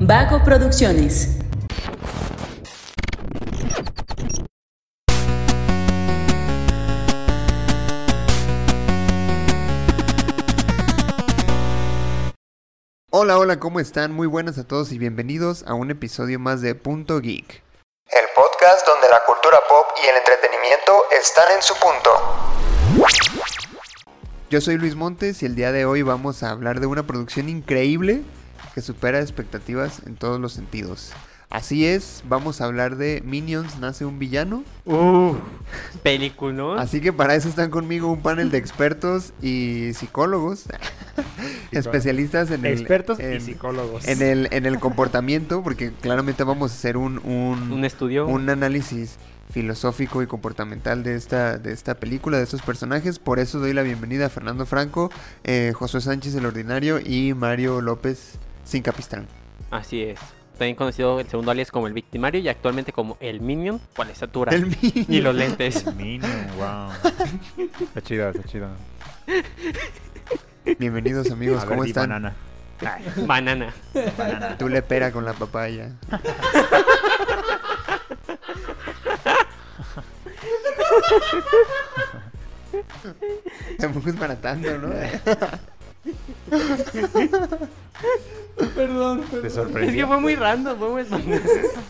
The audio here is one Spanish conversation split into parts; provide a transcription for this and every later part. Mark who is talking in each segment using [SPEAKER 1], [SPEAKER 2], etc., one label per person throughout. [SPEAKER 1] Vago Producciones.
[SPEAKER 2] Hola, hola, ¿cómo están? Muy buenas a todos y bienvenidos a un episodio más de Punto Geek.
[SPEAKER 3] El podcast donde la cultura pop y el entretenimiento están en su punto.
[SPEAKER 2] Yo soy Luis Montes y el día de hoy vamos a hablar de una producción increíble que supera expectativas en todos los sentidos. Así es, vamos a hablar de Minions Nace un Villano.
[SPEAKER 4] Uh, peliculón.
[SPEAKER 2] Así que para eso están conmigo un panel de expertos y psicólogos, especialistas en el,
[SPEAKER 5] Expertos y
[SPEAKER 2] en-
[SPEAKER 5] psicólogos.
[SPEAKER 2] en el, en el comportamiento, porque claramente vamos a hacer un, un,
[SPEAKER 4] Un estudio.
[SPEAKER 2] un análisis filosófico y comportamental de esta, de esta película, de estos personajes. Por eso doy la bienvenida a Fernando Franco, eh, José Sánchez el Ordinario y Mario López Sin Capistrán.
[SPEAKER 4] Así es. También conocido el segundo alias como el victimario y actualmente como el Minion por la estatura
[SPEAKER 2] El mío.
[SPEAKER 4] y los lentes.
[SPEAKER 5] Minion, wow. Está chida, está chida.
[SPEAKER 2] Bienvenidos amigos,
[SPEAKER 5] A ver,
[SPEAKER 2] ¿cómo
[SPEAKER 5] di
[SPEAKER 2] están?
[SPEAKER 5] banana.
[SPEAKER 4] Banana.
[SPEAKER 2] Tú le pera con la papaya. Tampoco es para tanto, ¿no?
[SPEAKER 6] Perdón, perdón.
[SPEAKER 5] Te
[SPEAKER 4] Es que
[SPEAKER 5] sorprendió.
[SPEAKER 4] fue muy random, fue muy random.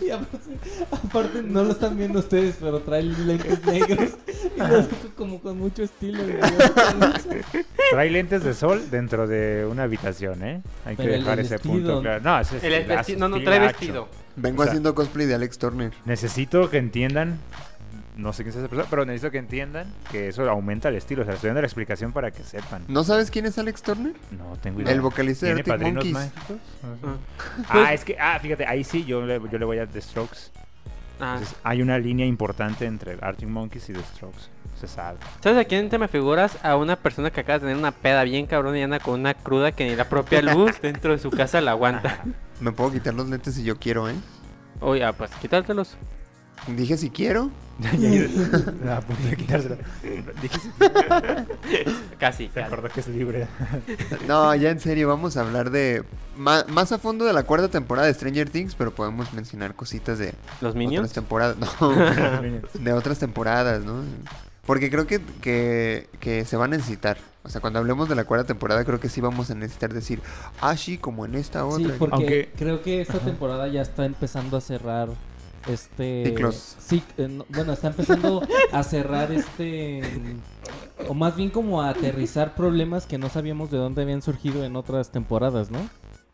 [SPEAKER 6] Y aparte, aparte, no lo están viendo ustedes, pero trae lentes negros. Y lo dijo como con mucho estilo. güey.
[SPEAKER 5] Trae lentes de sol dentro de una habitación, ¿eh? Hay que
[SPEAKER 6] Pero el
[SPEAKER 5] dejar ese
[SPEAKER 6] vestido.
[SPEAKER 5] punto claro. No, ese
[SPEAKER 4] El
[SPEAKER 5] estilazo,
[SPEAKER 4] vesti- no, no, trae
[SPEAKER 5] estilacho.
[SPEAKER 4] vestido.
[SPEAKER 2] Vengo
[SPEAKER 5] O sea-
[SPEAKER 2] haciendo cosplay de Alex Turner.
[SPEAKER 5] Necesito que entiendan. No sé quién es esa persona, pero necesito que entiendan que eso aumenta el estilo. O sea, estoy dando la explicación para que sepan.
[SPEAKER 2] ¿No sabes quién es Alex Turner?
[SPEAKER 5] No tengo idea.
[SPEAKER 2] El vocalista de
[SPEAKER 5] ¿Tiene
[SPEAKER 2] Arctic
[SPEAKER 5] padrinos
[SPEAKER 2] Monkeys.
[SPEAKER 5] mágicos? Ah, es que, ah, fíjate, ahí sí yo le, yo le voy a The Strokes.
[SPEAKER 4] Ah,
[SPEAKER 5] Entonces, hay una línea importante entre Arctic Monkeys y The Strokes. Se sabe.
[SPEAKER 4] ¿Sabes a quién te me figuras? A una persona que acaba de tener una peda bien cabrón y anda con una cruda que ni la propia luz dentro de su casa la aguanta.
[SPEAKER 2] Me puedo quitar los lentes si yo quiero, ¿eh?
[SPEAKER 4] Oye, ah, pues quítatelos.
[SPEAKER 2] Dije si quiero.
[SPEAKER 5] a punto de quitársela. Dije,
[SPEAKER 4] Casi.
[SPEAKER 5] se
[SPEAKER 4] casi.
[SPEAKER 5] acordó que es libre.
[SPEAKER 2] No, ya en serio, vamos a hablar de ma- más a fondo de la cuarta temporada de Stranger Things, pero podemos mencionar cositas de
[SPEAKER 4] ¿Los
[SPEAKER 2] otras
[SPEAKER 4] Minions?
[SPEAKER 2] temporadas. No, de otras temporadas, ¿no? Porque creo que, que, que se van a necesitar. O sea, cuando hablemos de la cuarta temporada, creo que sí vamos a necesitar decir, ah, sí, como en esta otra.
[SPEAKER 6] Sí, porque
[SPEAKER 5] Aunque-
[SPEAKER 6] creo que esta temporada ya está empezando a cerrar. Este.
[SPEAKER 2] Ciclos.
[SPEAKER 6] Sí, eh, no- bueno, está empezando a cerrar este. O más bien como a aterrizar problemas que no sabíamos de dónde habían surgido en otras temporadas, ¿no?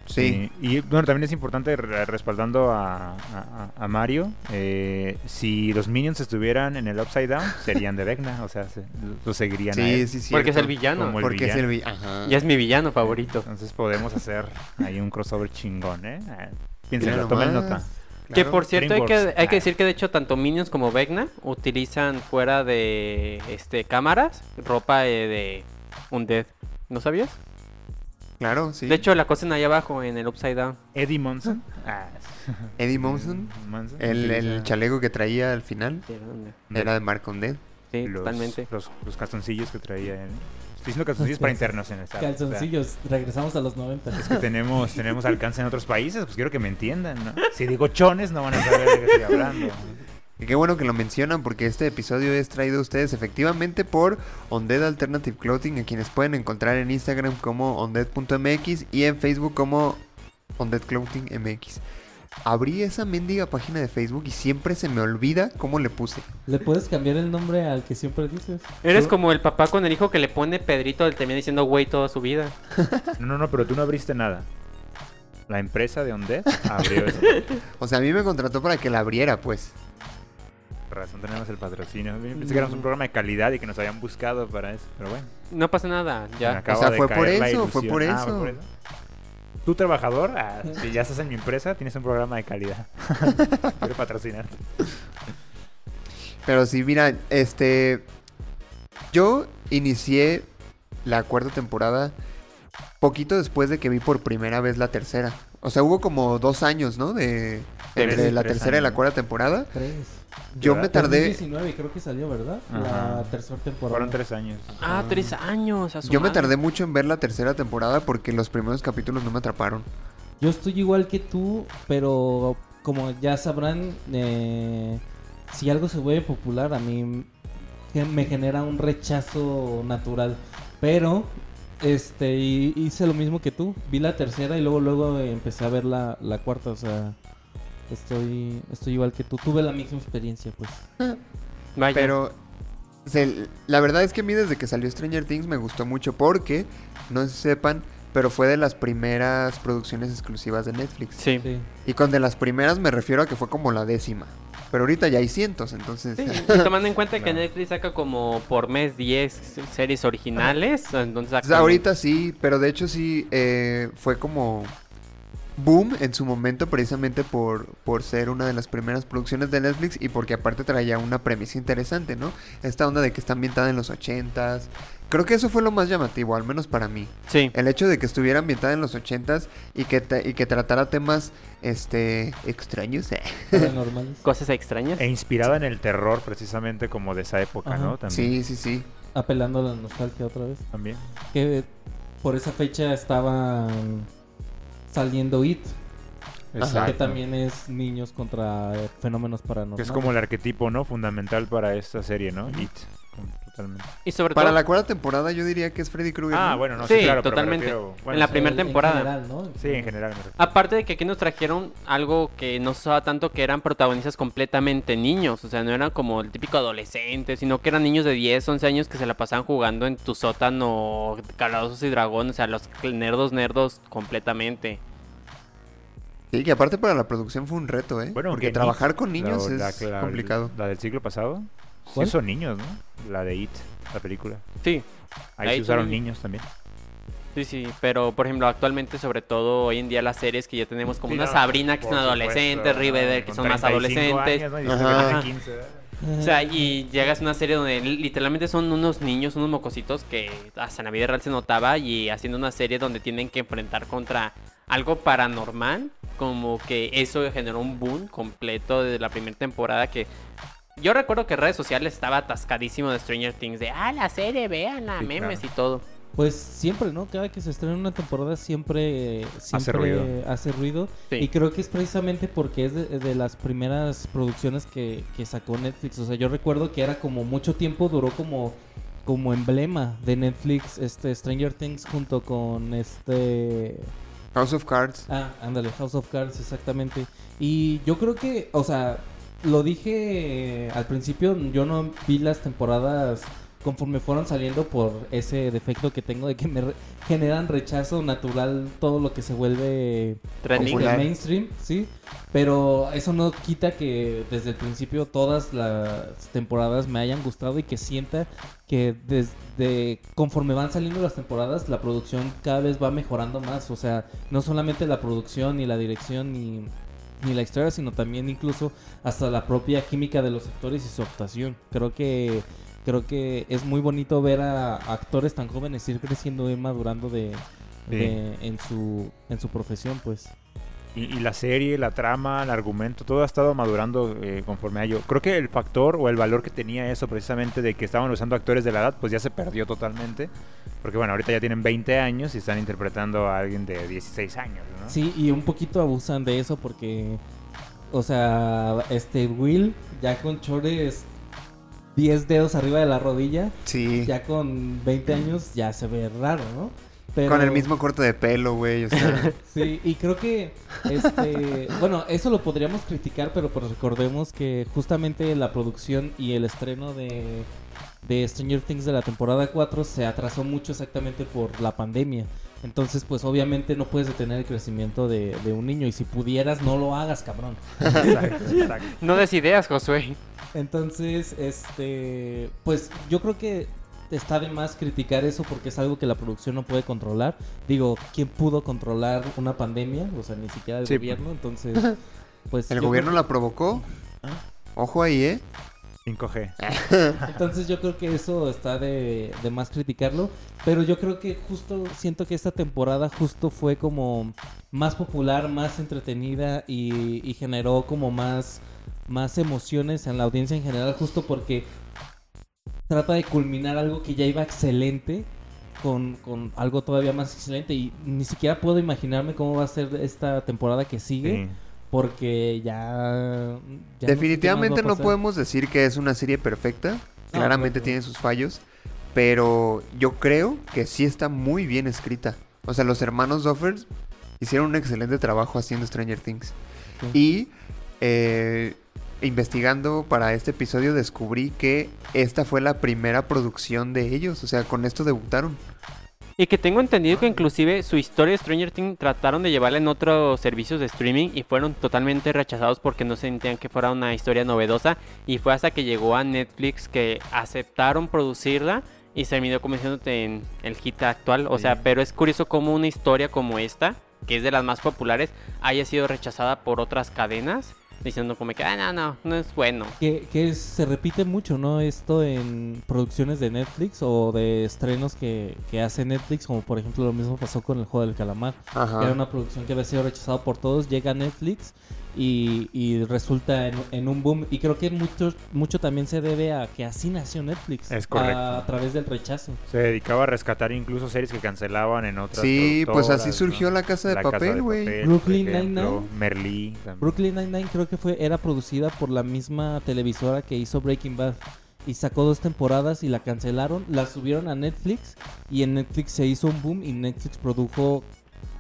[SPEAKER 2] Sí.
[SPEAKER 5] Y bueno, también es importante, re- respaldando a, a- a Mario, eh, si los minions estuvieran en el Upside Down, serían de Vecna. O sea, se- los seguirían a
[SPEAKER 2] Sí,
[SPEAKER 5] él.
[SPEAKER 2] sí, sí.
[SPEAKER 4] Porque es el
[SPEAKER 2] villano.
[SPEAKER 4] villano.
[SPEAKER 5] Como el
[SPEAKER 2] Porque es el
[SPEAKER 5] villano.
[SPEAKER 2] villano. Ajá.
[SPEAKER 4] Ya es mi villano favorito.
[SPEAKER 5] Entonces podemos hacer ahí un crossover chingón, ¿eh? Ah,
[SPEAKER 2] Mira
[SPEAKER 5] Piénsenlo, tomen
[SPEAKER 2] nomás.
[SPEAKER 5] nota.
[SPEAKER 4] Que
[SPEAKER 2] Claro.
[SPEAKER 4] por cierto, hay que,
[SPEAKER 5] DreamWorks.
[SPEAKER 4] hay que
[SPEAKER 5] Ah.
[SPEAKER 4] decir que de hecho tanto Minions como Vecna utilizan fuera de este cámaras ropa eh, de Undead. ¿No sabías?
[SPEAKER 2] Claro, sí.
[SPEAKER 4] De hecho, la cosen ahí abajo en el Upside Down.
[SPEAKER 5] Eddie Monson. Ah,
[SPEAKER 2] Eddie Monson,
[SPEAKER 5] Monson
[SPEAKER 2] el, el
[SPEAKER 5] utiliza
[SPEAKER 2] chaleco que traía al final,
[SPEAKER 4] Sí, era Undead.
[SPEAKER 2] era de Mark on Dead.
[SPEAKER 4] Sí,
[SPEAKER 5] los-
[SPEAKER 4] totalmente.
[SPEAKER 5] Los, los calzoncillos que traía él. Estoy diciendo calzoncillos para internos en esta.
[SPEAKER 6] Calzoncillos, regresamos a los 90.
[SPEAKER 5] Es que tenemos, tenemos alcance en otros países, pues quiero que me entiendan, ¿no? Si digo chones, no van a saber de qué estoy hablando.
[SPEAKER 2] Y qué bueno que lo mencionan porque este episodio es traído a ustedes efectivamente por Undead Alternative Clothing, a quienes pueden encontrar en Instagram como undead.mx y en Facebook como Undead Clothing MX. Abrí esa mendiga página de Facebook y siempre se me olvida cómo le puse.
[SPEAKER 6] ¿Le puedes cambiar el nombre al que siempre dices?
[SPEAKER 4] Eres como el papá con el hijo que le pone Pedrito al termina diciendo güey toda su vida.
[SPEAKER 5] No, no, pero tú no abriste nada. La empresa de Ondet abrió eso.
[SPEAKER 2] O sea, a mí me contrató para que la abriera, pues.
[SPEAKER 5] Por razón tenemos el patrocinio. Pensé que éramos un programa de calidad y que nos habían buscado para eso, pero bueno.
[SPEAKER 4] No pasa nada,
[SPEAKER 5] me
[SPEAKER 4] ya.
[SPEAKER 5] acaba
[SPEAKER 2] O sea,
[SPEAKER 5] de
[SPEAKER 2] fue por
[SPEAKER 5] caer la
[SPEAKER 2] eso, fue
[SPEAKER 5] ilusión.
[SPEAKER 2] por
[SPEAKER 5] Ah,
[SPEAKER 2] eso.
[SPEAKER 5] Tú, trabajador, ah, si ya estás en mi empresa, tienes un programa de calidad. Quiero patrocinar.
[SPEAKER 2] Pero sí, mira, este. Yo inicié la cuarta temporada poquito después de que vi por primera vez la tercera. O sea, hubo como dos años, ¿no? De.
[SPEAKER 5] Tres,
[SPEAKER 2] Entre la
[SPEAKER 5] tres
[SPEAKER 2] tercera y la
[SPEAKER 5] años.
[SPEAKER 2] cuarta temporada.
[SPEAKER 6] Tres.
[SPEAKER 2] Yo
[SPEAKER 5] ¿Verdad?
[SPEAKER 2] me tardé.
[SPEAKER 6] 2019 creo que salió, ¿verdad?
[SPEAKER 5] Ajá.
[SPEAKER 6] La tercera temporada.
[SPEAKER 5] Fueron tres años.
[SPEAKER 4] Ah, tres años. a su
[SPEAKER 2] Yo me
[SPEAKER 4] madre.
[SPEAKER 2] tardé mucho en ver la tercera temporada porque los primeros capítulos no me atraparon.
[SPEAKER 6] Yo estoy igual que tú, pero como ya sabrán, eh, si algo se vuelve popular, a mí gen- me genera un rechazo natural. Pero este y- hice lo mismo que tú. Vi la tercera y luego luego empecé a ver la, la cuarta. O sea, estoy, estoy igual que tú. Tuve la misma experiencia, pues.
[SPEAKER 4] Vaya.
[SPEAKER 2] Pero se- la verdad es que a mí desde que salió Stranger Things me gustó mucho porque, no sé si sepan, pero fue de las primeras producciones exclusivas de Netflix.
[SPEAKER 4] Sí.
[SPEAKER 6] Sí.
[SPEAKER 2] Y con de las primeras me refiero a que fue como la décima. Pero ahorita ya hay cientos, entonces...
[SPEAKER 4] Sí, y tomando en cuenta que
[SPEAKER 5] No.
[SPEAKER 4] Netflix saca como por mes 10 series originales, entonces
[SPEAKER 2] Entonces, ahorita sí, pero de hecho sí eh, fue como boom en su momento precisamente por, por ser una de las primeras producciones de Netflix y porque aparte traía una premisa interesante, ¿no? Esta onda de que está ambientada en los ochentas. Creo que eso fue lo más llamativo, al menos para mí.
[SPEAKER 4] Sí.
[SPEAKER 2] El hecho de que estuviera ambientada en los ochentas y que, te- y que tratara temas este extraños. eh.
[SPEAKER 6] Paranormales.
[SPEAKER 4] Cosas extrañas.
[SPEAKER 5] E inspirada en el terror, precisamente como de esa época,
[SPEAKER 6] Ajá.
[SPEAKER 5] ¿no?
[SPEAKER 2] Sí,
[SPEAKER 5] También.
[SPEAKER 2] sí, sí.
[SPEAKER 6] Apelando a la nostalgia otra vez.
[SPEAKER 5] También.
[SPEAKER 6] Que por esa fecha estaba saliendo IT. Que
[SPEAKER 5] Exacto.
[SPEAKER 6] también es niños contra eh, fenómenos paranormales.
[SPEAKER 5] Es como el arquetipo, ¿no? Fundamental para esta serie, ¿no? It. Con- Totalmente.
[SPEAKER 4] Y sobre
[SPEAKER 2] Para
[SPEAKER 4] todo
[SPEAKER 2] la cuarta temporada yo diría que es Freddy Krueger.
[SPEAKER 5] Ah,
[SPEAKER 2] ¿no?
[SPEAKER 5] bueno, no,
[SPEAKER 4] Sí,
[SPEAKER 5] sí, claro. pero me
[SPEAKER 4] totalmente.
[SPEAKER 5] refiero- bueno,
[SPEAKER 4] En la
[SPEAKER 5] sí,
[SPEAKER 4] primera
[SPEAKER 6] O en
[SPEAKER 4] temporada.
[SPEAKER 6] general, ¿no?
[SPEAKER 5] Sí, en general. me refiero.
[SPEAKER 4] Aparte de que aquí nos trajeron algo que no se usaba tanto, que eran protagonistas completamente niños. O sea, no eran como el típico adolescente, sino que eran niños de 10, 11 años que se la pasaban jugando en tu sótano, calabozos y dragones. O sea, los nerdos, nerdos completamente.
[SPEAKER 2] Sí, que aparte para la producción fue un reto, ¿eh?
[SPEAKER 5] Bueno,
[SPEAKER 2] Porque
[SPEAKER 5] aunque
[SPEAKER 2] trabajar
[SPEAKER 5] It,
[SPEAKER 2] con niños
[SPEAKER 5] la- la-
[SPEAKER 2] es
[SPEAKER 5] la-
[SPEAKER 2] complicado.
[SPEAKER 5] La del siglo pasado.
[SPEAKER 6] ¿Cuál?
[SPEAKER 5] Sí son niños, ¿no? La de It, la película.
[SPEAKER 4] Sí,
[SPEAKER 5] Ahí,
[SPEAKER 4] Ahí
[SPEAKER 5] se usaron
[SPEAKER 4] son
[SPEAKER 5] niños también.
[SPEAKER 4] sí, sí. Pero, por ejemplo, actualmente, sobre todo hoy en día, las series que ya tenemos como
[SPEAKER 5] Sí,
[SPEAKER 4] una
[SPEAKER 5] no,
[SPEAKER 4] Sabrina, que son
[SPEAKER 5] por
[SPEAKER 4] adolescentes,
[SPEAKER 5] supuesto,
[SPEAKER 4] Riveder, que
[SPEAKER 5] con
[SPEAKER 4] son más
[SPEAKER 5] 35
[SPEAKER 4] adolescentes.
[SPEAKER 5] años, ¿no? Y
[SPEAKER 2] Ajá.
[SPEAKER 5] tiene 15, ¿verdad?
[SPEAKER 6] Eh,
[SPEAKER 4] O sea, y llegas a una serie donde literalmente son unos niños, unos mocositos que hasta en la vida real se notaba y haciendo una serie donde tienen que enfrentar contra algo paranormal, como que eso generó un boom completo de la primera temporada que yo recuerdo que redes sociales estaba atascadísimo de Stranger Things, de, ah, la serie, véanla,
[SPEAKER 5] Sí,
[SPEAKER 4] memes
[SPEAKER 5] claro.
[SPEAKER 4] y todo.
[SPEAKER 6] Pues siempre, ¿no? Cada que se estrena una temporada siempre, eh, siempre
[SPEAKER 5] ruido.
[SPEAKER 6] hace ruido.
[SPEAKER 4] Sí.
[SPEAKER 6] Y creo que es precisamente porque es de, de las primeras producciones que, que sacó Netflix. O sea, yo recuerdo que era como mucho tiempo, duró como, como emblema de Netflix, este Stranger Things junto con este...
[SPEAKER 2] House of Cards.
[SPEAKER 6] Ah, ándale, House of Cards, exactamente. Y yo creo que, o sea, lo dije eh, al principio, yo no vi las temporadas conforme fueron saliendo por ese defecto que tengo de que me re- generan rechazo natural todo lo que se vuelve
[SPEAKER 4] Trending.
[SPEAKER 2] Popular.
[SPEAKER 6] este, mainstream, sí. Pero eso no quita que desde el principio todas las temporadas me hayan gustado y que sienta que desde conforme van saliendo las temporadas, la producción cada vez va mejorando más. O sea, no solamente la producción ni la dirección ni, ni la historia, sino también incluso hasta la propia química de los actores y su actuación. Creo que creo que es muy bonito ver a actores tan jóvenes ir creciendo y madurando de,
[SPEAKER 5] Sí.
[SPEAKER 6] de- en su en su profesión, pues.
[SPEAKER 5] Y, y la serie, la trama, el argumento, todo ha estado madurando eh, conforme a ello. Creo que el factor o el valor que tenía eso precisamente de que estaban usando actores de la edad, pues ya se perdió totalmente. Porque bueno, ahorita ya tienen 20 años y están interpretando a alguien de 16 años, ¿no?
[SPEAKER 6] Sí, y un poquito abusan de eso porque o sea, este Will ya con chores 10 dedos arriba de la rodilla,
[SPEAKER 2] Sí.
[SPEAKER 6] ya con 20 años ya se ve raro, ¿no? Pero-
[SPEAKER 2] Con el mismo corte de pelo, güey. O sea,
[SPEAKER 6] Sí, y creo que, este, bueno, eso lo podríamos criticar, pero pues recordemos que justamente la producción y el estreno de, de Stranger Things de la temporada 4 se atrasó mucho exactamente por la pandemia. Entonces, pues obviamente no puedes detener el crecimiento de, de un niño y si pudieras, no lo hagas, cabrón.
[SPEAKER 5] Exacto, exacto.
[SPEAKER 4] No des ideas, Josué.
[SPEAKER 6] Entonces, este, pues yo creo que está de más criticar eso porque es algo que la producción no puede controlar. Digo, ¿quién pudo controlar una pandemia? O sea, ni siquiera el
[SPEAKER 5] Sí.
[SPEAKER 6] gobierno. Entonces, pues
[SPEAKER 2] el
[SPEAKER 6] yo
[SPEAKER 2] gobierno
[SPEAKER 6] creo-
[SPEAKER 2] la provocó. Ojo ahí, ¿eh?
[SPEAKER 5] 5G.
[SPEAKER 6] entonces yo creo que eso está de, de más criticarlo, pero yo creo que justo siento que esta temporada justo fue como más popular, más entretenida y, y generó como más más emociones en la audiencia en general justo porque trata de culminar algo que ya iba excelente con, con algo todavía más excelente. Y ni siquiera puedo imaginarme cómo va a ser esta temporada que sigue.
[SPEAKER 5] Sí.
[SPEAKER 6] Porque ya. ya no sé qué más va a
[SPEAKER 2] Definitivamente no,
[SPEAKER 6] pasar. Ah,
[SPEAKER 2] podemos decir que es una serie perfecta. Claramente
[SPEAKER 6] claro.
[SPEAKER 2] tiene sus fallos. Pero yo creo que sí está muy bien escrita. O sea, los hermanos Duffers hicieron un excelente trabajo haciendo Stranger Things.
[SPEAKER 6] Sí.
[SPEAKER 2] Y eh, investigando para este episodio descubrí que esta fue la primera producción de ellos. O sea, con esto debutaron.
[SPEAKER 4] Y que tengo entendido que inclusive su historia de Stranger Things trataron de llevarla en otros servicios de streaming y fueron totalmente rechazados porque no sentían que fuera una historia novedosa y fue hasta que llegó a Netflix que aceptaron producirla y se terminó convirtiéndote en el hit actual. O sea, pero es curioso cómo una historia como esta, que es de las más populares, haya sido rechazada por otras cadenas diciendo como que, ah, no, no, no es bueno.
[SPEAKER 6] Que, que es- se repite mucho, ¿no? Esto en producciones de Netflix o de estrenos que, que hace Netflix, como por ejemplo lo mismo pasó con el juego del calamar.
[SPEAKER 2] Ajá.
[SPEAKER 6] que era una producción que había sido rechazada por todos, llega a Netflix y, y resulta en, en un boom. Y creo que mucho, mucho también se debe a que así nació Netflix.
[SPEAKER 5] Es correcto.
[SPEAKER 6] A, a través del rechazo.
[SPEAKER 5] Se dedicaba a rescatar incluso series que cancelaban en otras
[SPEAKER 2] Sí, pues así
[SPEAKER 5] productoras,
[SPEAKER 2] surgió
[SPEAKER 5] ¿no?
[SPEAKER 2] La Casa de
[SPEAKER 5] La Casa
[SPEAKER 2] Papel, güey.
[SPEAKER 5] Papel,
[SPEAKER 6] Brooklyn
[SPEAKER 5] por ejemplo,
[SPEAKER 6] Nine-Nine.
[SPEAKER 5] Merlí. también.
[SPEAKER 6] Brooklyn Nine-Nine creo que fue, era producida por la misma televisora que hizo Breaking Bad. Y sacó dos temporadas y la cancelaron, la subieron a Netflix y en Netflix se hizo un boom y Netflix produjo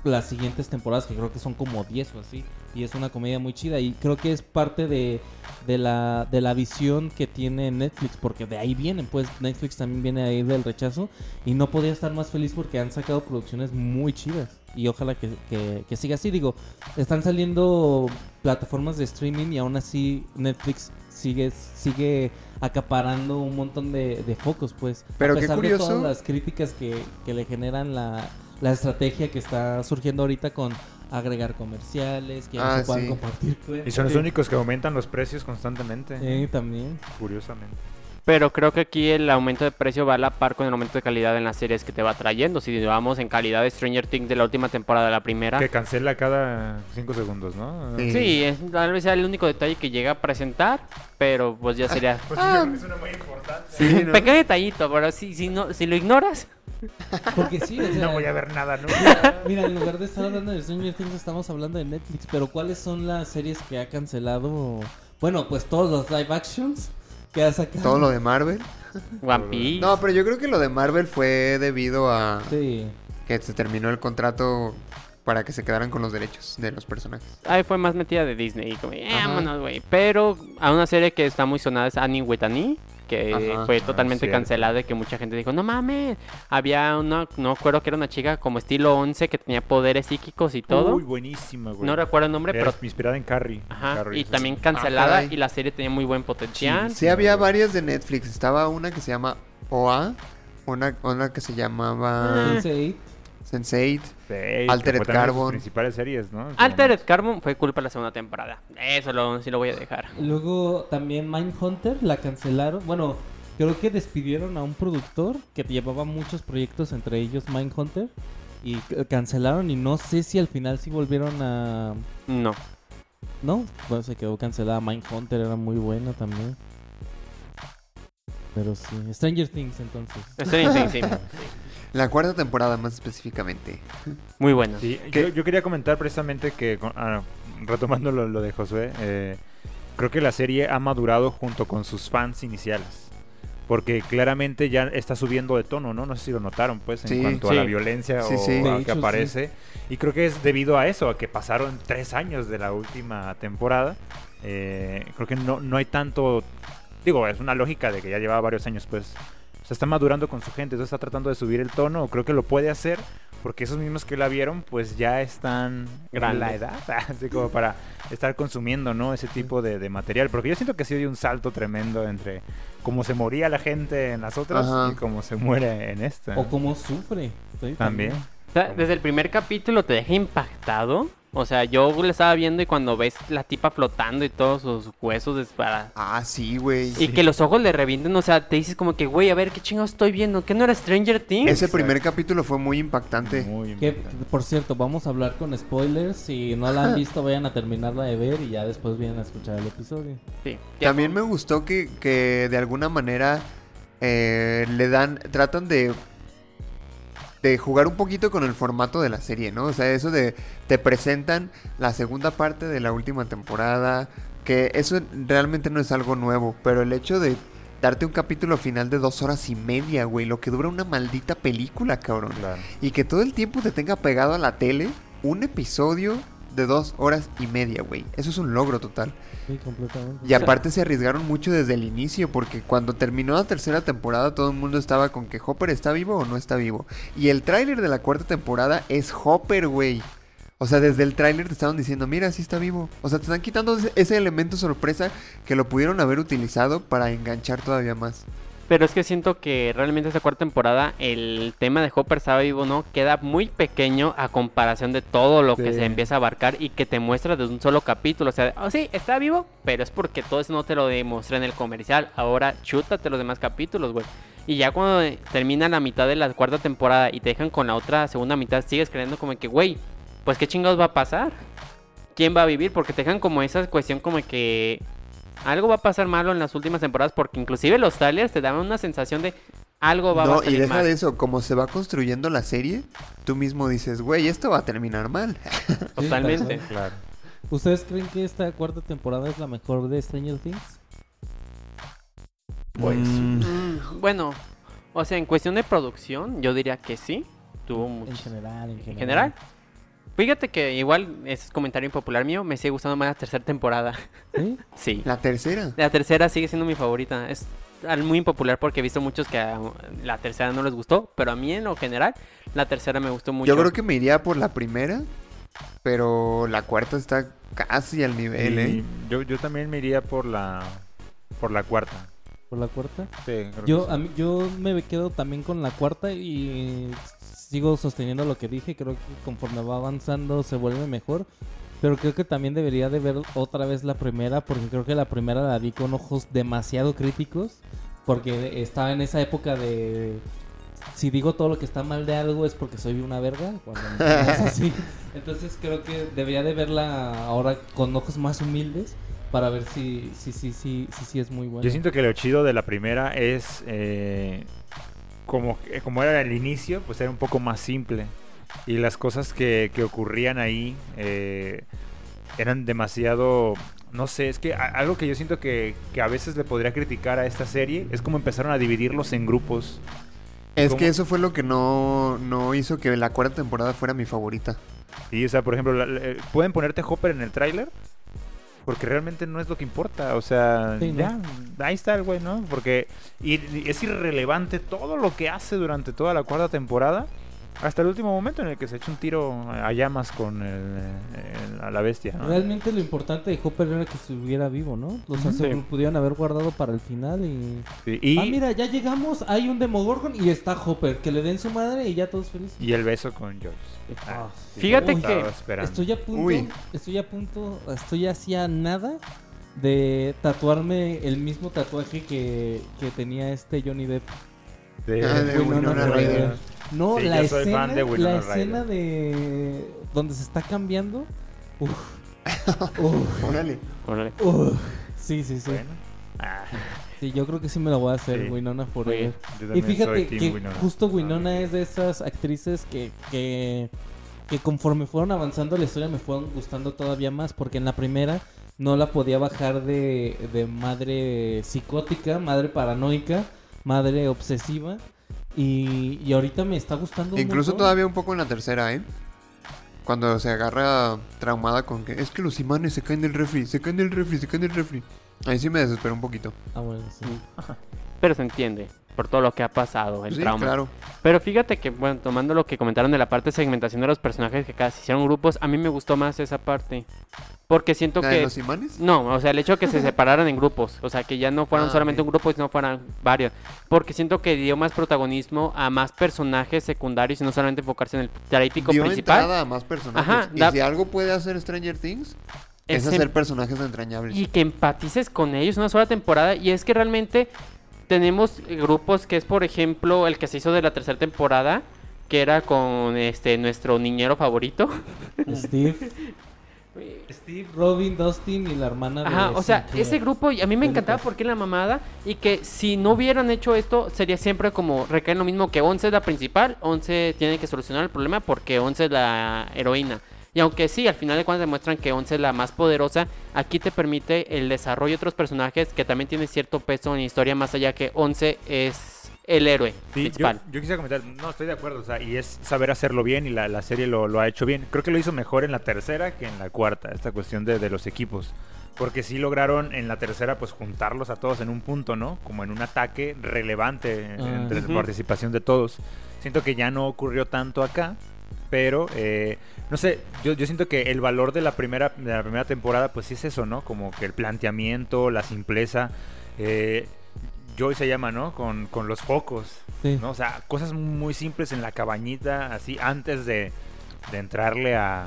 [SPEAKER 6] las siguientes temporadas, que creo que son como 10 o así. Y es una comedia muy chida y creo que es parte de, de, la, de la visión que tiene Netflix, porque de ahí vienen, pues Netflix también viene ahí del rechazo y no podía estar más feliz porque han sacado producciones muy chidas. Y ojalá que, que- que siga así. Digo, están saliendo plataformas de streaming y aún así Netflix sigue, sigue acaparando un montón de, de focos, pues.
[SPEAKER 2] Pero
[SPEAKER 6] a
[SPEAKER 2] qué
[SPEAKER 6] pesar
[SPEAKER 2] curioso.
[SPEAKER 6] de todas las críticas que, que le generan la, la estrategia que está surgiendo ahorita con agregar comerciales, que ya no
[SPEAKER 2] Ah,
[SPEAKER 6] se puedan
[SPEAKER 2] sí.
[SPEAKER 6] compartir.
[SPEAKER 5] Y son los
[SPEAKER 6] Sí.
[SPEAKER 5] únicos que aumentan los precios constantemente,
[SPEAKER 6] Sí, también.
[SPEAKER 5] curiosamente.
[SPEAKER 4] Pero creo que aquí el aumento de precio va a la par con el aumento de calidad en las series que te va trayendo. Si llevamos en calidad de Stranger Things de la última temporada a la primera.
[SPEAKER 5] Que cancela cada 5 segundos, ¿no?
[SPEAKER 2] Sí.
[SPEAKER 4] Sí, es- tal vez sea el único detalle que llega a presentar, pero pues ya sería
[SPEAKER 5] Pues sí, yo creo que es una muy importante.
[SPEAKER 2] Sí,
[SPEAKER 4] un
[SPEAKER 2] ¿no?
[SPEAKER 4] pequeño detallito, pero si, si, no, si lo ignoras,
[SPEAKER 6] Porque sí, o sea,
[SPEAKER 5] No voy a ver nada ¿no?
[SPEAKER 6] Mira, en lugar de estar hablando de Stranger Things, estamos hablando de Netflix. Pero ¿cuáles son las series que ha cancelado? Bueno, pues todos los live actions que ha sacado.
[SPEAKER 2] Todo lo de Marvel.
[SPEAKER 4] One Piece.
[SPEAKER 2] No, pero yo creo que lo de Marvel fue debido a
[SPEAKER 6] Sí.
[SPEAKER 2] que se terminó el contrato para que se quedaran con los derechos de los personajes.
[SPEAKER 4] Ahí fue más metida de Disney. Como, eh,
[SPEAKER 2] Ajá.
[SPEAKER 4] vámonos, güey. Pero a una serie que está muy sonada es Annie with Annie, que
[SPEAKER 2] Ajá.
[SPEAKER 4] fue
[SPEAKER 5] Ah,
[SPEAKER 4] totalmente
[SPEAKER 5] cierto.
[SPEAKER 4] cancelada y que mucha gente dijo, no mames. Había una, no me acuerdo que era una chica como estilo 11 que tenía poderes psíquicos y todo.
[SPEAKER 5] Uy, buenísima, güey.
[SPEAKER 4] no recuerdo el nombre,
[SPEAKER 5] Era
[SPEAKER 4] pero
[SPEAKER 5] inspirada en Carrie.
[SPEAKER 4] Ajá,
[SPEAKER 5] Carrie,
[SPEAKER 4] y
[SPEAKER 5] sí,
[SPEAKER 4] también
[SPEAKER 5] sí.
[SPEAKER 4] cancelada
[SPEAKER 2] caray.
[SPEAKER 4] y la serie tenía muy buen potencial.
[SPEAKER 2] Sí, había varias de Netflix. Estaba una que se llama OA, una, una que se llamaba
[SPEAKER 6] Sense eight.
[SPEAKER 2] Sense8.
[SPEAKER 5] Sí, que
[SPEAKER 2] Altered
[SPEAKER 5] fue también de sus
[SPEAKER 2] Carbon.
[SPEAKER 5] principales series, ¿no? En su
[SPEAKER 4] Altered
[SPEAKER 5] momento.
[SPEAKER 4] Carbon fue culpa de la segunda temporada. Eso lo, sí lo voy a dejar.
[SPEAKER 6] Luego también Mindhunter la cancelaron. Bueno, creo que despidieron a un productor que llevaba muchos proyectos, entre ellos Mindhunter. Y c- cancelaron y no sé si al final sí volvieron a...
[SPEAKER 4] No.
[SPEAKER 6] No, bueno, se quedó cancelada. Mindhunter era muy buena también. Pero sí. Stranger Things entonces.
[SPEAKER 4] Stranger Things, sí.
[SPEAKER 2] La cuarta temporada más específicamente.
[SPEAKER 4] Muy bueno.
[SPEAKER 5] Sí,
[SPEAKER 2] ¿Qué?
[SPEAKER 5] yo, yo quería comentar precisamente que, con- ah, retomando lo, lo de Josué, eh, creo que la serie ha madurado junto con sus fans iniciales. Porque claramente ya está subiendo de tono, ¿no? No sé si lo notaron, pues, en
[SPEAKER 2] Sí.
[SPEAKER 5] cuanto
[SPEAKER 4] Sí.
[SPEAKER 5] a la violencia
[SPEAKER 2] Sí,
[SPEAKER 5] o
[SPEAKER 2] sí.
[SPEAKER 5] a
[SPEAKER 6] De
[SPEAKER 5] que
[SPEAKER 6] hecho, sí.
[SPEAKER 5] aparece. Y creo que es debido a eso, a que pasaron tres años de la última temporada. Eh, creo que no, no hay tanto... Digo, es una lógica de que ya llevaba varios años, pues... Se está madurando con su gente, entonces está tratando de subir el tono. Creo que lo puede hacer porque esos mismos que la vieron, pues ya están en la
[SPEAKER 4] Grandes.
[SPEAKER 5] edad, así como para estar consumiendo, ¿no? Ese tipo de, de material. Porque yo siento que sí dio un salto tremendo entre cómo se moría la gente en las otras
[SPEAKER 2] Ajá.
[SPEAKER 5] y cómo se muere en esta.
[SPEAKER 6] O cómo sufre. Estoy
[SPEAKER 5] Ah. También.
[SPEAKER 4] O sea, desde el primer capítulo te deja impactado. O sea, yo lo estaba viendo y cuando ves la tipa flotando y todos sus huesos disparados.
[SPEAKER 2] Ah, sí, güey.
[SPEAKER 4] Y que los ojos le revienten, o sea, te dices como que, güey, a ver, ¿qué chingados estoy viendo? ¿Qué no era Stranger Things?
[SPEAKER 2] Ese primer capítulo fue muy impactante.
[SPEAKER 5] Muy
[SPEAKER 6] Que,
[SPEAKER 5] importante.
[SPEAKER 6] por cierto, vamos a hablar con spoilers. Si no la han visto, vayan a terminarla de ver y ya después vienen a escuchar el episodio.
[SPEAKER 4] Sí. Que-
[SPEAKER 2] También me gustó que, que de alguna manera eh, le dan, tratan de de jugar un poquito con el formato de la serie, ¿no? O sea, eso de te presentan la segunda parte de la última temporada, que eso realmente no es algo nuevo, pero el hecho de darte un capítulo final de dos horas y media, güey, lo que dura una maldita película, cabrón.
[SPEAKER 5] Claro.
[SPEAKER 2] Y que todo el tiempo te tenga pegado a la tele un episodio de dos horas y media, güey. Eso es un logro total.
[SPEAKER 6] Sí, completamente.
[SPEAKER 2] Y aparte se arriesgaron mucho desde el inicio, porque cuando terminó la tercera temporada todo el mundo estaba con que Hopper está vivo o no está vivo. Y el tráiler de la cuarta temporada es Hopper, güey. O sea, desde el tráiler te estaban diciendo, mira, sí está vivo. O sea, te están quitando ese- ese elemento sorpresa que lo pudieron haber utilizado para enganchar todavía más.
[SPEAKER 4] Pero es que siento que realmente esta cuarta temporada el tema de Hopper sabe vivo o no queda muy pequeño a comparación de todo lo que
[SPEAKER 5] Sí.
[SPEAKER 4] se empieza a abarcar y que te muestra desde un solo capítulo. O sea, oh, sí, está vivo, pero es porque todo eso no te lo demostré en el comercial. Ahora chútate los demás capítulos, güey. Y ya cuando eh, termina la mitad de la cuarta temporada y te dejan con la otra segunda mitad, sigues creyendo como que, güey, pues qué chingados va a pasar. ¿Quién va a vivir? Porque te dejan como esa cuestión como que algo va a pasar malo en las últimas temporadas porque inclusive los trailers te daban una sensación de algo Oh, va a
[SPEAKER 2] No,
[SPEAKER 4] pasar
[SPEAKER 2] y deja
[SPEAKER 4] mal.
[SPEAKER 2] de eso, como se va construyendo la serie, tú mismo dices, güey, esto va a terminar mal.
[SPEAKER 4] Totalmente.
[SPEAKER 5] Claro.
[SPEAKER 6] ¿Ustedes creen que esta cuarta temporada es la mejor de Stranger Things?
[SPEAKER 5] Pues,
[SPEAKER 2] Mm,
[SPEAKER 4] Mm, bueno, o sea, en cuestión de producción, yo diría que sí. Tuvo
[SPEAKER 6] En
[SPEAKER 4] mucho.
[SPEAKER 6] general, en general.
[SPEAKER 4] En general. Fíjate que igual, ese es comentario impopular mío, me sigue gustando más la tercera temporada.
[SPEAKER 6] ¿Sí?
[SPEAKER 4] Sí.
[SPEAKER 2] la tercera.
[SPEAKER 4] La tercera sigue siendo mi favorita. Es al- muy impopular porque he visto muchos que a la tercera no les gustó, pero a mí en lo general la tercera me gustó mucho.
[SPEAKER 2] Yo creo que me iría por la primera, pero la cuarta está casi al nivel, ¿eh?
[SPEAKER 5] y yo, yo también me iría por la por la cuarta.
[SPEAKER 6] ¿Por la cuarta?
[SPEAKER 5] Sí, creo que sí.
[SPEAKER 6] Yo, a mí- yo me quedo también con la cuarta y sigo sosteniendo lo que dije. Creo que conforme va avanzando se vuelve mejor. Pero creo que también debería de ver otra vez la primera porque creo que la primera la vi con ojos demasiado críticos. Porque estaba en esa época de... Si digo todo lo que está mal de algo es porque soy una verga. Cuando me ponías así. Entonces creo que debería de verla ahora con ojos más humildes para ver si sí si, si, si, si es muy buena.
[SPEAKER 5] Yo siento que lo chido de la primera es eh, como, eh, como era el inicio, pues era un poco más simple. Y las cosas que, que ocurrían ahí eh, eran demasiado. No sé, es que a- algo que yo siento que, que a veces le podría criticar a esta serie es como empezaron a dividirlos en grupos.
[SPEAKER 2] Es
[SPEAKER 5] ¿Cómo?
[SPEAKER 2] que eso fue lo que no, no hizo que la cuarta temporada fuera mi favorita.
[SPEAKER 5] Y, o sea, por ejemplo, la- la- eh, ¿pueden ponerte a Hopper en el tráiler? Porque realmente no es lo que importa. O sea,
[SPEAKER 6] Sí, ¿no?
[SPEAKER 5] ya, ahí está el güey, ¿no? Porque y- y es irrelevante todo lo que hace durante toda la cuarta temporada. Hasta el último momento en el que se echa un tiro a llamas con el, el- a la bestia, ¿no?
[SPEAKER 6] Realmente lo importante de Hopper era que estuviera vivo, ¿no? O sea,
[SPEAKER 5] Ujú.
[SPEAKER 6] se
[SPEAKER 5] Sí.
[SPEAKER 6] lo pudieron haber guardado para el final y...
[SPEAKER 5] Sí, Y,
[SPEAKER 6] Ah, mira, ya llegamos, hay un Demogorgon y está Hopper. Que le den su madre y ya todos felices.
[SPEAKER 5] y el beso con George.
[SPEAKER 6] Ah,
[SPEAKER 5] sí,
[SPEAKER 4] Fíjate
[SPEAKER 5] lo estaba
[SPEAKER 4] que
[SPEAKER 5] esperando.
[SPEAKER 6] Estoy a punto,
[SPEAKER 2] Uy.
[SPEAKER 6] estoy a punto, estoy hacia nada de tatuarme el mismo tatuaje que, que tenía este Johnny Depp.
[SPEAKER 5] De-
[SPEAKER 2] Ah, de
[SPEAKER 6] Winona
[SPEAKER 2] Winona
[SPEAKER 6] Ryder.
[SPEAKER 2] Ryder.
[SPEAKER 6] No,
[SPEAKER 5] Sí,
[SPEAKER 6] la
[SPEAKER 5] yo soy
[SPEAKER 6] escena,
[SPEAKER 5] fan de Winona
[SPEAKER 6] la
[SPEAKER 5] Ryder.
[SPEAKER 6] escena de... Donde se está cambiando. Uf. Uf.
[SPEAKER 2] Órale.
[SPEAKER 4] Órale.
[SPEAKER 6] Uf. Sí, sí, sí.
[SPEAKER 5] Bueno. Ah,
[SPEAKER 6] Sí, yo creo que sí me la voy a hacer,
[SPEAKER 5] Sí.
[SPEAKER 6] Winona
[SPEAKER 4] Muy
[SPEAKER 6] Forever.
[SPEAKER 4] bien.
[SPEAKER 5] yo
[SPEAKER 6] Y
[SPEAKER 5] también soy
[SPEAKER 6] fíjate
[SPEAKER 5] team
[SPEAKER 6] que
[SPEAKER 5] Winona.
[SPEAKER 6] justo Winona
[SPEAKER 5] Ah,
[SPEAKER 6] es de esas actrices que, que, que conforme fueron avanzando la historia me fueron gustando todavía más, porque en la primera no la podía bajar de, de madre psicótica, madre paranoica, madre obsesiva. Y, y ahorita me está gustando. un
[SPEAKER 2] Incluso
[SPEAKER 6] montón.
[SPEAKER 2] todavía un poco en la tercera, ¿eh? Cuando se agarra traumada con que es que los imanes se caen del refri, se caen del refri, se caen del refri. Ahí sí me desesperó un poquito.
[SPEAKER 6] Ah, bueno, sí.
[SPEAKER 4] Pero se entiende por todo lo que ha pasado, el
[SPEAKER 2] sí,
[SPEAKER 4] trauma.
[SPEAKER 2] claro.
[SPEAKER 4] Pero fíjate que, bueno, tomando lo que comentaron de la parte de segmentación de los personajes que casi hicieron grupos, a mí me gustó más esa parte. Porque siento
[SPEAKER 2] ¿La de
[SPEAKER 4] que...
[SPEAKER 2] los imanes?
[SPEAKER 4] No, o sea, el hecho de que se separaran en grupos, o sea, que ya no fueran
[SPEAKER 2] Ah,
[SPEAKER 4] solamente
[SPEAKER 2] ok.
[SPEAKER 4] un grupo, sino fueran varios, porque siento que dio más protagonismo a más personajes secundarios y no solamente enfocarse en el tráfico
[SPEAKER 2] Dio
[SPEAKER 4] principal.
[SPEAKER 2] entrada a más personajes.
[SPEAKER 4] Ajá,
[SPEAKER 2] y
[SPEAKER 4] da-
[SPEAKER 2] si algo puede hacer Stranger Things, es,
[SPEAKER 4] Es
[SPEAKER 2] hacer
[SPEAKER 4] en-
[SPEAKER 2] personajes entrañables.
[SPEAKER 4] Y que empatices con ellos una sola temporada. Y es que realmente tenemos grupos que es, por ejemplo, el que se hizo de la tercera temporada, que era con este nuestro niñero favorito.
[SPEAKER 6] Steve, Steve, Robin, Dustin y la hermana de
[SPEAKER 4] Ajá, o sea,
[SPEAKER 6] Cynthia.
[SPEAKER 4] ese grupo y a mí me
[SPEAKER 6] Jennifer.
[SPEAKER 4] encantaba porque era la mamada y que si no hubieran hecho esto sería siempre como recaer en lo mismo que 11 es la principal, 11 tiene que solucionar el problema porque 11 es la heroína. Y aunque sí, al final de cuentas demuestran que 11 es la más poderosa, aquí te permite el desarrollo de otros personajes que también tienen cierto peso en la historia más allá que 11 es el héroe
[SPEAKER 5] Sí, yo,
[SPEAKER 4] principal.
[SPEAKER 5] yo quisiera comentar, no, estoy de acuerdo, o sea, y es saber hacerlo bien y la, la serie lo, lo ha hecho bien. Creo que lo hizo mejor en la tercera que en la cuarta, esta cuestión de, de los equipos. Porque sí lograron en la tercera pues juntarlos a todos en un punto, ¿no? Como en un ataque relevante en-
[SPEAKER 6] Ah.
[SPEAKER 5] entre
[SPEAKER 4] Ujú.
[SPEAKER 5] la participación de todos. Siento que ya no ocurrió tanto acá, pero eh, no sé, yo, yo siento que el valor de la, primera, de la primera temporada pues sí es eso, ¿no? Como que el planteamiento, la simpleza. Eh, Joy se llama, ¿no? Con, con los focos.
[SPEAKER 6] Sí.
[SPEAKER 5] ¿no? O sea, cosas muy simples en la cabañita, así, antes de, de entrarle a...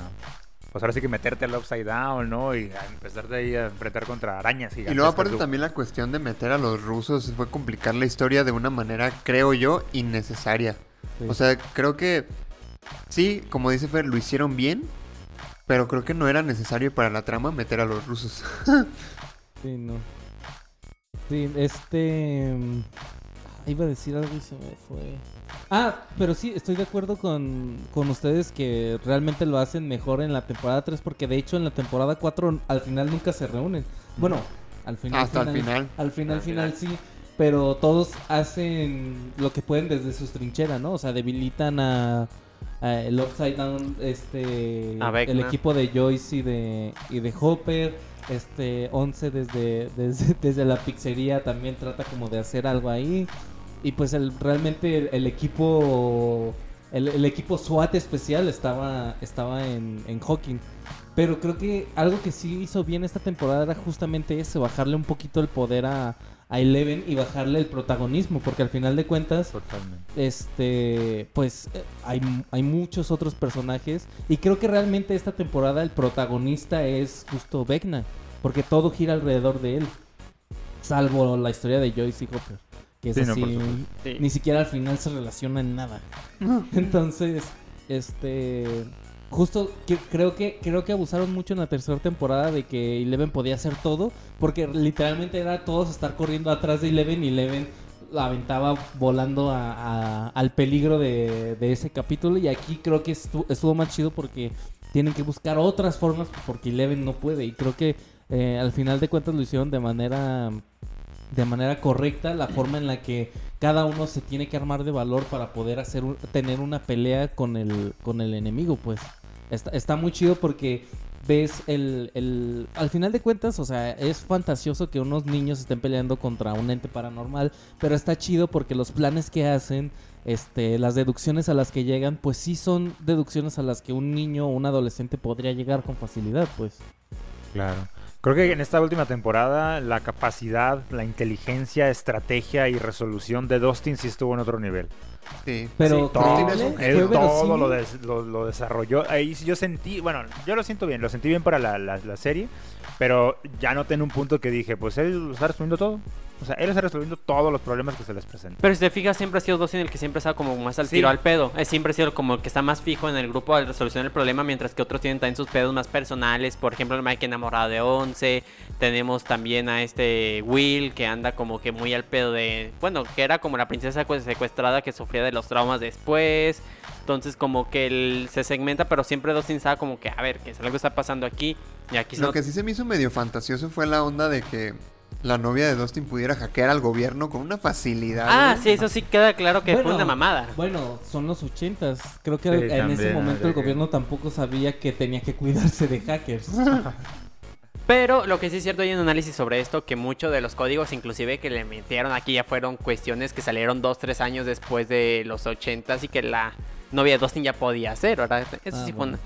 [SPEAKER 5] Pues ahora sí que meterte al upside down, ¿no? Y a empezarte ahí a enfrentar contra arañas
[SPEAKER 2] Y
[SPEAKER 5] gigantescas,
[SPEAKER 2] luego aparte
[SPEAKER 5] tú.
[SPEAKER 2] también la cuestión de meter a los rusos fue complicar la historia de una manera, creo yo, innecesaria.
[SPEAKER 6] Sí.
[SPEAKER 2] O sea, creo que sí, como dice Fer, lo hicieron bien, pero creo que no era necesario para la trama meter a los rusos.
[SPEAKER 6] Sí, no. Sí, este. mm, Iba a decir algo y se me fue. Ah, pero sí, estoy de acuerdo con, con ustedes que realmente lo hacen mejor en la temporada 3, porque de hecho en la temporada 4 al final nunca se reúnen. Bueno, al final.
[SPEAKER 2] Hasta el final.
[SPEAKER 6] Al final,
[SPEAKER 4] Al
[SPEAKER 6] final, sí. Pero todos hacen lo que pueden desde sus trincheras, ¿no? O sea, debilitan a, a el Upside Down, este,
[SPEAKER 4] A Vecna.
[SPEAKER 6] el equipo de Joyce y de, y de Hopper. Este, 11 desde, desde, desde la pizzería también trata como de hacer algo ahí. Y pues el, realmente el, el equipo el, el equipo SWAT especial estaba, estaba en, en Hawking. Pero creo que algo que sí hizo bien esta temporada era justamente eso, bajarle un poquito el poder a, a Eleven y bajarle el protagonismo, porque al final de cuentas
[SPEAKER 5] Totalmente.
[SPEAKER 6] este pues eh, hay, hay muchos otros personajes y creo que realmente esta temporada el protagonista es justo Vecna porque todo gira alrededor de él salvo la historia de Joyce y Hopper que es
[SPEAKER 5] Sí, no,
[SPEAKER 6] así
[SPEAKER 5] por supuesto.
[SPEAKER 4] Sí.
[SPEAKER 6] ni siquiera al final se relaciona en nada entonces este justo que- creo que creo que abusaron mucho en la tercera temporada de que Eleven podía hacer todo porque literalmente era todos estar corriendo atrás de Eleven y Eleven la aventaba volando a- a- al peligro de, de ese capítulo y aquí creo que estu- estuvo más chido porque tienen que buscar otras formas porque Eleven no puede y creo que eh, al final de cuentas lo hicieron de manera de manera correcta la forma en la que cada uno se tiene que armar de valor para poder hacer un- tener una pelea con el con el enemigo pues está, está muy chido porque ves el, el al final de cuentas o sea es fantasioso que unos niños estén peleando contra un ente paranormal pero está chido porque los planes que hacen este, las deducciones a las que llegan, pues sí son deducciones a las que un niño o un adolescente podría llegar con facilidad, pues.
[SPEAKER 5] Claro. Creo que en esta última temporada la capacidad, la inteligencia, estrategia y resolución de Dustin sí estuvo en otro nivel.
[SPEAKER 2] Sí.
[SPEAKER 6] Pero
[SPEAKER 2] Sí,
[SPEAKER 5] Todo,
[SPEAKER 2] Dustin es
[SPEAKER 6] creíble,
[SPEAKER 2] un
[SPEAKER 5] él
[SPEAKER 2] genio.
[SPEAKER 6] fue
[SPEAKER 5] todo
[SPEAKER 6] verosímil.
[SPEAKER 5] lo, des- lo- lo desarrolló. Ahí sí yo sentí, bueno, yo lo siento bien, lo sentí bien para la, la- la serie, pero ya noté en un punto que dije, pues él lo está resolviendo todo. O sea, él está resolviendo todos los problemas que se les presentan.
[SPEAKER 4] Pero si te fijas, siempre ha sido Dustin el que siempre está como más al
[SPEAKER 5] Sí.
[SPEAKER 4] tiro al pedo. Es siempre ha sido como el que está más fijo en el grupo al resolucionar el problema, mientras que otros tienen también sus pedos más personales. Por ejemplo, el Mike enamorado de Once. Tenemos también a este Will, que anda como que muy al pedo de... Bueno, que era como la princesa pues, secuestrada que sufría de los traumas después. Entonces como que él se segmenta, pero siempre Dustin sabe como que, a ver, que algo está pasando aquí. Y aquí se
[SPEAKER 2] Lo
[SPEAKER 4] nota-
[SPEAKER 2] que sí se me hizo medio fantasioso fue la onda de que la novia de Dustin pudiera hackear al gobierno con una facilidad.
[SPEAKER 4] Ah,
[SPEAKER 2] güey.
[SPEAKER 4] sí, eso sí queda claro que fue
[SPEAKER 6] Bueno,
[SPEAKER 4] una mamada.
[SPEAKER 6] Bueno, son los ochentas. Creo que
[SPEAKER 5] Sí,
[SPEAKER 6] en ese
[SPEAKER 5] también,
[SPEAKER 6] momento el
[SPEAKER 5] de que-
[SPEAKER 6] gobierno tampoco sabía que tenía que cuidarse de hackers.
[SPEAKER 4] Pero lo que sí es cierto, hay un análisis sobre esto, que muchos de los códigos inclusive que le metieron aquí ya fueron cuestiones que salieron dos, tres años después de los 80 y que la novia de Dustin ya podía hacer, ¿verdad? Eso
[SPEAKER 6] Ah,
[SPEAKER 4] sí
[SPEAKER 6] bueno.
[SPEAKER 4] fue una...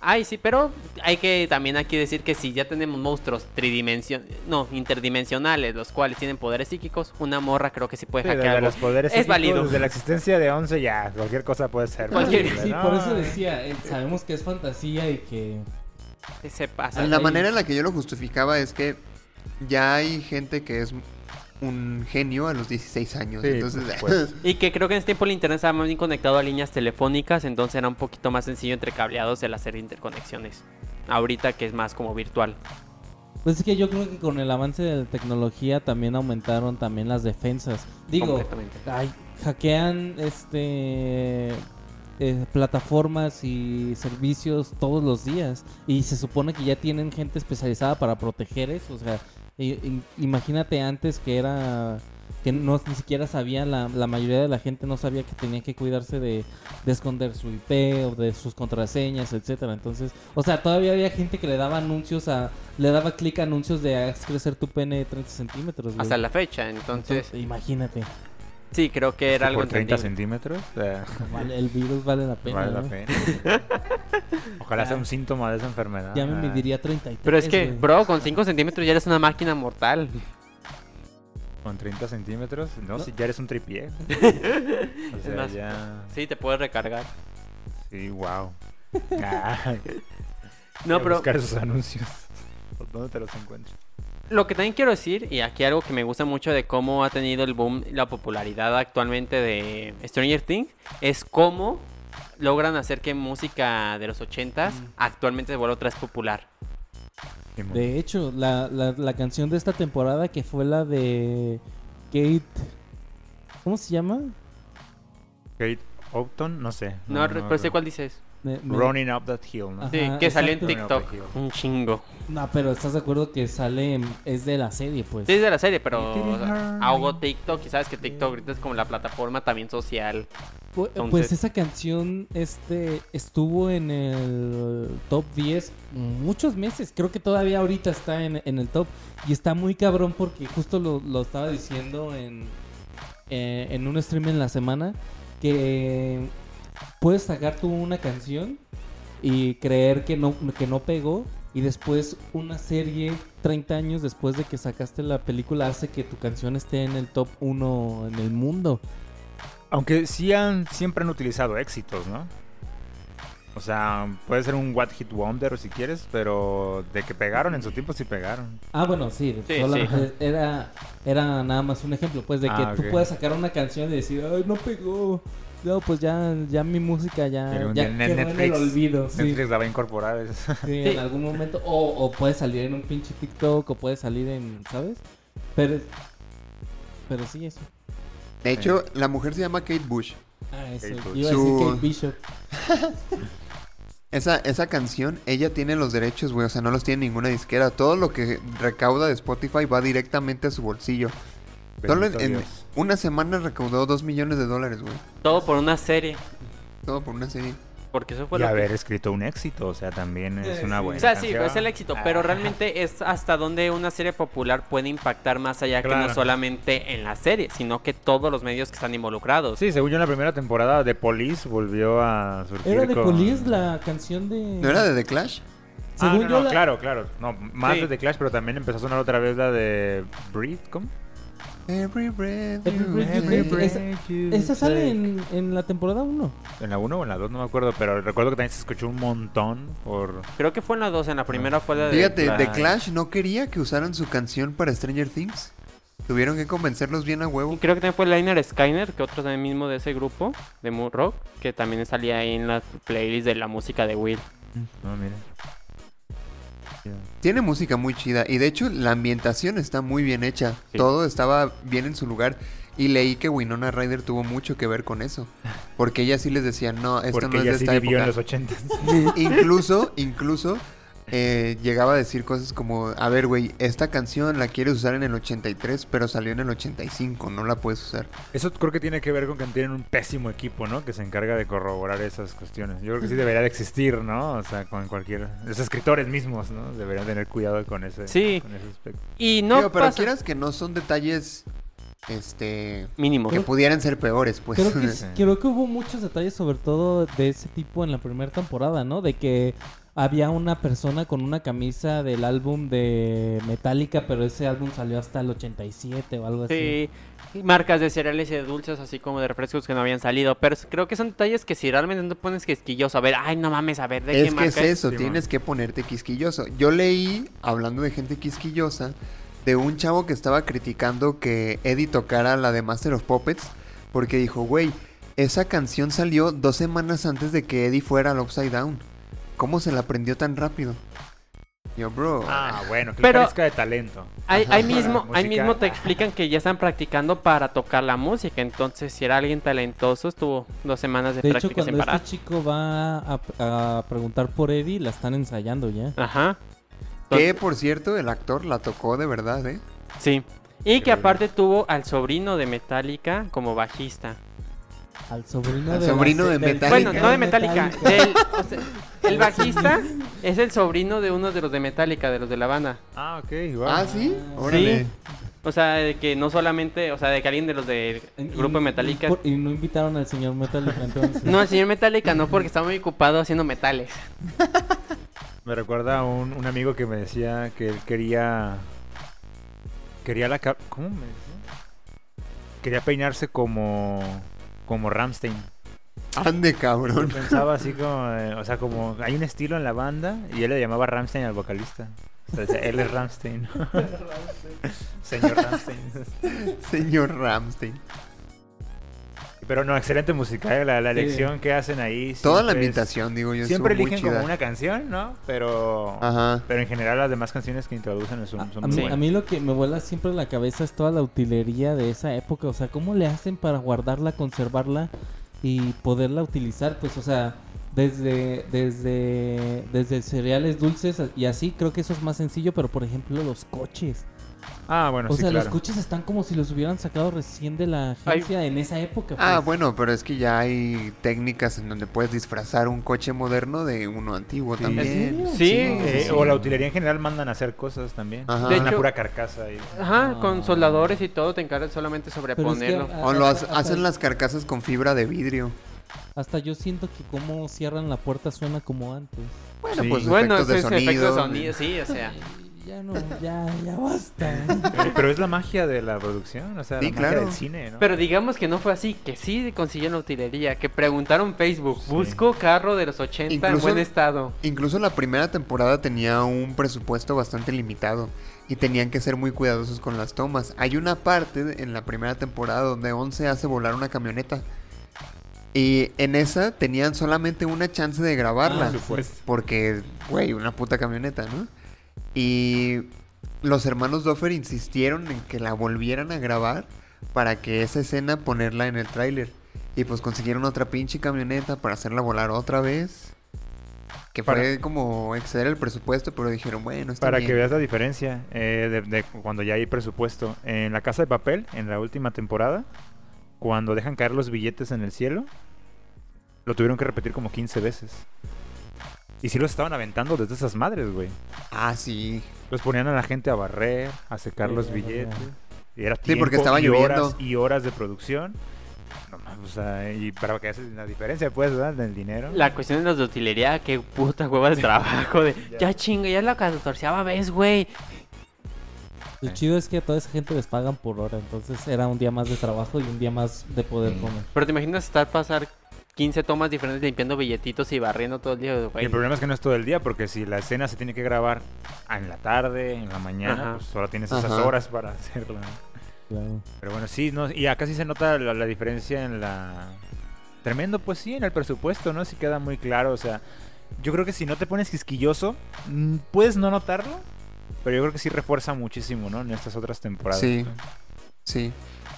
[SPEAKER 4] Ay, sí, pero hay que también aquí decir que si ya tenemos monstruos tridimensionales, no, interdimensionales, los cuales tienen poderes psíquicos, una morra creo que sí puede
[SPEAKER 5] Sí, desde
[SPEAKER 4] hackear algo.
[SPEAKER 5] los poderes
[SPEAKER 4] Es
[SPEAKER 5] psíquicos,
[SPEAKER 4] válido.
[SPEAKER 5] Desde la existencia de 11 ya, cualquier cosa puede ser.
[SPEAKER 4] Cualquier-
[SPEAKER 5] posible,
[SPEAKER 6] Sí,
[SPEAKER 5] ¿no?
[SPEAKER 6] por eso decía, eh, sabemos que es fantasía y que...
[SPEAKER 4] Se pasa.
[SPEAKER 2] La
[SPEAKER 6] Ahí-
[SPEAKER 2] manera en la que yo lo justificaba es que ya hay gente que es un genio a los 16 años.
[SPEAKER 5] Sí,
[SPEAKER 2] Pues entonces,
[SPEAKER 5] por supuesto.
[SPEAKER 4] Y que creo que en ese tiempo el internet estaba más bien conectado a líneas telefónicas, entonces era un poquito más sencillo entre cableados el hacer interconexiones. ahorita que es más como virtual.
[SPEAKER 6] Pues es que yo creo que con el avance de la tecnología también aumentaron también las defensas. Digo,
[SPEAKER 4] completamente.
[SPEAKER 6] ay, hackean este eh, plataformas y servicios todos los días y se supone que ya tienen gente especializada para proteger eso, o sea, i- i- imagínate antes que era que no ni siquiera sabía la, la mayoría de la gente no sabía que tenía que cuidarse de, de esconder su IP o de sus contraseñas, etcétera. Entonces, o sea, todavía había gente que le daba anuncios a le daba clic a anuncios de haz crecer tu pene de 30 centímetros. güey".
[SPEAKER 4] Hasta la fecha, entonces,
[SPEAKER 6] Entonces, imagínate.
[SPEAKER 4] sí, creo que era algo
[SPEAKER 5] pues, por 30
[SPEAKER 4] entendible.
[SPEAKER 5] centímetros. o sea,
[SPEAKER 6] Vale, el virus vale la pena.
[SPEAKER 5] vale la
[SPEAKER 6] ¿no?
[SPEAKER 5] pena. Ojalá sea un síntoma de esa enfermedad.
[SPEAKER 6] Ya me
[SPEAKER 5] Ah.
[SPEAKER 6] mediría 33.
[SPEAKER 4] Pero es que,
[SPEAKER 6] güey.
[SPEAKER 4] bro, con 5 centímetros ya eres una máquina mortal.
[SPEAKER 5] Con 30 centímetros, no,
[SPEAKER 6] No.
[SPEAKER 5] si ya eres un tripié. o sea,
[SPEAKER 4] más-
[SPEAKER 5] ya.
[SPEAKER 4] Sí, te puedes recargar.
[SPEAKER 5] Sí, wow.
[SPEAKER 4] No, pero
[SPEAKER 5] Buscar esos anuncios. ¿Dónde te los encuentras?
[SPEAKER 4] Lo que también quiero decir, y aquí algo que me gusta mucho de cómo ha tenido el boom, la popularidad actualmente de Stranger Things, es cómo logran hacer que música de los 80s actualmente se vuelva otra vez popular.
[SPEAKER 6] De hecho, la, la, la canción de esta temporada que fue la de Kate. ¿Cómo se llama?
[SPEAKER 5] Kate Upton, no sé.
[SPEAKER 4] No,
[SPEAKER 5] me
[SPEAKER 4] pero sé
[SPEAKER 5] acuerdo.
[SPEAKER 4] cuál dices.
[SPEAKER 6] Me- me-
[SPEAKER 5] Running Up That Hill, ¿no?
[SPEAKER 6] Ah.
[SPEAKER 4] Sí,
[SPEAKER 6] Ajá,
[SPEAKER 4] que salió en
[SPEAKER 5] exacto. pues,
[SPEAKER 4] TikTok. Un chingo.
[SPEAKER 6] No, pero estás de acuerdo que sale. en- Es de la serie, pues.
[SPEAKER 4] Sí, es de la serie, pero o sea, ahogó TikTok. Y sabes que TikTok ahorita es como la plataforma también social.
[SPEAKER 6] Pu- Pues
[SPEAKER 4] Entonces-
[SPEAKER 6] esa canción este, estuvo en el top 10 muchos meses. Creo que todavía ahorita está en, en el top. Y está muy cabrón porque justo lo, lo estaba diciendo en, eh, en un stream en la semana. Que puedes sacar tú una canción y creer que no, que no pegó. Y después una serie 30 años después de que sacaste la película hace que tu canción esté en el top 1 en el mundo.
[SPEAKER 5] Aunque sí han, siempre han utilizado éxitos, ¿no? O sea, puede ser un What Hit Wonder si quieres, pero de que pegaron en su tiempo sí pegaron.
[SPEAKER 6] Ah, bueno, sí,
[SPEAKER 4] Sí,
[SPEAKER 6] solamente Era, era nada más un ejemplo, pues, de que
[SPEAKER 5] Ah,
[SPEAKER 6] tú
[SPEAKER 5] ok.
[SPEAKER 6] puedas sacar una canción y decir, ay, no pegó. No, pues ya, ya mi música
[SPEAKER 5] Pero
[SPEAKER 6] ya,
[SPEAKER 5] un día
[SPEAKER 6] ya
[SPEAKER 5] en
[SPEAKER 6] quedó en el
[SPEAKER 5] Netflix-
[SPEAKER 6] olvido. sí,
[SPEAKER 5] Netflix la va a incorporar. es-
[SPEAKER 6] sí,
[SPEAKER 4] Sí.
[SPEAKER 6] en algún momento. O, o puede salir en un pinche TikTok, o puede salir en, ¿sabes? Pero, pero sí, eso.
[SPEAKER 2] De hecho, la mujer se llama Kate Bush.
[SPEAKER 6] Ah, eso.
[SPEAKER 5] Kate Bush.
[SPEAKER 6] Yo iba a decir
[SPEAKER 2] Su-
[SPEAKER 6] Kate Bishop.
[SPEAKER 2] Esa, esa canción, ella tiene los derechos, güey. O sea, no los tiene ninguna disquera. Todo lo que recauda de Spotify va directamente a su bolsillo. Solo en,
[SPEAKER 5] Bendito
[SPEAKER 2] en
[SPEAKER 5] Dios.
[SPEAKER 2] una semana recaudó 2 millones de dólares, güey.
[SPEAKER 4] Todo por una serie.
[SPEAKER 2] Todo por una serie.
[SPEAKER 4] Porque eso fue
[SPEAKER 5] y
[SPEAKER 4] lo que
[SPEAKER 5] haber escrito un éxito, o sea, también es una buena.
[SPEAKER 4] O sea, sí, pues,
[SPEAKER 5] canción.
[SPEAKER 4] es el éxito, pero
[SPEAKER 5] Ah,
[SPEAKER 4] realmente es hasta donde una serie popular puede impactar más allá que
[SPEAKER 5] Claro.
[SPEAKER 4] no solamente en la serie, sino que todos los medios que están involucrados.
[SPEAKER 5] Sí, según yo en la primera temporada de Police volvió a surgir.
[SPEAKER 6] Era de
[SPEAKER 5] con-
[SPEAKER 6] Police la canción de.
[SPEAKER 2] ¿No era de The Clash?
[SPEAKER 5] Ah,
[SPEAKER 6] Según
[SPEAKER 5] no,
[SPEAKER 6] yo,
[SPEAKER 5] no,
[SPEAKER 6] la-
[SPEAKER 5] claro, claro. No, más
[SPEAKER 4] Sí.
[SPEAKER 5] de The Clash, pero también empezó a sonar otra vez la de Breathe, ¿cómo?
[SPEAKER 2] Every breath
[SPEAKER 6] Every
[SPEAKER 2] you
[SPEAKER 6] breath you
[SPEAKER 2] take.
[SPEAKER 6] take. esa- esa sale en, en la temporada 1.
[SPEAKER 5] En la 1 o en la 2, no me acuerdo, pero recuerdo que también se escuchó un montón por...
[SPEAKER 4] Creo que fue en la dos, en la primera fue la de...
[SPEAKER 2] Fíjate,
[SPEAKER 4] la-
[SPEAKER 2] The Clash no quería que usaran su canción para Stranger Things. Tuvieron que convencerlos bien a
[SPEAKER 4] Y
[SPEAKER 2] huevo.
[SPEAKER 4] Creo que también fue Liner Skyner, que otro también mismo de ese grupo, de Mood Rock, que también salía ahí en las playlists de la música de Will.
[SPEAKER 6] Mm.
[SPEAKER 5] No, mira.
[SPEAKER 2] Tiene música muy chida y de hecho la ambientación está muy bien hecha.
[SPEAKER 4] Sí.
[SPEAKER 2] Todo estaba bien en su lugar y leí que Winona Ryder tuvo mucho que ver con eso. Porque ella sí les decía, no, esto
[SPEAKER 5] Porque
[SPEAKER 2] no es
[SPEAKER 5] ella
[SPEAKER 2] de
[SPEAKER 5] sí
[SPEAKER 2] esta
[SPEAKER 5] vivió
[SPEAKER 2] época.
[SPEAKER 5] en los 80.
[SPEAKER 2] incluso, incluso eh, llegaba a decir cosas como, a ver, güey, esta canción la quieres usar en el 83, pero salió en el 85, no la puedes usar.
[SPEAKER 5] Eso creo que tiene que ver con que tienen un pésimo equipo, ¿no? Que se encarga de corroborar esas cuestiones. Yo
[SPEAKER 6] Mm.
[SPEAKER 5] creo que sí debería de existir, ¿no? O sea, con cualquier... Los escritores mismos, ¿no? Deberían tener cuidado con ese,
[SPEAKER 4] Sí.
[SPEAKER 5] con ese aspecto.
[SPEAKER 4] Y no
[SPEAKER 2] Digo, pero
[SPEAKER 4] pasa-
[SPEAKER 2] quieras que no son detalles, este,
[SPEAKER 4] Mínimo.
[SPEAKER 2] que pudieran ser peores, pues.
[SPEAKER 6] Creo que,
[SPEAKER 5] Sí.
[SPEAKER 6] creo que hubo muchos detalles, sobre todo de ese tipo en la primera temporada, ¿no? De que había una persona con una camisa del álbum de Metallica, pero ese álbum salió hasta el 87 o algo así.
[SPEAKER 4] Sí, y marcas de cereales y de dulces, así como de refrescos que no habían salido. Pero s- creo que son detalles que si realmente no pones quisquillos, a ver, ay, no mames, a ver, ¿de qué
[SPEAKER 2] Es que
[SPEAKER 4] marca este,
[SPEAKER 2] es eso,
[SPEAKER 5] Simón.
[SPEAKER 2] tienes que ponerte quisquilloso. Yo leí, hablando de gente quisquillosa, de un chavo que estaba criticando que Eddie tocara la de Master of Puppets, porque dijo, güey, esa canción salió dos semanas antes de que Eddie fuera al Upside Down. ¿cómo se la aprendió tan rápido? Yo, bro.
[SPEAKER 5] Ah, bueno, que
[SPEAKER 4] Pero-
[SPEAKER 5] le parezca de talento.
[SPEAKER 4] Ahí, ahí
[SPEAKER 5] Ajá.
[SPEAKER 4] mismo, ahí
[SPEAKER 5] Musical.
[SPEAKER 4] mismo te explican que ya están practicando para tocar la música. Entonces, si era alguien talentoso, estuvo dos semanas de,
[SPEAKER 6] De hecho,
[SPEAKER 4] práctica sin
[SPEAKER 6] cuando
[SPEAKER 4] parar.
[SPEAKER 6] este chico va a, a preguntar por Eddie, la están ensayando ya.
[SPEAKER 4] Ajá.
[SPEAKER 2] que
[SPEAKER 4] Entonces-
[SPEAKER 2] por cierto, el actor la tocó de verdad, ¿eh?
[SPEAKER 4] Sí. Y que
[SPEAKER 5] Increíble.
[SPEAKER 4] aparte tuvo al sobrino de Metallica como bajista.
[SPEAKER 6] Al sobrino
[SPEAKER 2] Al
[SPEAKER 6] de
[SPEAKER 2] sobrino
[SPEAKER 6] la-
[SPEAKER 2] de
[SPEAKER 6] del-
[SPEAKER 2] Metallica.
[SPEAKER 4] Ah. Bueno, no de Metallica. del- o sea, el bajista es el sobrino de uno de los de Metallica, de los de la banda.
[SPEAKER 5] Ah, ok, wow.
[SPEAKER 2] Ah, sí. Órale.
[SPEAKER 4] O sea, de que no solamente, o sea, de que alguien de los del
[SPEAKER 6] Y-
[SPEAKER 4] grupo de
[SPEAKER 6] y-
[SPEAKER 4] Metallica.
[SPEAKER 6] Y, no invitaron al señor Metallica entonces.
[SPEAKER 4] No, el señor Metallica no, porque está muy ocupado haciendo metales.
[SPEAKER 5] Me recuerda a un, un amigo que me decía que él quería. Quería la. ca- ¿Cómo me decía? Quería peinarse como. Como Ramstein.
[SPEAKER 2] Ande, cabrón.
[SPEAKER 5] Pensaba así como. de- o sea, como. Hay un estilo en la banda y él le llamaba Ramstein al vocalista. O sea, decía, él es Ramstein. Señor Ramstein.
[SPEAKER 2] Señor Ramstein.
[SPEAKER 5] Pero no, excelente musical. La, la
[SPEAKER 6] Sí.
[SPEAKER 5] elección que hacen ahí.
[SPEAKER 2] Toda la
[SPEAKER 5] siempre es-
[SPEAKER 2] ambientación, digo yo,
[SPEAKER 5] Siempre
[SPEAKER 2] estuvo muy
[SPEAKER 5] eligen como
[SPEAKER 2] chida.
[SPEAKER 5] una canción, ¿no? Pero.
[SPEAKER 2] Ajá.
[SPEAKER 5] Pero en general las demás canciones que introducen son, son
[SPEAKER 6] Ah, A,
[SPEAKER 5] muy
[SPEAKER 6] a mí,
[SPEAKER 5] buenas.
[SPEAKER 6] a mí lo que me vuela siempre en la cabeza es toda la utilería de esa época. O sea, ¿cómo le hacen para guardarla, conservarla y poderla utilizar? Pues, o sea, desde, desde, desde cereales dulces y así, creo que eso es más sencillo. Pero, por ejemplo, los coches.
[SPEAKER 5] Ah, bueno,
[SPEAKER 6] o
[SPEAKER 5] sí,
[SPEAKER 6] sea,
[SPEAKER 5] claro.
[SPEAKER 6] los coches están como si los hubieran sacado recién de la
[SPEAKER 4] Ay.
[SPEAKER 6] agencia en esa época.
[SPEAKER 2] Ah,
[SPEAKER 6] pues.
[SPEAKER 2] bueno, pero es que ya hay técnicas en donde puedes disfrazar un coche moderno de uno antiguo
[SPEAKER 5] Sí.
[SPEAKER 6] ¿En
[SPEAKER 2] también.
[SPEAKER 6] serio?
[SPEAKER 4] Sí,
[SPEAKER 5] Eh,
[SPEAKER 2] sí.
[SPEAKER 5] O la utilería en general mandan a hacer cosas también.
[SPEAKER 2] Ajá.
[SPEAKER 4] De
[SPEAKER 5] Una
[SPEAKER 4] hecho-
[SPEAKER 5] pura carcasa ahí.
[SPEAKER 4] Ajá, con
[SPEAKER 6] Ah.
[SPEAKER 4] soldadores y todo, te encargas solamente
[SPEAKER 6] Pero es que,
[SPEAKER 4] sobreponerlo.
[SPEAKER 6] ah,
[SPEAKER 2] O lo hace-
[SPEAKER 6] hasta-
[SPEAKER 4] pues.
[SPEAKER 2] hacen las carcasas con fibra de vidrio.
[SPEAKER 6] Hasta yo siento que como cierran la puerta suena como antes.
[SPEAKER 2] Bueno,
[SPEAKER 5] Sí.
[SPEAKER 2] pues
[SPEAKER 4] Bueno,
[SPEAKER 2] efectos
[SPEAKER 4] ese
[SPEAKER 2] de
[SPEAKER 4] es
[SPEAKER 2] sonido.
[SPEAKER 4] efecto de sonido, sí, o sea.
[SPEAKER 6] Ay, Ya no, ya, ya basta.
[SPEAKER 5] Eh, Pero es la magia de la producción, o sea,
[SPEAKER 2] Sí,
[SPEAKER 5] la magia
[SPEAKER 2] claro.
[SPEAKER 5] del cine, ¿no?
[SPEAKER 4] Pero digamos que no fue así, que sí consiguieron la utilería, que preguntaron en Facebook,
[SPEAKER 5] Sí.
[SPEAKER 4] busco carro de los 80 en
[SPEAKER 2] Incluso-
[SPEAKER 4] buen estado.
[SPEAKER 2] Incluso la primera temporada tenía un presupuesto bastante limitado y tenían que ser muy cuidadosos con las tomas. Hay una parte de- en la primera temporada donde Once hace volar una camioneta y en esa tenían solamente una chance de grabarla.
[SPEAKER 6] Ah, sí.
[SPEAKER 5] supuesto.
[SPEAKER 2] Porque, güey, una puta camioneta, ¿no? Y los hermanos Doffer insistieron en que la volvieran a grabar para que esa escena ponerla en el tráiler. Y pues consiguieron otra pinche camioneta para hacerla volar otra vez. Que fue
[SPEAKER 5] Para-
[SPEAKER 2] como exceder el presupuesto, pero dijeron, bueno, está
[SPEAKER 5] Para
[SPEAKER 2] bien.
[SPEAKER 5] que veas la diferencia eh, de, de cuando ya hay presupuesto. En La Casa de Papel, en la última temporada, cuando dejan caer los billetes en el cielo, lo tuvieron que repetir como 15 veces. Y sí los estaban aventando desde esas madres, güey.
[SPEAKER 2] Ah, sí.
[SPEAKER 5] Los ponían a la gente a barrer, a secar
[SPEAKER 6] Sí,
[SPEAKER 5] los
[SPEAKER 6] ya,
[SPEAKER 5] billetes. Y era
[SPEAKER 2] Sí, porque
[SPEAKER 5] tiempo
[SPEAKER 2] estaba
[SPEAKER 5] y horas
[SPEAKER 2] lloviendo.
[SPEAKER 5] y horas de producción. No mames, o sea, y para que haces la diferencia, pues, ¿verdad? Del dinero.
[SPEAKER 4] La cuestión de los de utilería, qué puta hueva de trabajo, de ya chinga, ya es la catorceava vez, güey.
[SPEAKER 6] Lo chido es que a toda esa gente les pagan por hora, entonces era un día más de trabajo y un día más de poder
[SPEAKER 2] Mm.
[SPEAKER 6] comer.
[SPEAKER 4] Pero te imaginas estar pasar 15 tomas diferentes limpiando billetitos y barriendo todo el día,
[SPEAKER 5] Y
[SPEAKER 4] güey.
[SPEAKER 5] el problema es que no es todo el día, porque si la escena se tiene que grabar en la tarde, en la mañana,
[SPEAKER 4] Ajá.
[SPEAKER 5] pues ahora tienes esas
[SPEAKER 2] Ajá.
[SPEAKER 5] horas para hacerla.
[SPEAKER 6] Claro.
[SPEAKER 5] Pero bueno, sí, no, y acá sí se nota la, la diferencia en la... Tremendo, pues sí, en el presupuesto, ¿no? Sí queda muy claro, o sea, yo creo que si no te pones quisquilloso, mm, puedes no notarlo, pero yo creo que sí refuerza muchísimo, ¿no? En estas otras temporadas.
[SPEAKER 2] Sí. Sí.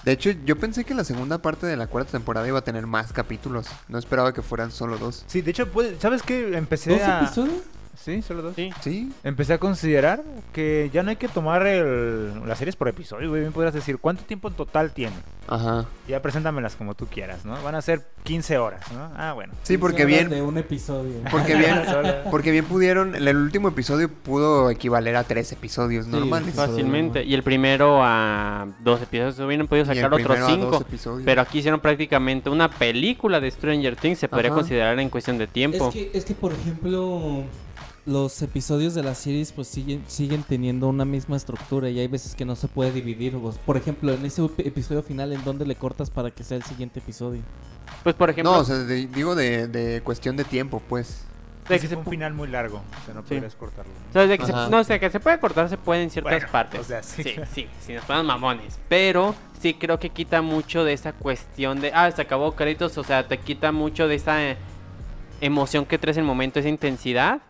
[SPEAKER 2] De hecho, yo pensé que la segunda parte de la cuarta temporada iba a tener más capítulos. No esperaba que fueran solo dos.
[SPEAKER 5] Sí, de hecho, pues, ¿sabes qué? Empecé
[SPEAKER 6] ¿Dos
[SPEAKER 5] a...
[SPEAKER 6] episodios?
[SPEAKER 5] Sí, solo dos.
[SPEAKER 4] Sí.
[SPEAKER 2] Sí.
[SPEAKER 5] Empecé a considerar que ya no hay que tomar el- las series por episodio, güey. Bien podrías decir, ¿cuánto tiempo en total tiene?
[SPEAKER 2] Ajá.
[SPEAKER 5] Ya preséntamelas como tú quieras, ¿no? Van a ser 15 horas, ¿no? Ah, bueno.
[SPEAKER 2] Sí, porque
[SPEAKER 6] Horas
[SPEAKER 2] bien,
[SPEAKER 6] De un episodio.
[SPEAKER 2] Porque bien,
[SPEAKER 5] Sola.
[SPEAKER 2] porque bien pudieron, el último episodio pudo equivaler a tres episodios
[SPEAKER 6] Sí,
[SPEAKER 2] normales.
[SPEAKER 6] fácil.
[SPEAKER 4] Fácilmente. Y el primero a dos episodios, hubieran podido
[SPEAKER 2] Y el
[SPEAKER 4] sacar otros
[SPEAKER 2] primero a dos
[SPEAKER 4] cinco.
[SPEAKER 2] episodios.
[SPEAKER 4] Pero aquí hicieron prácticamente una película de Stranger Things, se podría
[SPEAKER 2] Ajá.
[SPEAKER 4] considerar en cuestión de tiempo.
[SPEAKER 6] Es que, es que, por ejemplo, los episodios de las series pues siguen, siguen teniendo una misma estructura y hay veces que no se puede dividir. pues, por ejemplo, en ese ep- episodio final, ¿en dónde le cortas para que sea el siguiente episodio?
[SPEAKER 4] Pues por ejemplo,
[SPEAKER 2] no, o sea, de- digo de, de cuestión de tiempo, pues.
[SPEAKER 4] de
[SPEAKER 5] Sí,
[SPEAKER 4] que se
[SPEAKER 5] fue un
[SPEAKER 4] pu-
[SPEAKER 5] final muy largo. O sea, no
[SPEAKER 4] Sí.
[SPEAKER 5] podrías cortarlo.
[SPEAKER 4] o sea, de que se-
[SPEAKER 2] Ajá.
[SPEAKER 4] no, o sea, que se puede cortar, se puede en ciertas
[SPEAKER 5] Bueno,
[SPEAKER 4] partes.
[SPEAKER 5] o sea, sí,
[SPEAKER 4] sí,
[SPEAKER 5] claro.
[SPEAKER 4] sí, si nos ponen mamones. Pero sí creo que quita mucho de esa cuestión de, ah, se acabó créditos, o sea, te quita mucho de esa eh, emoción que traes en el momento, esa intensidad,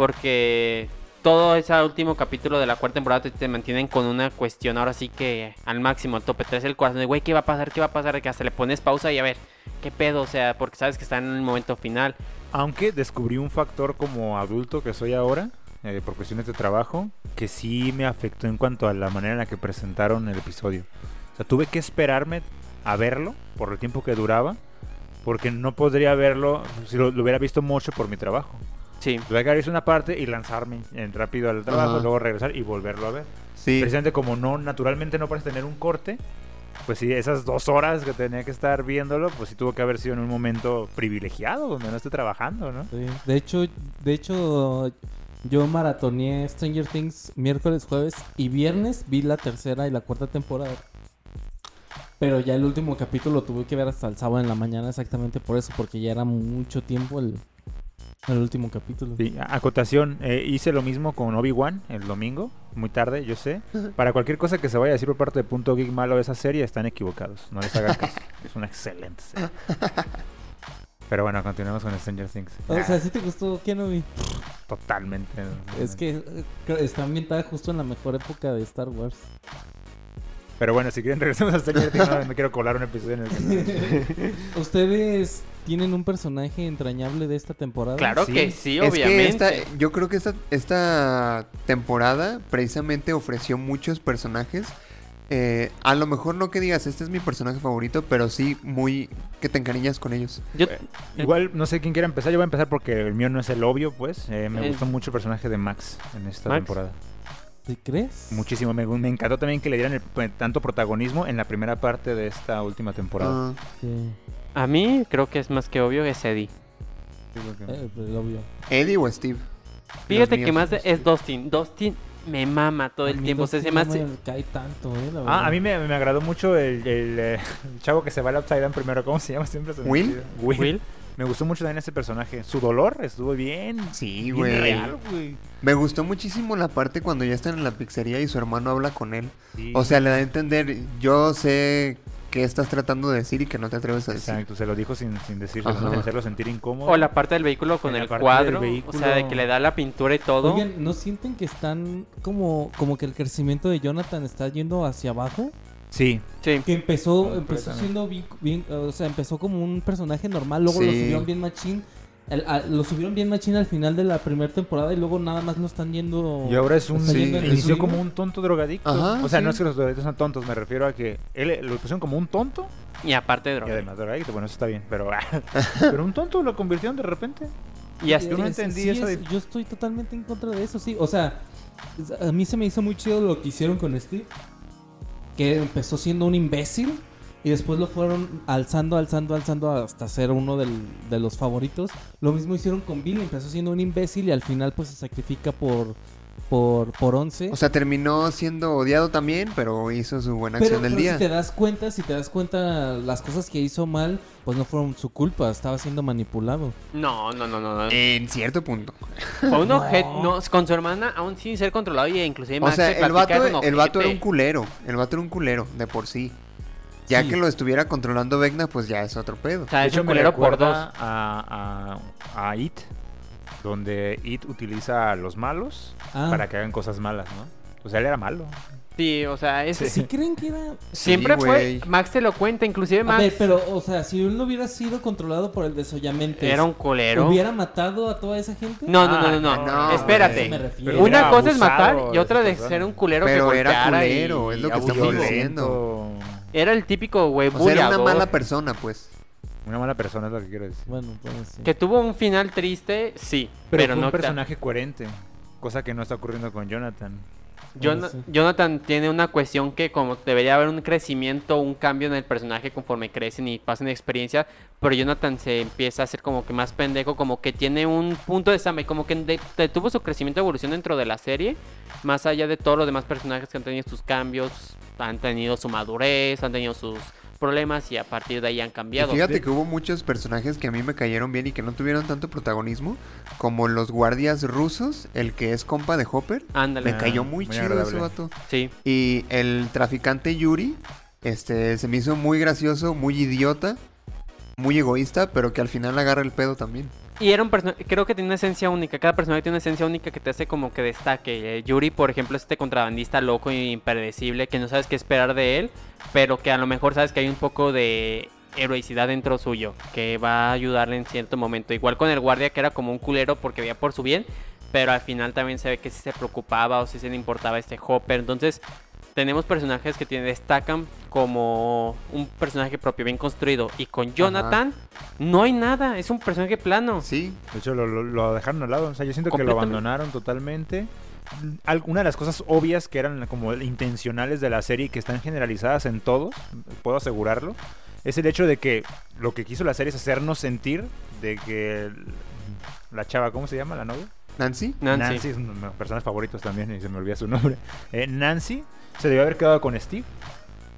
[SPEAKER 4] porque todo ese último capítulo de la cuarta temporada te, te mantienen con una cuestión ahora sí que al máximo, al tope, traes el corazón de, güey, ¿qué va a pasar? ¿Qué va a pasar? Que hasta le pones pausa y a ver, ¿qué pedo? O sea, porque sabes que está en el momento final.
[SPEAKER 5] Aunque descubrí un factor como adulto que soy ahora, eh, por cuestiones de trabajo, que sí me afectó en cuanto a la manera en la que presentaron el episodio. O sea, tuve que esperarme a verlo por el tiempo que duraba, porque no podría verlo si lo, lo hubiera visto mucho por mi trabajo.
[SPEAKER 4] Sí,
[SPEAKER 5] Tuve que abrirse una parte y lanzarme en rápido al trabajo,
[SPEAKER 2] Ajá.
[SPEAKER 5] luego regresar y volverlo a ver.
[SPEAKER 2] Sí.
[SPEAKER 5] Precisamente como no, naturalmente no parece tener un corte, pues sí, esas dos horas que tenía que estar viéndolo, pues sí tuvo que haber sido en un momento privilegiado donde no esté trabajando, ¿no?
[SPEAKER 6] Sí. De hecho, de hecho, yo maratoneé Stranger Things miércoles, jueves y viernes. Vi la tercera y la cuarta temporada. Pero ya el último capítulo lo tuve que ver hasta el sábado en la mañana exactamente por eso, porque ya era mucho tiempo el, el último capítulo.
[SPEAKER 5] Sí, a- acotación, eh, hice lo mismo con Obi-Wan el domingo, muy tarde, yo sé. Para cualquier cosa que se vaya a decir por parte de Punto Geek Malo de esa serie, están equivocados. No les hagan caso. es una excelente serie. Pero bueno, continuemos con Stranger Things.
[SPEAKER 6] O
[SPEAKER 5] Ah,
[SPEAKER 6] sea, ¿sí te gustó Kenobi?
[SPEAKER 5] totalmente.
[SPEAKER 6] Es que eh, creo- está ambientada justo en la mejor época de Star Wars.
[SPEAKER 5] Pero bueno, si quieren regresemos a Stranger Things, no me quiero colar un episodio en el que no-
[SPEAKER 6] ¿Ustedes tienen un personaje entrañable de esta temporada?
[SPEAKER 4] claro
[SPEAKER 5] sí.
[SPEAKER 4] que sí,
[SPEAKER 2] Es que
[SPEAKER 4] obviamente.
[SPEAKER 2] esta, yo creo que esta, esta temporada precisamente ofreció muchos personajes. eh, a lo mejor no que digas, este es mi personaje favorito, pero sí muy que te encariñas con ellos.
[SPEAKER 4] Yo-
[SPEAKER 5] Igual no sé quién quiera empezar. Yo voy a empezar porque el mío no es el obvio, pues. Eh, me
[SPEAKER 4] Eh.
[SPEAKER 5] gustó mucho el personaje de Max en esta
[SPEAKER 4] Max.
[SPEAKER 5] temporada.
[SPEAKER 6] ¿Sí crees?
[SPEAKER 5] Muchísimo. Me, me encantó también que le dieran el- tanto protagonismo en la primera parte de esta última temporada.
[SPEAKER 2] Ah,
[SPEAKER 6] Sí,
[SPEAKER 4] A mí creo que es más que obvio es Eddie.
[SPEAKER 5] Sí, porque-
[SPEAKER 6] eh, pues, obvio.
[SPEAKER 2] ¿Eddie o Steve?
[SPEAKER 4] Fíjate
[SPEAKER 2] Los
[SPEAKER 4] que
[SPEAKER 2] míos.
[SPEAKER 4] más de- es Dustin. Dustin me mama todo el
[SPEAKER 6] A mí
[SPEAKER 4] tiempo. o sea,
[SPEAKER 6] Dustin
[SPEAKER 4] se me
[SPEAKER 6] no
[SPEAKER 4] hace-
[SPEAKER 6] me cae tanto, eh, la verdad.
[SPEAKER 5] Ah, a mí me, me agradó mucho el, el, eh, el chavo que se va al Upside Down primero. ¿Cómo se llama? Siempre se me
[SPEAKER 2] ¿Will?
[SPEAKER 5] olvida. Will.
[SPEAKER 4] Will,
[SPEAKER 5] Me gustó mucho también ese personaje. Su dolor estuvo bien.
[SPEAKER 2] Sí,
[SPEAKER 5] bien
[SPEAKER 2] güey.
[SPEAKER 5] real, güey.
[SPEAKER 2] Me gustó muchísimo la parte cuando ya están en la pizzería y su hermano habla con él.
[SPEAKER 5] Sí.
[SPEAKER 2] O sea, le da a entender, yo sé qué estás tratando de decir y que no te atreves a decir.
[SPEAKER 5] Exacto, se lo dijo sin, sin decirlo,
[SPEAKER 2] Ajá.
[SPEAKER 5] ¿no? sin hacerlo sentir incómodo.
[SPEAKER 4] o la parte del vehículo con
[SPEAKER 5] En la
[SPEAKER 4] el
[SPEAKER 5] parte
[SPEAKER 4] cuadro.
[SPEAKER 5] del
[SPEAKER 4] O sea, de
[SPEAKER 5] vehículo.
[SPEAKER 4] que le da la pintura y todo.
[SPEAKER 6] Oigan, ¿no sienten que están como, como que el crecimiento de Jonathan está yendo hacia abajo?
[SPEAKER 5] Sí,
[SPEAKER 4] Sí.
[SPEAKER 6] Que empezó,
[SPEAKER 5] Ah,
[SPEAKER 6] empezó
[SPEAKER 5] Completamente.
[SPEAKER 6] siendo bien, bien- o sea, empezó como un personaje normal, luego lo
[SPEAKER 2] Sí.
[SPEAKER 6] subieron bien machín, al- a- lo subieron bien machín al final de la primera temporada y luego nada más lo están yendo...
[SPEAKER 5] Y ahora es un.
[SPEAKER 6] Está
[SPEAKER 2] yendo en el
[SPEAKER 5] inició
[SPEAKER 6] swing.
[SPEAKER 5] como un tonto drogadicto.
[SPEAKER 2] Ajá,
[SPEAKER 5] o sea,
[SPEAKER 2] sí.
[SPEAKER 5] no es que los drogadictos sean tontos, me refiero a que él eh, lo pusieron como un tonto
[SPEAKER 4] Y aparte de
[SPEAKER 5] y
[SPEAKER 4] droga.
[SPEAKER 5] además drogadicto. Bueno, eso está bien, pero. pero un tonto lo convirtieron de repente.
[SPEAKER 4] Y
[SPEAKER 6] Sí,
[SPEAKER 4] así.
[SPEAKER 5] Yo no
[SPEAKER 6] es-
[SPEAKER 5] entendí
[SPEAKER 6] sí
[SPEAKER 5] eso
[SPEAKER 6] es-
[SPEAKER 5] de-
[SPEAKER 6] Yo estoy totalmente en contra de eso, sí. O sea, es- a mí se me hizo muy chido lo que hicieron con Steve. Que empezó siendo un imbécil. Y después lo fueron alzando, alzando, alzando hasta ser uno del- de los favoritos. Lo mismo hicieron con Billy. Empezó siendo un imbécil y al final pues se sacrifica por, por, por 11.
[SPEAKER 2] O sea, terminó siendo odiado también, pero hizo su buena
[SPEAKER 6] pero
[SPEAKER 2] acción del
[SPEAKER 6] pero
[SPEAKER 2] día.
[SPEAKER 6] si te das cuenta, si te das cuenta las cosas que hizo mal, pues no fueron su culpa. Estaba siendo manipulado.
[SPEAKER 4] No, no, no, no. no.
[SPEAKER 2] En cierto punto.
[SPEAKER 4] Fue un objeto. No, con su hermana, aún sin ser controlado. Y inclusive
[SPEAKER 2] O
[SPEAKER 4] Max
[SPEAKER 2] sea,
[SPEAKER 4] se
[SPEAKER 2] el
[SPEAKER 4] platica,
[SPEAKER 2] vato, e,
[SPEAKER 4] era un
[SPEAKER 2] el vato era un
[SPEAKER 4] ojete.
[SPEAKER 2] culero. El vato era un culero, de por sí. Ya
[SPEAKER 6] Sí.
[SPEAKER 2] que lo estuviera controlando Vecna, pues ya es otro pedo.
[SPEAKER 4] O sea,
[SPEAKER 5] De
[SPEAKER 4] Ah, es
[SPEAKER 5] hecho,
[SPEAKER 4] un
[SPEAKER 5] me
[SPEAKER 4] culero por
[SPEAKER 5] recuerda
[SPEAKER 4] dos.
[SPEAKER 5] a, a, a It, donde It utiliza a los malos
[SPEAKER 6] Ah.
[SPEAKER 5] para que hagan cosas malas, ¿no? O sea, él era malo.
[SPEAKER 4] Sí, o sea, es.
[SPEAKER 6] ¿Sí creen que era
[SPEAKER 4] Siempre
[SPEAKER 2] Sí,
[SPEAKER 4] fue.
[SPEAKER 2] güey.
[SPEAKER 4] Max te lo cuenta, inclusive
[SPEAKER 6] A
[SPEAKER 4] Max.
[SPEAKER 6] ver, pero, o sea, si él no hubiera sido controlado por el desollamente,
[SPEAKER 4] Era un culero.
[SPEAKER 6] ¿hubiera matado a toda esa gente?
[SPEAKER 4] No, no, no, no,
[SPEAKER 5] Ah,
[SPEAKER 4] no.
[SPEAKER 2] no,
[SPEAKER 6] a eso me
[SPEAKER 4] Espérate.
[SPEAKER 6] refiero.
[SPEAKER 5] Pero
[SPEAKER 4] Una
[SPEAKER 5] era
[SPEAKER 4] cosa es matar
[SPEAKER 5] abusado
[SPEAKER 4] y otra
[SPEAKER 5] de
[SPEAKER 4] de
[SPEAKER 5] esa persona.
[SPEAKER 4] ser un culero
[SPEAKER 2] Pero
[SPEAKER 4] que
[SPEAKER 2] era
[SPEAKER 4] golpeara y
[SPEAKER 2] culero, es lo que estamos
[SPEAKER 4] abusivo.
[SPEAKER 2] diciendo.
[SPEAKER 4] Era el típico güey
[SPEAKER 2] O sea, era una
[SPEAKER 4] buleador,
[SPEAKER 2] mala persona, pues.
[SPEAKER 5] Una mala persona es lo que quiero decir.
[SPEAKER 6] Bueno, pues sí.
[SPEAKER 4] Que tuvo un final triste, sí,
[SPEAKER 5] Pero,
[SPEAKER 4] pero,
[SPEAKER 5] fue
[SPEAKER 4] no
[SPEAKER 5] un
[SPEAKER 4] tan-
[SPEAKER 5] personaje coherente, cosa que no está ocurriendo con Jonathan.
[SPEAKER 4] Jona-
[SPEAKER 6] Bueno, sí.
[SPEAKER 4] Jonathan tiene una cuestión que como debería haber un crecimiento, un cambio en el personaje conforme crecen y pasan experiencia, pero Jonathan se empieza a hacer como que más pendejo, como que tiene un punto de sangre, como que de- detuvo su crecimiento y evolución dentro de la serie, más allá de todos los demás personajes que han tenido sus cambios, han tenido su madurez, han tenido sus problemas y a partir de ahí han
[SPEAKER 2] Y
[SPEAKER 4] cambiado.
[SPEAKER 2] fíjate que hubo muchos personajes que a mí me cayeron bien y que no tuvieron tanto protagonismo, como los guardias rusos, el que es compa de Hopper.
[SPEAKER 4] Ándale,
[SPEAKER 2] Me cayó muy,
[SPEAKER 5] Ah, muy
[SPEAKER 2] chido ese
[SPEAKER 5] agradable.
[SPEAKER 2] vato.
[SPEAKER 4] sí.
[SPEAKER 2] Y el traficante Yuri, este, se me hizo muy gracioso, muy idiota, muy egoísta, pero que al final agarra el pedo también.
[SPEAKER 4] Y era un personaje, creo que tiene una esencia única, cada personaje tiene una esencia única que te hace como que destaque. Eh, Yuri, por ejemplo, es este contrabandista loco e impredecible que no sabes qué esperar de él, pero que a lo mejor sabes que hay un poco de heroicidad dentro suyo, que va a ayudarle en cierto momento. Igual con el guardia que era como un culero porque veía por su bien, pero al final también se ve que sí se preocupaba o si se le importaba este Hopper. Entonces, tenemos personajes que tienen- destacan como un personaje propio, bien construido. Y con Jonathan, no hay nada, es un personaje plano.
[SPEAKER 2] Sí,
[SPEAKER 5] De hecho, lo, lo- lo dejaron al lado. O sea, yo siento que lo
[SPEAKER 4] Completamente.
[SPEAKER 5] abandonaron totalmente. Al- Una de las cosas obvias que eran como intencionales de la serie y que están generalizadas en todos, puedo asegurarlo, es el hecho de que lo que quiso la serie es hacernos sentir de que el- la chava, ¿cómo se llama? La novia.
[SPEAKER 2] Nancy.
[SPEAKER 4] Nancy.
[SPEAKER 5] es uno de mis personajes favoritos también y se me olvida su nombre. Eh, Nancy se debió haber quedado con Steve.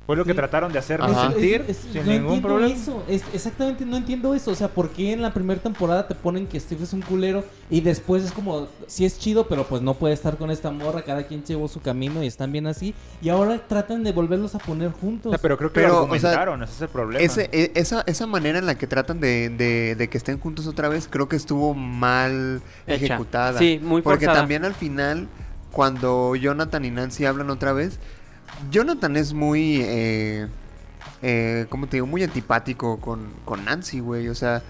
[SPEAKER 5] Fue lo que
[SPEAKER 6] Sí.
[SPEAKER 5] trataron de hacernos
[SPEAKER 2] Ajá.
[SPEAKER 5] sentir
[SPEAKER 6] Es- es-
[SPEAKER 5] sin
[SPEAKER 6] no
[SPEAKER 5] ningún
[SPEAKER 6] entiendo
[SPEAKER 5] problema.
[SPEAKER 6] Eso. Es- exactamente, no entiendo eso. O sea, ¿por qué en la primera temporada te ponen que Steve es un culero y después es como, sí es chido, pero pues no puede estar con esta morra, cada quien llevó su camino y están bien así. Y ahora tratan de volverlos a poner juntos.
[SPEAKER 5] O sea, pero creo que
[SPEAKER 2] Pero,
[SPEAKER 5] lo
[SPEAKER 2] o sea,
[SPEAKER 5] argumentaron, ese es el problema.
[SPEAKER 2] Ese- e- esa, esa manera en la que tratan de, de- de que estén juntos otra vez, creo que estuvo mal
[SPEAKER 4] Hecha.
[SPEAKER 2] ejecutada.
[SPEAKER 4] Sí, muy
[SPEAKER 2] Porque
[SPEAKER 4] forzada.
[SPEAKER 2] también al final, cuando Jonathan y Nancy hablan otra vez, Jonathan es muy, eh, eh, ¿cómo te digo? Muy antipático con, con Nancy, güey. O sea,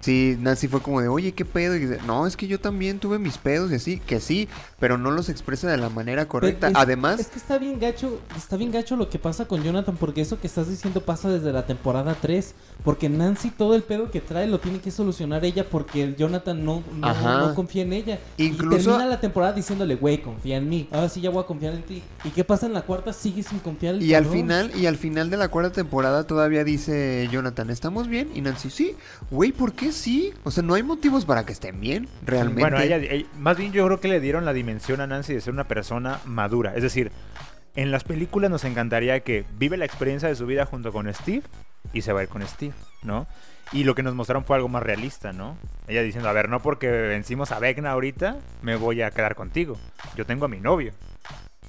[SPEAKER 2] sí, Nancy fue como de, oye, ¿qué pedo? Y dice, no, es que yo también tuve mis pedos y así, que sí, pero no los expresa de la manera correcta.
[SPEAKER 6] Es-
[SPEAKER 2] Además,
[SPEAKER 6] Es que está bien gacho, está bien gacho lo que pasa con Jonathan, porque eso que estás diciendo pasa desde la temporada 3. Porque Nancy todo el pedo que trae lo tiene que solucionar ella porque el Jonathan no, no,
[SPEAKER 2] Ajá.
[SPEAKER 6] no confía en ella.
[SPEAKER 2] Incluso-
[SPEAKER 6] Y termina la temporada diciéndole, güey, confía en mí. Ahora sí ya voy a confiar en ti. ¿Y qué pasa en la cuarta? Sigue sin confiar en
[SPEAKER 2] Y al final, y al final de la cuarta temporada todavía dice Jonathan, ¿estamos bien? Y Nancy, sí, güey, ¿por qué sí? O sea, no hay motivos para que estén bien, realmente.
[SPEAKER 5] Bueno, ella, ella- más bien yo creo que le dieron la dimensión a Nancy de ser una persona madura. Es decir, en las películas nos encantaría que vive la experiencia de su vida junto con Steve y se va a ir con Steve, ¿no? Y lo que nos mostraron fue algo más realista, ¿no? Ella diciendo, a ver, no porque vencimos a Vecna ahorita, me voy a quedar contigo. Yo tengo a mi novio,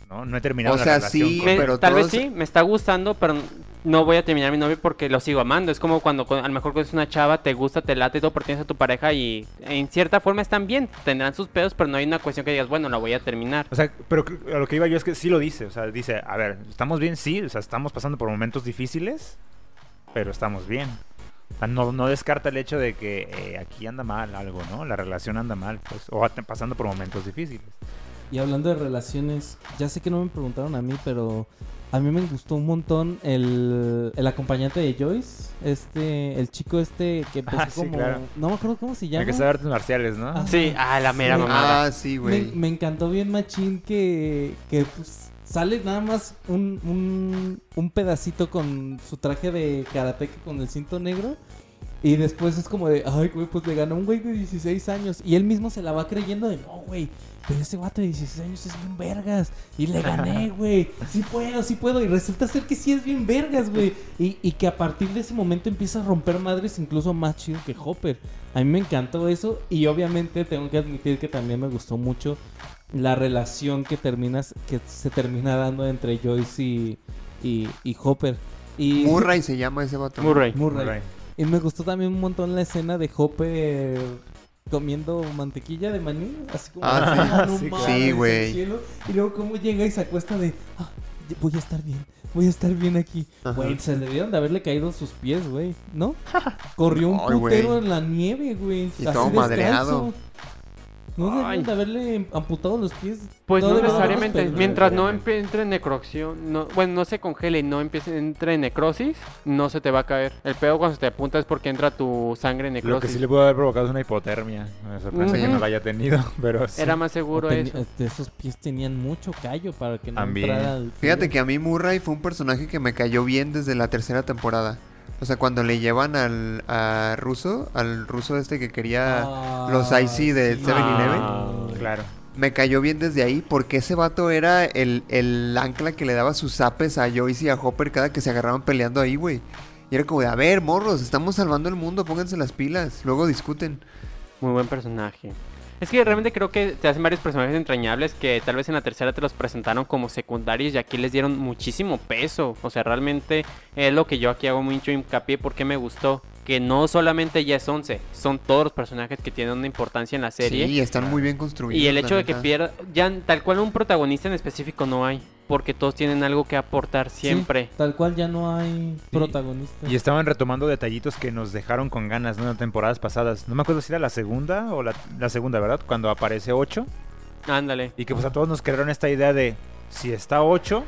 [SPEAKER 5] ¿no? No he terminado
[SPEAKER 2] O
[SPEAKER 5] la
[SPEAKER 2] sea,
[SPEAKER 5] relación
[SPEAKER 2] sí,
[SPEAKER 5] con-
[SPEAKER 4] Me-
[SPEAKER 2] pero
[SPEAKER 4] tal vez
[SPEAKER 2] todos-
[SPEAKER 4] sí, me está gustando, pero no voy a terminar mi novio porque lo sigo amando. Es como cuando con- a lo mejor conoces una chava, te gusta, te late y todo, pero tienes a tu pareja y en cierta forma están bien. Tendrán sus pedos, pero no hay una cuestión que digas, bueno, la voy a terminar.
[SPEAKER 5] O sea, pero cre- a lo que iba yo es que sí lo dice. O sea, dice, a ver, estamos bien, sí. O sea, estamos pasando por momentos difíciles, pero estamos bien. O sea, no, no descarta el hecho de que eh, aquí anda mal algo, ¿no? La relación anda mal, pues. O at- pasando por momentos difíciles.
[SPEAKER 6] Y hablando de relaciones, ya sé que no me preguntaron a mí, pero a mí me gustó un montón el, el acompañante de Joyce. Este, el chico este que empezó
[SPEAKER 5] Ah, sí,
[SPEAKER 6] como.
[SPEAKER 5] claro.
[SPEAKER 6] No me acuerdo cómo se llama.
[SPEAKER 5] Hay que saber artes marciales, ¿no?
[SPEAKER 6] Ah,
[SPEAKER 4] Sí, ah, la mera
[SPEAKER 6] Sí.
[SPEAKER 4] mamada.
[SPEAKER 2] Ah, sí,
[SPEAKER 6] Me,
[SPEAKER 2] güey.
[SPEAKER 6] me encantó bien Machín que, que pues, sale nada más un, un, un pedacito con su traje de karateca con el cinto negro. Y después es como de, ay, güey, pues le ganó un güey de 16 años. Y él mismo se la va creyendo de, no, güey, pero ese guato de 16 años es bien vergas. Y le gané, güey. Sí puedo, sí puedo. Y resulta ser que sí es bien vergas, güey. Y, y que a partir de ese momento empieza a romper madres incluso más chido que Hopper. A mí me encantó eso. Y obviamente tengo que admitir que también me gustó mucho la relación que terminas, que se termina dando entre Joyce y, y, y Hopper. Y
[SPEAKER 2] Murray se llama ese vato.
[SPEAKER 4] Murray.
[SPEAKER 6] Murray.
[SPEAKER 5] Right.
[SPEAKER 6] Y me gustó también un montón la escena de Hopper comiendo mantequilla de maní, así como
[SPEAKER 2] Ah,
[SPEAKER 6] en un
[SPEAKER 5] sí,
[SPEAKER 6] bar,
[SPEAKER 2] sí,
[SPEAKER 6] desde el
[SPEAKER 2] güey.
[SPEAKER 6] cielo, Y luego cómo llega y se acuesta de, "Ah, ya- voy a estar bien, voy a estar bien aquí.
[SPEAKER 2] Ajá.
[SPEAKER 6] Güey, se le dieron de haberle caído sus pies, güey, ¿no? Corrió un
[SPEAKER 2] Ay, güey.
[SPEAKER 6] putero en la nieve, güey.
[SPEAKER 2] Y
[SPEAKER 6] así
[SPEAKER 2] todo
[SPEAKER 6] descalzo.
[SPEAKER 2] madreado.
[SPEAKER 6] No
[SPEAKER 4] Ay.
[SPEAKER 6] debieron de haberle amputado los pies.
[SPEAKER 4] Pues no,
[SPEAKER 6] debieron haberlos
[SPEAKER 4] necesariamente.
[SPEAKER 6] perdido.
[SPEAKER 4] Mientras no empe- entre en necroxión, no, bueno, no se congele y no empiece, entre en necrosis, no se te va a caer. El pedo cuando se te apunta es porque entra tu sangre en
[SPEAKER 5] Lo que
[SPEAKER 4] necrosis.
[SPEAKER 5] sí le pudo haber provocado es una hipotermia. Me sorprende que
[SPEAKER 4] Ujú.
[SPEAKER 5] no la haya tenido, pero sí.
[SPEAKER 4] Era más seguro
[SPEAKER 6] Teni-
[SPEAKER 4] eso.
[SPEAKER 6] este, Esos pies tenían mucho callo para que no
[SPEAKER 5] También.
[SPEAKER 6] entrara el
[SPEAKER 2] Fíjate
[SPEAKER 6] frío.
[SPEAKER 2] que a mí Murray fue un personaje que me cayó bien desde la tercera temporada. O sea, cuando le llevan al a ruso, al ruso este que quería... los IC de 7-Eleven.
[SPEAKER 5] Ah, claro.
[SPEAKER 2] Me cayó bien desde ahí porque ese vato era el, el ancla que le daba sus zapes a Joyce y a Hopper cada que se agarraban peleando ahí, güey. Y era como de, a ver, morros, estamos salvando el mundo, pónganse las pilas, luego discuten.
[SPEAKER 4] Muy buen personaje. Es que realmente creo que te hacen varios personajes entrañables que tal vez en la tercera te los presentaron como secundarios y aquí les dieron muchísimo peso. O sea, realmente es lo que yo aquí hago mucho hincapié porque me gustó. que no solamente ya es 11, son todos los personajes que tienen una importancia en la serie.
[SPEAKER 2] Sí, están muy bien construidos.
[SPEAKER 4] y el hecho
[SPEAKER 2] la
[SPEAKER 4] de que
[SPEAKER 2] neta.
[SPEAKER 4] pierda, ya tal cual un protagonista en específico no hay, porque todos tienen algo que aportar siempre.
[SPEAKER 6] Sí, tal cual ya no hay protagonista.
[SPEAKER 5] Y estaban retomando detallitos que nos dejaron con ganas ¿no? en temporadas pasadas. No me acuerdo si era la segunda o la, la segunda, ¿verdad? Cuando aparece 8.
[SPEAKER 4] Ándale.
[SPEAKER 5] Y que pues a todos nos crearon esta idea de si está 8,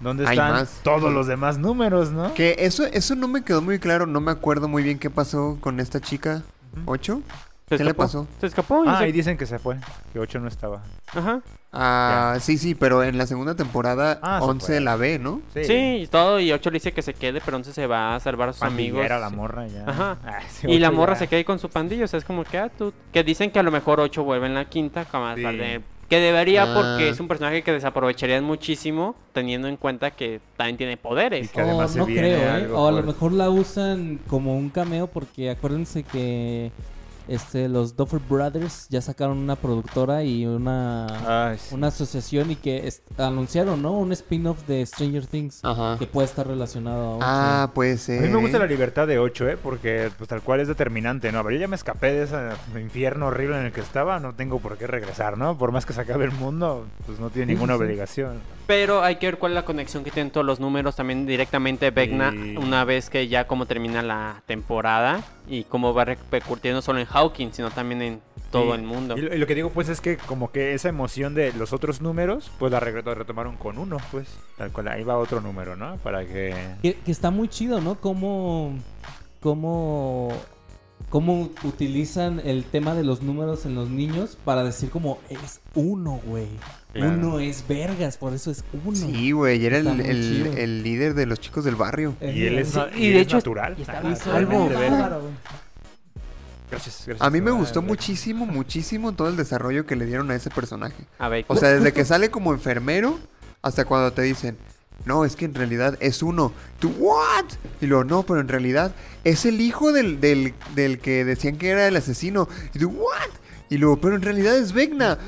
[SPEAKER 5] ¿dónde
[SPEAKER 2] Hay
[SPEAKER 5] están
[SPEAKER 2] más.
[SPEAKER 5] todos los demás números, no?
[SPEAKER 2] Que eso, eso no me quedó muy claro, no me acuerdo muy bien qué pasó con esta chica.
[SPEAKER 5] Ujú.
[SPEAKER 2] ¿Ocho?
[SPEAKER 4] Se
[SPEAKER 2] ¿Qué le
[SPEAKER 4] escapó,
[SPEAKER 2] pasó?
[SPEAKER 4] Se escapó. y
[SPEAKER 5] Ah,
[SPEAKER 4] se-
[SPEAKER 5] y dicen que se fue, que 8 no estaba.
[SPEAKER 4] Ajá.
[SPEAKER 2] Ah, sí, sí, pero en la segunda temporada
[SPEAKER 5] Ah, se
[SPEAKER 2] 11
[SPEAKER 5] fue.
[SPEAKER 2] la ve, ¿no?
[SPEAKER 4] Sí. y todo. Y Ocho le dice que se quede, pero entonces se va a salvar a sus amigos.
[SPEAKER 5] Pandillera la morra ya.
[SPEAKER 4] Ajá.
[SPEAKER 5] Ah, sí,
[SPEAKER 4] Y la
[SPEAKER 5] Ocho
[SPEAKER 4] morra
[SPEAKER 5] ya.
[SPEAKER 4] se queda ahí con su pandillo. O sea, es como que, ah, tú. Que dicen que a lo mejor 8 vuelve en la quinta. jamás
[SPEAKER 5] Sí.
[SPEAKER 4] tarde. Que debería,
[SPEAKER 2] Ah.
[SPEAKER 4] porque es un personaje que desaprovecharían muchísimo, teniendo en cuenta que también tiene poderes.
[SPEAKER 5] Y que además se
[SPEAKER 6] no
[SPEAKER 5] viene
[SPEAKER 6] creo, ¿eh?
[SPEAKER 5] algo
[SPEAKER 6] O a lo
[SPEAKER 5] fuerte.
[SPEAKER 6] mejor la usan como un cameo porque acuérdense que este los Duffer Brothers ya sacaron una productora y una,
[SPEAKER 5] Ay, sí.
[SPEAKER 6] una asociación y que est- anunciaron, ¿no? Un spin-off de Stranger Things
[SPEAKER 2] Ajá.
[SPEAKER 6] que puede estar relacionado a un-
[SPEAKER 2] Ah, puede
[SPEAKER 5] A
[SPEAKER 2] ser.
[SPEAKER 5] mí me gusta la
[SPEAKER 2] ¿eh?
[SPEAKER 5] libertad de 8, ¿eh? Porque pues tal cual es determinante, ¿no? Pero yo ya me escapé de ese infierno horrible en el que estaba, no tengo por qué regresar, ¿no? Por más que se acabe el mundo, pues no tiene
[SPEAKER 6] Sí,
[SPEAKER 5] ninguna
[SPEAKER 6] sí, sí.
[SPEAKER 5] obligación.
[SPEAKER 4] Pero hay que ver cuál es la conexión que tienen todos los números. También directamente Vecna,
[SPEAKER 5] Sí.
[SPEAKER 4] una vez que ya como termina la temporada y cómo va repercutiendo no solo en Hawkins, sino también en todo
[SPEAKER 5] Sí.
[SPEAKER 4] el mundo.
[SPEAKER 5] Y lo, y lo que digo pues es que como que esa emoción de los otros números, pues la re- la retomaron con uno, pues. Tal cual, ahí va otro número, ¿no? Para que...
[SPEAKER 6] Que, que está muy chido, ¿no? Cómo, cómo, cómo utilizan el tema de los números en los niños para decir como es uno, güey.
[SPEAKER 5] Claro.
[SPEAKER 6] Uno es vergas, por eso es uno.
[SPEAKER 2] Sí, güey, era
[SPEAKER 6] Está
[SPEAKER 2] el,
[SPEAKER 6] muy
[SPEAKER 2] el-
[SPEAKER 6] chido.
[SPEAKER 2] el líder de los chicos del barrio.
[SPEAKER 6] Eh,
[SPEAKER 5] Y él es,
[SPEAKER 6] sí.
[SPEAKER 5] na-
[SPEAKER 4] y
[SPEAKER 5] y
[SPEAKER 4] de
[SPEAKER 5] es
[SPEAKER 4] hecho-
[SPEAKER 5] natural.
[SPEAKER 4] y está
[SPEAKER 5] Ah,
[SPEAKER 4] bien
[SPEAKER 5] totalmente
[SPEAKER 6] Algo
[SPEAKER 5] verga.
[SPEAKER 6] bárbaro, güey.
[SPEAKER 5] Gracias,
[SPEAKER 6] Pues
[SPEAKER 5] gracias.
[SPEAKER 2] A mí me
[SPEAKER 5] Ah,
[SPEAKER 2] gustó
[SPEAKER 5] verga.
[SPEAKER 2] muchísimo, muchísimo todo el desarrollo que le dieron a ese personaje.
[SPEAKER 4] A ver,
[SPEAKER 2] O sea, desde que sale como enfermero hasta cuando te dicen, no, es que en realidad es uno. ¿Tú what? Y luego, no, pero en realidad es el hijo del, del, del que decían que era el asesino. Y tú, what? Y luego, pero en realidad es Vecna.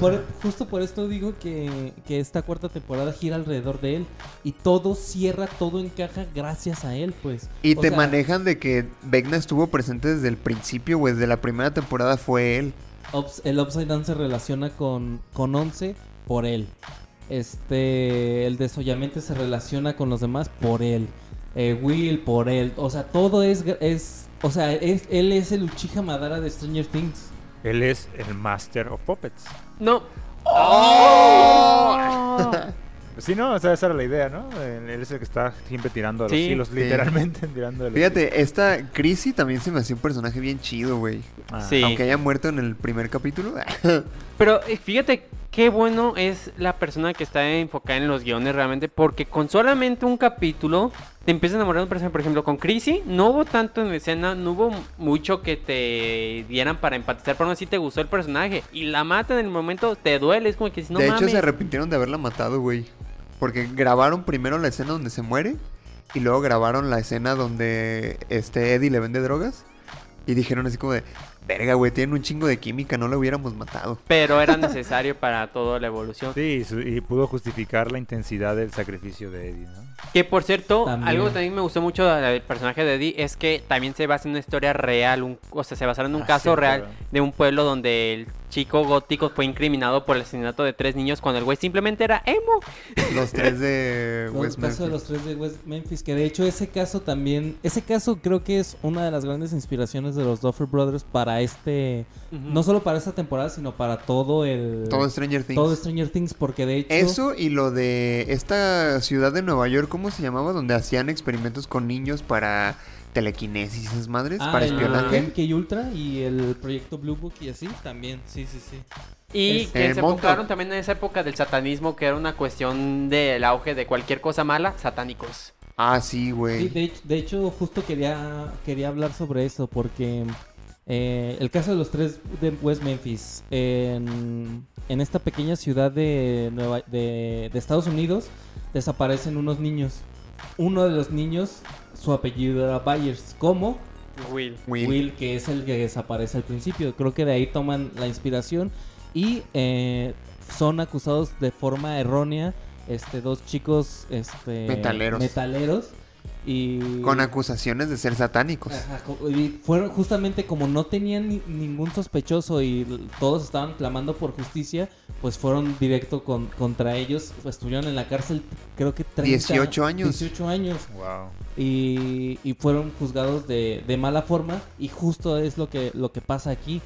[SPEAKER 6] Por- justo por esto digo que, que esta cuarta temporada gira alrededor de él y todo cierra, todo encaja gracias a él, pues.
[SPEAKER 2] Y
[SPEAKER 6] O
[SPEAKER 2] te
[SPEAKER 6] sea,
[SPEAKER 2] manejan de que Vecna estuvo presente desde el principio, güey. Desde la primera temporada fue él.
[SPEAKER 6] Ups- el Upside Down se relaciona con, con 11 por él. Este, el desollamente se relaciona con los demás por él. Eh, Will por él. O sea, todo es... gra- es o sea, es, él es el Uchiha Madara de Stranger Things.
[SPEAKER 5] Él es el Master of Puppets.
[SPEAKER 4] no. Oh.
[SPEAKER 5] Sí, no, o sea, esa era la idea, ¿no? Él él es el que está siempre tirando los
[SPEAKER 4] Sí.
[SPEAKER 5] hilos,
[SPEAKER 2] Sí.
[SPEAKER 5] literalmente tirando de los
[SPEAKER 2] Fíjate, esta Chrissy también se me hacía un personaje bien chido, güey.
[SPEAKER 5] hilos. Ah,
[SPEAKER 4] Sí.
[SPEAKER 2] Aunque haya muerto en el primer capítulo.
[SPEAKER 4] Pero eh, fíjate qué bueno es la persona que está enfocada en los guiones realmente, porque con solamente un capítulo te empiezas a enamorar de un personaje. Por ejemplo, con Chrissy no hubo tanto en escena, no hubo mucho que te dieran para empatizar, pero aún así te gustó el personaje. Y la mata en el momento, te duele, es como que dices, no
[SPEAKER 2] de
[SPEAKER 4] mames.
[SPEAKER 2] hecho, se arrepintieron de haberla matado, güey. Porque grabaron primero la escena donde se muere y luego grabaron la escena donde este Eddie le vende drogas. Y dijeron así como de, verga, güey, tienen un chingo de química, no la hubiéramos matado.
[SPEAKER 4] Pero era necesario para toda la evolución.
[SPEAKER 5] Sí, y su- y pudo justificar la intensidad del sacrificio de Eddie, ¿no?
[SPEAKER 4] Que por cierto,
[SPEAKER 6] También.
[SPEAKER 4] algo que también me gustó mucho del personaje de Eddie es que también se basa en una historia real, un- o sea, se basaron en un
[SPEAKER 5] Ah,
[SPEAKER 4] caso
[SPEAKER 5] cierto,
[SPEAKER 4] real
[SPEAKER 5] ¿verdad?
[SPEAKER 4] de un pueblo donde el chico gótico fue incriminado por el asesinato de tres niños cuando el güey simplemente era emo.
[SPEAKER 2] Los tres de
[SPEAKER 6] Los-
[SPEAKER 2] West
[SPEAKER 6] el caso
[SPEAKER 2] Memphis.
[SPEAKER 6] de los tres de West Memphis, que de hecho ese caso también, ese caso creo que es una de las grandes inspiraciones de los Duffer Brothers para este,
[SPEAKER 4] Mm.
[SPEAKER 6] no solo para esta temporada, sino para todo el...
[SPEAKER 2] Todo Stranger Things.
[SPEAKER 6] todo Stranger Things, porque de hecho...
[SPEAKER 2] Eso y lo de esta ciudad de Nueva York, ¿cómo se llamaba? Donde hacían experimentos con niños para telequinesis, esas madres,
[SPEAKER 6] Ah,
[SPEAKER 2] para
[SPEAKER 6] el
[SPEAKER 2] espionaje.
[SPEAKER 6] MK Ultra y el proyecto Blue Book y así también, sí, sí, sí.
[SPEAKER 4] Y
[SPEAKER 6] Es-
[SPEAKER 4] que
[SPEAKER 2] el
[SPEAKER 4] se
[SPEAKER 2] monto.
[SPEAKER 4] enfocaron también en esa época del satanismo, que era una cuestión del auge de cualquier cosa mala, satánicos.
[SPEAKER 2] Ah, sí, güey.
[SPEAKER 6] Sí, de, hecho- de hecho, justo quería, quería hablar sobre eso porque eh, el caso de los tres de West Memphis, en, en esta pequeña ciudad de, Nueva- de, de Estados Unidos, desaparecen unos niños. Uno de los niños, su apellido era Byers, como
[SPEAKER 4] Will.
[SPEAKER 2] Will.
[SPEAKER 6] Will. que es el que desaparece al principio. Creo que de ahí toman la inspiración y eh, son acusados de forma errónea este dos chicos este
[SPEAKER 2] Metaleros.
[SPEAKER 6] metaleros Y...
[SPEAKER 2] Con acusaciones de ser satánicos.
[SPEAKER 6] Ajá, co- y fueron justamente como no tenían ni- ningún sospechoso y l- todos estaban clamando por justicia, pues fueron directo con, contra ellos. Pues estuvieron en la cárcel, creo que 30,
[SPEAKER 2] 18 años.
[SPEAKER 6] 18 años.
[SPEAKER 5] Wow.
[SPEAKER 6] Y, y fueron juzgados de, de mala forma. Y justo es lo que, lo que pasa aquí.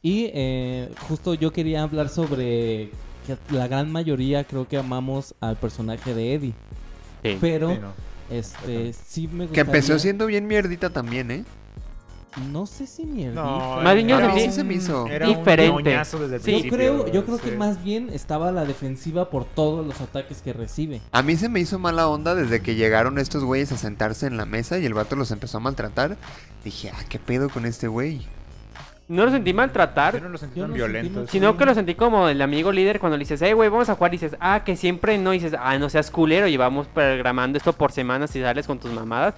[SPEAKER 6] Y eh, justo yo quería hablar sobre que la gran mayoría creo que amamos al personaje de Eddie.
[SPEAKER 4] Sí.
[SPEAKER 6] Pero
[SPEAKER 5] Sí, no.
[SPEAKER 6] este sí
[SPEAKER 2] Que
[SPEAKER 6] me gustaría...
[SPEAKER 2] empezó siendo bien mierdita también, ¿eh?
[SPEAKER 6] No sé si mierda.
[SPEAKER 5] No,
[SPEAKER 4] Más bien yo
[SPEAKER 5] era
[SPEAKER 4] sentí-
[SPEAKER 5] un-
[SPEAKER 2] se me hizo.
[SPEAKER 5] era
[SPEAKER 4] Diferente.
[SPEAKER 5] Un ñoñazo desde el
[SPEAKER 4] Sí.
[SPEAKER 6] Yo
[SPEAKER 5] principio,
[SPEAKER 6] creo, yo creo que
[SPEAKER 5] sí.
[SPEAKER 6] más bien estaba a la defensiva por todos los ataques que recibe.
[SPEAKER 2] A mí se me hizo mala onda desde que llegaron estos güeyes a sentarse en la mesa y el vato los empezó a maltratar. Dije, ah, ¿qué pedo con este güey?
[SPEAKER 4] No lo sentí maltratar,
[SPEAKER 5] Yo no lo sentí
[SPEAKER 6] Yo
[SPEAKER 5] tan
[SPEAKER 6] no
[SPEAKER 5] violento.
[SPEAKER 6] sentí
[SPEAKER 4] sino que lo sentí como el amigo líder cuando le dices, hey, güey, vamos a jugar. Y dices, ah, que siempre no. Y dices, ah, no seas culero, llevamos programando esto por semanas y sales con tus mamadas.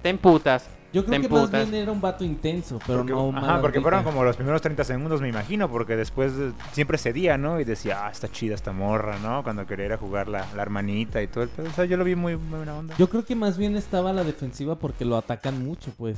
[SPEAKER 4] Te emputas.
[SPEAKER 6] Yo creo
[SPEAKER 4] Te
[SPEAKER 6] que más
[SPEAKER 4] emputas.
[SPEAKER 6] bien era un vato intenso, pero
[SPEAKER 5] porque,
[SPEAKER 6] no
[SPEAKER 5] ajá,
[SPEAKER 6] mala
[SPEAKER 5] porque
[SPEAKER 6] ondita.
[SPEAKER 5] fueron como los primeros 30 segundos, me imagino, porque después eh, siempre cedía, ¿no? Y decía, ah, está chida esta morra, ¿no? Cuando quería ir a jugar la, la hermanita y todo el pedo. O sea, yo lo vi muy buena onda.
[SPEAKER 6] Yo creo que más bien estaba a la defensiva porque lo atacan mucho, pues.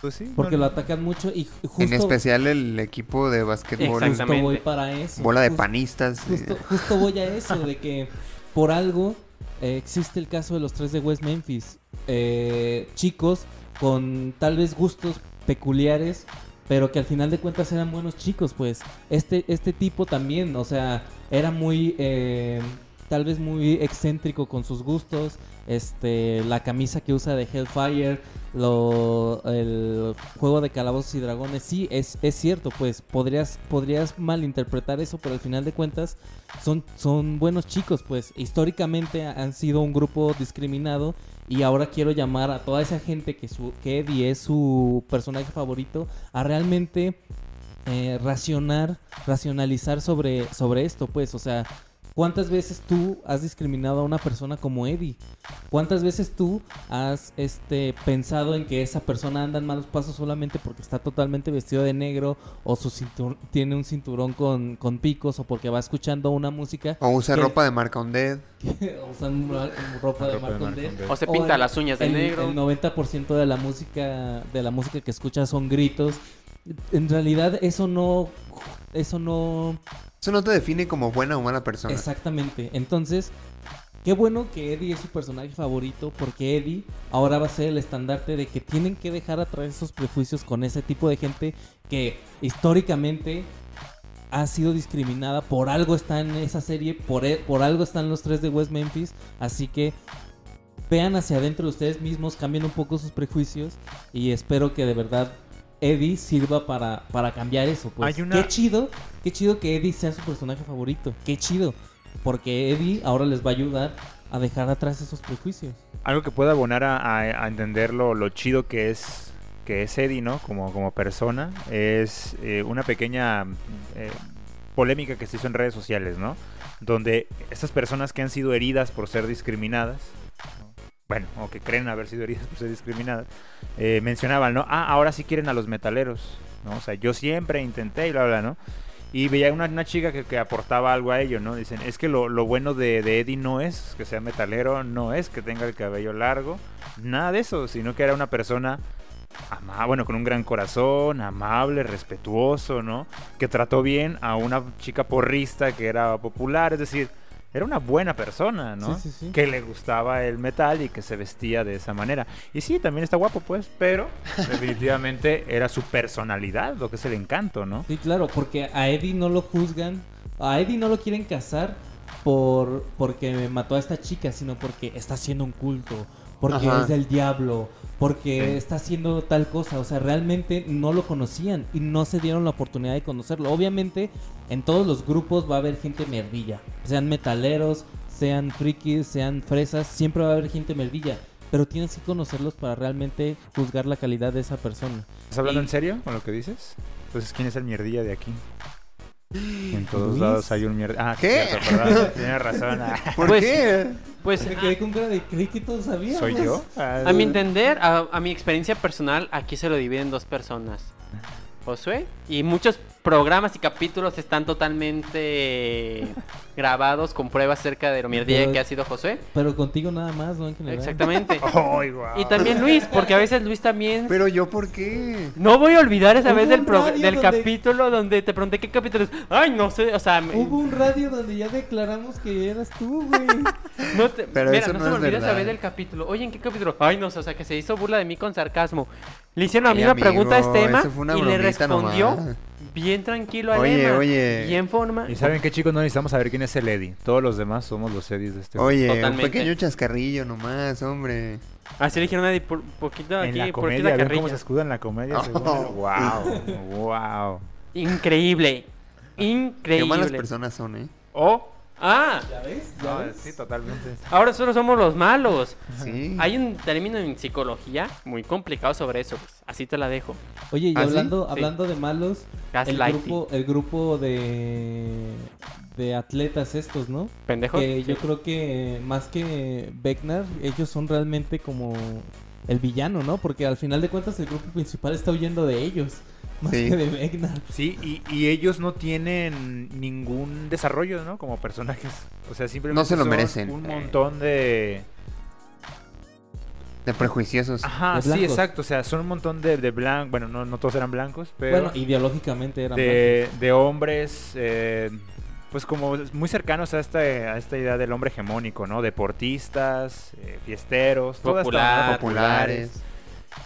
[SPEAKER 5] Pues sí,
[SPEAKER 6] Porque
[SPEAKER 5] no-
[SPEAKER 6] lo atacan mucho y ju- justo,
[SPEAKER 2] En especial el equipo de basquetbol.
[SPEAKER 4] Exactamente.
[SPEAKER 6] justo voy para eso.
[SPEAKER 2] Bola de
[SPEAKER 6] Jus-
[SPEAKER 2] panistas. eh,
[SPEAKER 6] Justo, justo voy a eso, de que por algo eh, existe el caso de los tres de West Memphis. Eh, chicos con tal vez gustos peculiares, pero que al final de cuentas eran buenos chicos, pues. Este, este tipo también, o sea, era muy... eh, tal vez muy excéntrico con sus gustos, este, la camisa que usa de Hellfire, lo, el juego de calabozos y dragones, sí, es, es cierto, pues podrías, podrías malinterpretar eso, pero al final de cuentas son, son buenos chicos, pues históricamente ha- han sido un grupo discriminado y ahora quiero llamar a toda esa gente que, su, que Eddie es su personaje favorito a realmente eh, racionar, racionalizar sobre, sobre esto, pues, o sea, ¿cuántas veces tú has discriminado a una persona como Eddie? ¿Cuántas veces tú has este, pensado en que esa persona anda en malos pasos solamente porque está totalmente vestido de negro o su cintur- tiene un cinturón con, con picos o porque va escuchando una música
[SPEAKER 2] o usa
[SPEAKER 6] que-
[SPEAKER 2] ropa de marca Undead.
[SPEAKER 6] que usan ra- ropa de
[SPEAKER 5] Ropa de
[SPEAKER 6] Marco
[SPEAKER 5] Marco
[SPEAKER 6] Andrés?
[SPEAKER 5] Andrés.
[SPEAKER 4] O se
[SPEAKER 6] O
[SPEAKER 4] pinta
[SPEAKER 6] el-
[SPEAKER 4] las uñas de
[SPEAKER 6] el,
[SPEAKER 4] negro.
[SPEAKER 6] el 90% de la música de la música que escuchas son gritos. En realidad eso no eso no
[SPEAKER 2] Eso no te define como buena o mala persona.
[SPEAKER 6] Exactamente. Entonces, qué bueno que Eddie es su personaje favorito porque Eddie ahora va a ser el estandarte de que tienen que dejar atrás esos prejuicios con ese tipo de gente que históricamente ha sido discriminada. Por algo está en esa serie, por, e- por algo están los tres de West Memphis. Así que vean hacia adentro de ustedes mismos, cambien un poco sus prejuicios y espero que de verdad... Eddie sirva para, para cambiar eso. Pues.
[SPEAKER 5] Hay una-
[SPEAKER 6] Qué chido Qué chido que Eddie sea su personaje favorito. Qué chido. Porque Eddie ahora les va a ayudar a dejar atrás esos prejuicios.
[SPEAKER 5] algo que pueda abonar a, a- a entender lo, lo chido que es que es Eddie, ¿no? Como, como persona, es eh, una pequeña eh, polémica que se hizo en redes sociales, ¿no? Donde estas personas que han sido heridas por ser discriminadas, ¿no? bueno, o que creen haber sido heridas por ser discriminadas, eh, mencionaban, ¿no? Ah, ahora sí quieren a los metaleros, ¿no? O sea, yo siempre intenté y bla, bla, ¿no? Y veía una, una chica que, que aportaba algo a ello, ¿no? Dicen, es que lo, lo bueno de, de Eddie no es que sea metalero, no es que tenga el cabello largo, nada de eso, sino que era una persona ama- bueno, con un gran corazón, amable, respetuoso, ¿no? Que trató bien a una chica porrista que era popular, es decir, era una buena persona, ¿no?
[SPEAKER 6] Sí, sí, sí.
[SPEAKER 5] Que le gustaba el metal y que se vestía de esa manera. Y sí, también está guapo, pues, pero definitivamente era su personalidad, lo que es el encanto, ¿no?
[SPEAKER 6] Sí, claro, porque a Eddie no lo juzgan. A Eddie no lo quieren casar por porque mató a esta chica, sino porque está haciendo un culto. Porque
[SPEAKER 2] Ajá.
[SPEAKER 6] es del diablo. Porque
[SPEAKER 5] Sí.
[SPEAKER 6] está haciendo tal cosa. O sea, realmente no lo conocían y no se dieron la oportunidad de conocerlo. Obviamente, en todos los grupos va a haber gente merdilla. Sean metaleros, sean frikis, sean fresas. Siempre va a haber gente merdilla. Pero tienes que conocerlos para realmente juzgar la calidad de esa persona.
[SPEAKER 5] ¿Estás hablando
[SPEAKER 6] Y-
[SPEAKER 5] en serio con lo que dices? Entonces, ¿quién es el mierdilla de aquí? En todos
[SPEAKER 6] Luis.
[SPEAKER 5] lados hay un mierdilla. Ah, sí,
[SPEAKER 2] ¿Qué?
[SPEAKER 5] cierto, perdón, Tienes razón. ah,
[SPEAKER 2] ¿Por
[SPEAKER 4] Pues-
[SPEAKER 2] qué?
[SPEAKER 4] Pues
[SPEAKER 6] Me quedé con cara de creí que todos sabíamos.
[SPEAKER 5] ¿Soy yo?
[SPEAKER 4] a, a mi entender, a, a mi experiencia personal, aquí se lo dividen dos personas. Josué y Y muchos programas y capítulos están totalmente grabados con pruebas acerca de lo mierdilla que ha sido Josué.
[SPEAKER 6] Pero contigo nada más, ¿no? En general.
[SPEAKER 4] Exactamente.
[SPEAKER 5] Ay, guau.
[SPEAKER 4] Y también Luis, porque a veces Luis también...
[SPEAKER 2] Pero yo, ¿por qué?
[SPEAKER 4] No voy a olvidar esa
[SPEAKER 6] Hubo
[SPEAKER 4] vez del,
[SPEAKER 6] un
[SPEAKER 4] pro-
[SPEAKER 6] radio
[SPEAKER 4] del
[SPEAKER 6] donde-
[SPEAKER 4] capítulo donde te pregunté qué capítulo es. Ay, no sé, o sea, me-
[SPEAKER 6] Hubo un radio donde ya declaramos que eras tú, güey.
[SPEAKER 4] no te-
[SPEAKER 2] Pero
[SPEAKER 4] mira,
[SPEAKER 2] eso
[SPEAKER 4] no,
[SPEAKER 2] no
[SPEAKER 4] se me
[SPEAKER 2] es
[SPEAKER 4] olvida esa
[SPEAKER 2] verdad.
[SPEAKER 4] vez del capítulo. Oye, ¿en qué capítulo? Ay, no sé, o sea, que se hizo burla de mí con sarcasmo. Le hicieron la
[SPEAKER 2] Ay,
[SPEAKER 4] misma
[SPEAKER 2] amigo,
[SPEAKER 4] pregunta a este Emma
[SPEAKER 2] eso fue una
[SPEAKER 4] y le
[SPEAKER 2] bromita
[SPEAKER 4] respondió
[SPEAKER 2] nomás.
[SPEAKER 4] bien tranquilo a
[SPEAKER 2] Oye,
[SPEAKER 4] Emma.
[SPEAKER 2] oye.
[SPEAKER 4] Y en forma.
[SPEAKER 5] ¿Y saben qué, chicos? No necesitamos saber quién es el Eddie. Todos los demás somos los Eddies de este juego.
[SPEAKER 2] Oye,
[SPEAKER 4] Totalmente.
[SPEAKER 2] un pequeño chascarrillo nomás, hombre.
[SPEAKER 4] Así le dijeron a Eddie, por, poquito
[SPEAKER 5] En
[SPEAKER 4] aquí,
[SPEAKER 5] la
[SPEAKER 4] por aquí
[SPEAKER 5] comedia,
[SPEAKER 4] la
[SPEAKER 5] ¿ven cómo se
[SPEAKER 4] carrilla.
[SPEAKER 5] escudan en la comedia?
[SPEAKER 2] Oh.
[SPEAKER 5] Wow, wow.
[SPEAKER 4] Increíble. Increíble.
[SPEAKER 2] Qué malas personas son, ¿eh?
[SPEAKER 4] Oh. Ah,
[SPEAKER 6] ¿Ya ves? ¿Ya
[SPEAKER 5] No,
[SPEAKER 6] ves?
[SPEAKER 5] sí, totalmente.
[SPEAKER 4] ahora solo somos los malos.
[SPEAKER 2] Sí.
[SPEAKER 4] Hay un término en psicología muy complicado sobre eso. pues, Así te la dejo.
[SPEAKER 6] Oye, y
[SPEAKER 2] ¿Ah, sí?
[SPEAKER 6] hablando,
[SPEAKER 4] Sí.
[SPEAKER 6] hablando de malos, el
[SPEAKER 4] Gaslighting.
[SPEAKER 6] grupo, el grupo de, de atletas estos, ¿no?
[SPEAKER 4] ¿Pendejos?
[SPEAKER 6] Que yo
[SPEAKER 4] Sí.
[SPEAKER 6] creo que más que Beckner, ellos son realmente como el villano, ¿no? Porque al final de cuentas el grupo principal está huyendo de ellos, más
[SPEAKER 2] Sí.
[SPEAKER 6] que de Beckner.
[SPEAKER 5] Sí, y, y ellos no tienen ningún desarrollo, ¿no? Como personajes. O sea, simplemente
[SPEAKER 2] No se lo
[SPEAKER 5] son
[SPEAKER 2] merecen.
[SPEAKER 5] un montón de...
[SPEAKER 2] De prejuiciosos.
[SPEAKER 5] Ajá,
[SPEAKER 6] De
[SPEAKER 5] sí,
[SPEAKER 6] blancos.
[SPEAKER 5] exacto. O sea, son un montón de, de blancos. Bueno, no, no todos eran blancos, pero...
[SPEAKER 6] Bueno, ideológicamente eran
[SPEAKER 5] de, de hombres, eh, pues como muy cercanos a esta, a esta idea del hombre hegemónico, ¿no? Deportistas, eh, fiesteros, toda esta
[SPEAKER 4] Popular.
[SPEAKER 5] onda,
[SPEAKER 2] populares.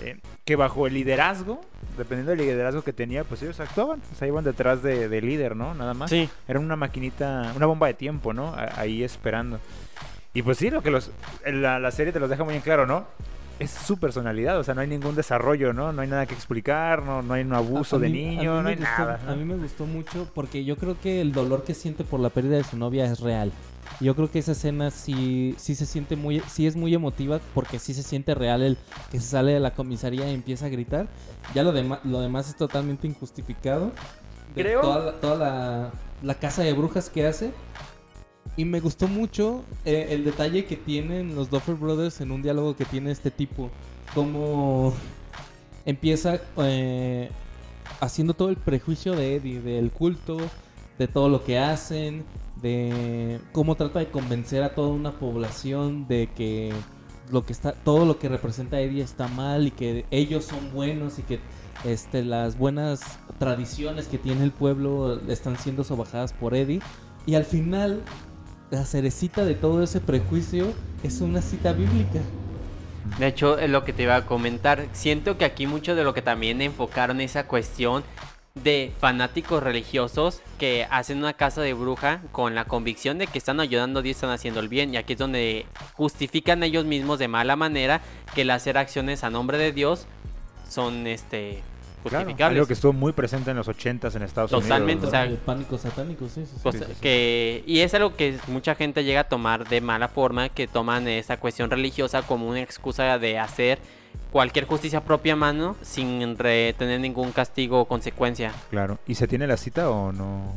[SPEAKER 5] eh, que bajo el liderazgo, dependiendo del liderazgo que tenía, pues ellos actuaban, o sea, iban detrás de- del líder, ¿no? Nada más.
[SPEAKER 4] Sí.
[SPEAKER 5] Era una maquinita, una bomba de tiempo, ¿no? A- Ahí esperando. Y pues sí, lo que los, la, la serie te los deja muy en claro, ¿no? Es su personalidad, o sea, no hay ningún desarrollo, ¿no? No hay nada que explicar, no, no hay un
[SPEAKER 6] A- a
[SPEAKER 5] abuso de
[SPEAKER 6] mí- a
[SPEAKER 5] niño,
[SPEAKER 6] mí
[SPEAKER 5] no
[SPEAKER 6] me
[SPEAKER 5] hay
[SPEAKER 6] gustó-
[SPEAKER 5] nada.
[SPEAKER 6] A mí me gustó mucho porque yo creo que el dolor que siente por la pérdida de su novia es real. Yo creo que esa escena sí, sí se siente muy, sí es muy emotiva porque sí se siente real el que se sale de la comisaría y empieza a gritar. Ya lo, dema- lo demás es totalmente injustificado. De
[SPEAKER 4] Creo-
[SPEAKER 6] Toda, la, toda la- la casa de brujas que hace. Y me gustó mucho eh, el detalle que tienen los Duffer Brothers en un diálogo que tiene este tipo. Como empieza eh, haciendo todo el prejuicio de Eddie, del culto, de todo lo que hacen, de cómo trata de convencer a toda una población de que lo que está, todo lo que representa a Eddie está mal y que ellos son buenos y que este, las buenas tradiciones que tiene el pueblo están siendo sobajadas por Eddie. Y al final, la cerecita de todo ese prejuicio es una cita bíblica.
[SPEAKER 4] De hecho, es lo que te iba a comentar. Siento que aquí mucho de lo que también enfocaron esa cuestión de fanáticos religiosos que hacen una casa de bruja con la convicción de que están ayudando a Dios, están haciendo el bien. Y aquí es donde justifican ellos mismos de mala manera que el hacer acciones a nombre de Dios son este
[SPEAKER 5] Claro,
[SPEAKER 4] justificables.
[SPEAKER 5] algo que estuvo muy presente en los 80s en Estados
[SPEAKER 4] Totalmente,
[SPEAKER 5] Unidos.
[SPEAKER 4] o sea,
[SPEAKER 6] El pánico satánico, sí, sí, sí.
[SPEAKER 4] Pues,
[SPEAKER 5] Sí, sí, sí.
[SPEAKER 4] que y es algo que mucha gente llega a tomar de mala forma que toman esa cuestión religiosa como una excusa de hacer cualquier justicia a propia mano sin re- tener ningún castigo o consecuencia
[SPEAKER 5] Claro. ¿Y se tiene la cita o no?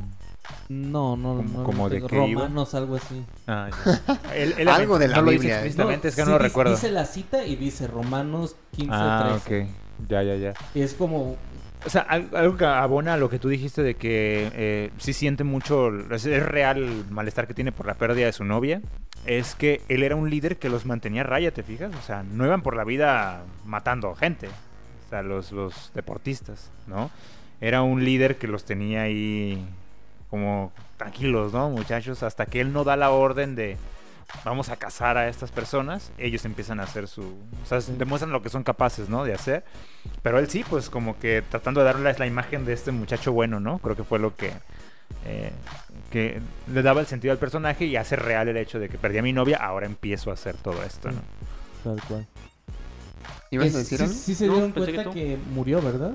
[SPEAKER 6] No, no,
[SPEAKER 5] Como-
[SPEAKER 6] no.
[SPEAKER 5] como
[SPEAKER 6] no
[SPEAKER 5] de
[SPEAKER 6] tengo-
[SPEAKER 5] que iba.
[SPEAKER 6] romanos, algo así.
[SPEAKER 5] Ah, ya. Él- él
[SPEAKER 2] Algo
[SPEAKER 5] la-
[SPEAKER 2] de la
[SPEAKER 5] no lo dice
[SPEAKER 2] Biblia, ¿eh?
[SPEAKER 5] explícitamente, es que no
[SPEAKER 6] sí,
[SPEAKER 5] lo
[SPEAKER 6] dice-
[SPEAKER 5] recuerdo.
[SPEAKER 6] Dice la cita y dice Romanos 15,
[SPEAKER 5] Ah,
[SPEAKER 6] 13.
[SPEAKER 5] ok. Ya, ya, ya.
[SPEAKER 6] Y es como,
[SPEAKER 5] O sea, al- algo que abona a lo que tú dijiste de que eh, sí siente mucho, es, es real el malestar que tiene por la pérdida de su novia, es que él era un líder que los mantenía a raya, ¿te fijas? O sea, no iban por la vida matando gente, o sea, los, los deportistas, ¿no? Era un líder que los tenía ahí como tranquilos, ¿no? Muchachos, hasta que él no da la orden de vamos a cazar a estas personas, ellos empiezan a hacer su... O sea, demuestran lo que son capaces, ¿no? De hacer. Pero él sí, pues como que tratando de darle la imagen de este muchacho bueno, ¿no? Creo que fue lo que, eh, que le daba el sentido al personaje y hace real el hecho de que perdí a mi novia, ahora empiezo a hacer todo esto, ¿no?
[SPEAKER 6] tal cual.
[SPEAKER 2] ¿Ibas
[SPEAKER 6] Es-
[SPEAKER 2] a decir
[SPEAKER 6] sí,
[SPEAKER 2] algo?
[SPEAKER 6] sí se
[SPEAKER 4] No,
[SPEAKER 6] dieron
[SPEAKER 4] pensé que
[SPEAKER 6] cuenta
[SPEAKER 4] tú.
[SPEAKER 6] que, murió, ¿verdad?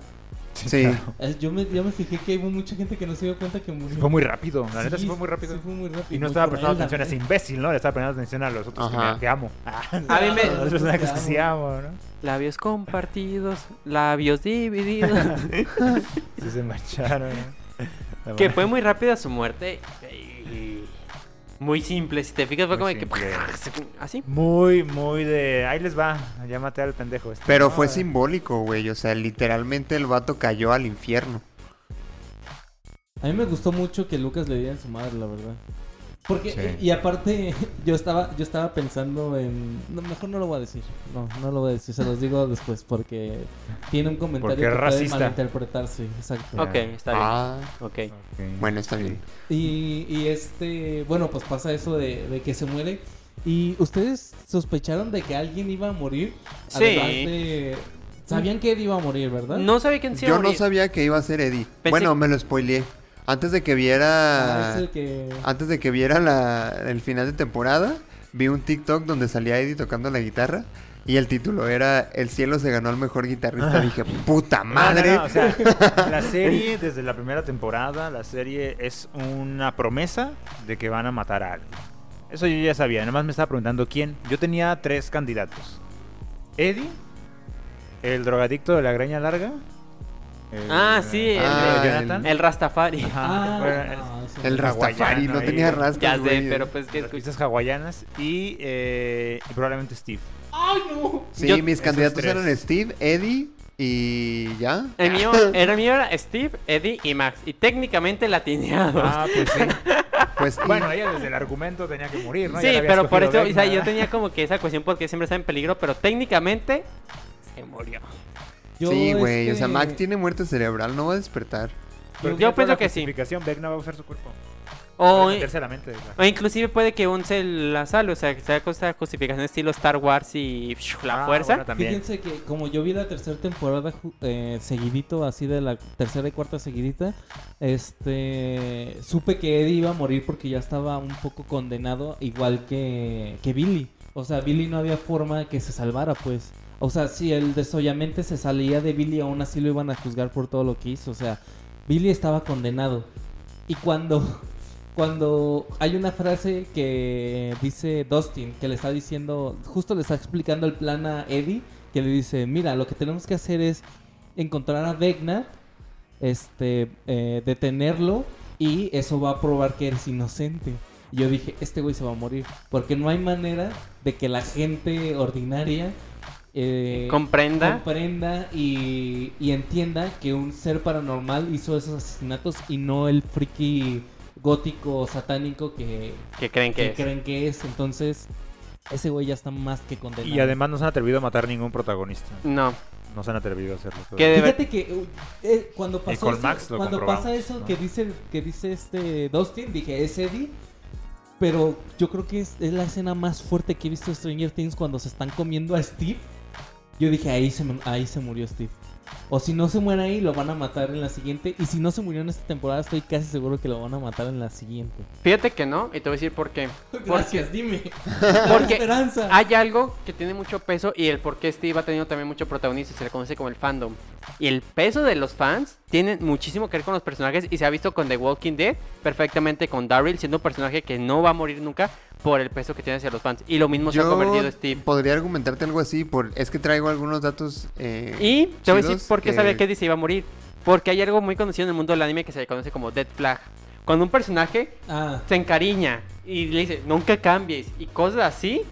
[SPEAKER 2] Sí.
[SPEAKER 6] Eh, Yo me, yo me fijé que hubo mucha gente que no se dio cuenta que murió.
[SPEAKER 5] Fue muy rápido, la neta
[SPEAKER 6] Sí,
[SPEAKER 5] sí fue muy rápido.
[SPEAKER 6] sí fue muy rápido.
[SPEAKER 5] Y no
[SPEAKER 6] Muy ¿eh?
[SPEAKER 5] estaba
[SPEAKER 6] cruel,
[SPEAKER 5] prestando
[SPEAKER 6] la
[SPEAKER 5] atención a ese
[SPEAKER 6] verdad.
[SPEAKER 5] imbécil, ¿no? Le estaba prestando atención a los otros que,
[SPEAKER 2] Ajá.
[SPEAKER 5] me- que amo.
[SPEAKER 6] Ah,
[SPEAKER 4] a mí
[SPEAKER 5] A
[SPEAKER 4] me
[SPEAKER 5] los personajes que sí amo, ¿no?
[SPEAKER 4] labios compartidos labios divididos
[SPEAKER 5] Sí se marcharon, ¿no? La
[SPEAKER 4] que
[SPEAKER 5] verdad.
[SPEAKER 4] fue muy rápida su muerte y muy simple si te fijas fue como
[SPEAKER 5] Muy
[SPEAKER 4] de que así
[SPEAKER 5] Muy, muy de... Ahí les va, ya maté al pendejo. este,
[SPEAKER 2] Pero
[SPEAKER 5] ¿no?
[SPEAKER 2] fue
[SPEAKER 5] Eh,
[SPEAKER 2] simbólico, güey. O sea, literalmente el vato cayó al infierno.
[SPEAKER 6] A mí me gustó mucho que Lucas le diera en su madre, la verdad. Porque,
[SPEAKER 5] Sí.
[SPEAKER 6] y aparte, yo estaba, yo estaba pensando en. No, mejor no lo voy a decir. No, no lo voy a decir, se los digo después porque tiene un comentario
[SPEAKER 5] Porque
[SPEAKER 6] que
[SPEAKER 5] es
[SPEAKER 6] puede
[SPEAKER 5] racista.
[SPEAKER 6] malinterpretar, sí, exacto.
[SPEAKER 4] Ok, está bien.
[SPEAKER 2] Ah,
[SPEAKER 4] Ok.
[SPEAKER 5] Ok.
[SPEAKER 2] bueno, está bien.
[SPEAKER 6] Y, y este, bueno, pues pasa eso de, de que se muere. ¿Y ustedes sospecharon de que alguien iba a morir?
[SPEAKER 4] Sí.
[SPEAKER 6] Además de- Sabían que Eddie iba a morir, ¿verdad?
[SPEAKER 4] No sabía quién se iba a
[SPEAKER 2] Yo no
[SPEAKER 4] morir.
[SPEAKER 2] sabía que iba a ser Eddie.
[SPEAKER 4] Pensé-
[SPEAKER 2] Bueno, me lo spoileé. Antes de que
[SPEAKER 6] Ah,
[SPEAKER 2] viera.
[SPEAKER 6] es el que...
[SPEAKER 2] Antes de que viera la- el final de temporada, vi un TikTok donde salía Eddie tocando la guitarra. Y el título era El cielo se ganó al mejor guitarrista. Dije, puta madre.
[SPEAKER 5] No, no, no, o sea, la serie, desde la primera temporada, la serie es una promesa de que van a matar a alguien. Eso yo ya sabía, nada más me estaba preguntando quién. Yo tenía tres candidatos. Eddie, el drogadicto de la greña larga. el-
[SPEAKER 4] Ah, sí, el-
[SPEAKER 5] de
[SPEAKER 2] el-
[SPEAKER 5] Jonathan.
[SPEAKER 4] El Rastafari.
[SPEAKER 5] Ajá,
[SPEAKER 6] Ah,
[SPEAKER 5] bueno,
[SPEAKER 6] no, eso-
[SPEAKER 2] el Rastafari
[SPEAKER 5] hawaiano
[SPEAKER 2] no
[SPEAKER 5] ahí,
[SPEAKER 2] tenía
[SPEAKER 5] güey.
[SPEAKER 2] rastas.
[SPEAKER 4] ya sé,
[SPEAKER 2] güey.
[SPEAKER 4] pero pues que
[SPEAKER 5] las pizzas hawaianas y, eh, y probablemente Steve.
[SPEAKER 6] ¡Ay, no!
[SPEAKER 2] Sí,
[SPEAKER 4] yo-
[SPEAKER 2] mis
[SPEAKER 5] esos
[SPEAKER 2] candidatos
[SPEAKER 5] tres.
[SPEAKER 2] eran Steve, Eddie y ya.
[SPEAKER 4] El mío, el mío era Steve, Eddie y Max. Y técnicamente la tenía a dos.
[SPEAKER 5] Ah, pues sí.
[SPEAKER 2] Pues y-
[SPEAKER 5] bueno, ella desde el argumento tenía que morir, ¿no? Ya la
[SPEAKER 4] sí,
[SPEAKER 5] había
[SPEAKER 4] pero por eso,
[SPEAKER 5] escogido
[SPEAKER 4] o sea,
[SPEAKER 5] Vecna.
[SPEAKER 4] yo tenía como que esa cuestión porque siempre está en peligro, pero técnicamente se murió.
[SPEAKER 6] Yo,
[SPEAKER 2] sí, güey. O sea,
[SPEAKER 6] este,
[SPEAKER 2] Max tiene muerte cerebral, no va a despertar.
[SPEAKER 5] Pero
[SPEAKER 4] Yo
[SPEAKER 5] tiene toda
[SPEAKER 4] pienso
[SPEAKER 5] la
[SPEAKER 4] que sí.
[SPEAKER 5] justificación, Vecna va a usar su cuerpo.
[SPEAKER 4] O,
[SPEAKER 5] Para meterse a la mente.
[SPEAKER 4] o inclusive puede que un se la salve, o sea, que sea cosa justificación estilo Star Wars y psh, la
[SPEAKER 5] Ah,
[SPEAKER 4] fuerza.
[SPEAKER 5] bueno, también.
[SPEAKER 6] Fíjense que como yo vi la tercera temporada ju- eh, seguidito, así de la tercera y cuarta seguidita, este supe que Eddie iba a morir porque ya estaba un poco condenado, igual que, que Billy. O sea, Billy no había forma de que se salvara, pues. O sea, si el desollamente se salía de Billy, aún así lo iban a juzgar por todo lo que hizo. O sea, Billy estaba condenado. Y cuando, cuando hay una frase que dice Dustin, que le está diciendo, justo le está explicando el plan a Eddie, que le dice, mira, lo que tenemos que hacer es encontrar a Vecna, este, eh, detenerlo, y eso va a probar que eres inocente. Y yo dije, este güey se va a morir, porque no hay manera de que la gente ordinaria... eh,
[SPEAKER 4] Comprenda.
[SPEAKER 6] comprenda y, y entienda que un ser paranormal hizo esos asesinatos y no el friki gótico satánico que,
[SPEAKER 4] que creen que
[SPEAKER 6] que
[SPEAKER 4] es.
[SPEAKER 6] creen que es. Entonces, ese güey ya está más que condenado.
[SPEAKER 5] Y además no se han atrevido a matar ningún protagonista.
[SPEAKER 4] No,
[SPEAKER 5] No se han atrevido a hacerlo.
[SPEAKER 4] ¿Qué de-
[SPEAKER 6] Fíjate que uh, eh, cuando pasó
[SPEAKER 5] con
[SPEAKER 6] eso,
[SPEAKER 5] Max lo
[SPEAKER 6] cuando
[SPEAKER 5] comprobamos,
[SPEAKER 6] pasa eso
[SPEAKER 5] ¿no?
[SPEAKER 6] que dice que dice este Dustin, dije, es Eddie. Pero yo creo que es, es la escena más fuerte que he visto de Stranger Things cuando se están comiendo a Steve. Yo dije, ahí se, me- ahí se murió Steve. O si no se muere ahí, lo van a matar en la siguiente. Y si no se murió en esta temporada, estoy casi seguro que lo van a matar en la siguiente.
[SPEAKER 4] fíjate que no, y te voy a decir por qué.
[SPEAKER 6] Gracias, dime. Dame
[SPEAKER 4] Porque
[SPEAKER 6] esperanza.
[SPEAKER 4] hay algo que tiene mucho peso y el por qué Steve ha tenido también mucho protagonismo y se le conoce como el fandom. Y el peso de los fans tiene muchísimo que ver con los personajes y se ha visto con The Walking Dead perfectamente con Daryl siendo un personaje que no va a morir nunca por el peso que tiene hacia los fans. Y lo mismo se ha convertido Steve.
[SPEAKER 2] podría argumentarte algo así. por Es que traigo algunos datos. eh,
[SPEAKER 4] Y te voy a decir
[SPEAKER 2] chidos
[SPEAKER 4] por qué
[SPEAKER 2] que-
[SPEAKER 4] sabía que Eddie se iba a morir. Porque hay algo muy conocido en el mundo del anime que se le conoce como Dead Flag. Cuando un personaje
[SPEAKER 6] Ah,
[SPEAKER 4] se encariña y le dice, nunca cambies y cosas así,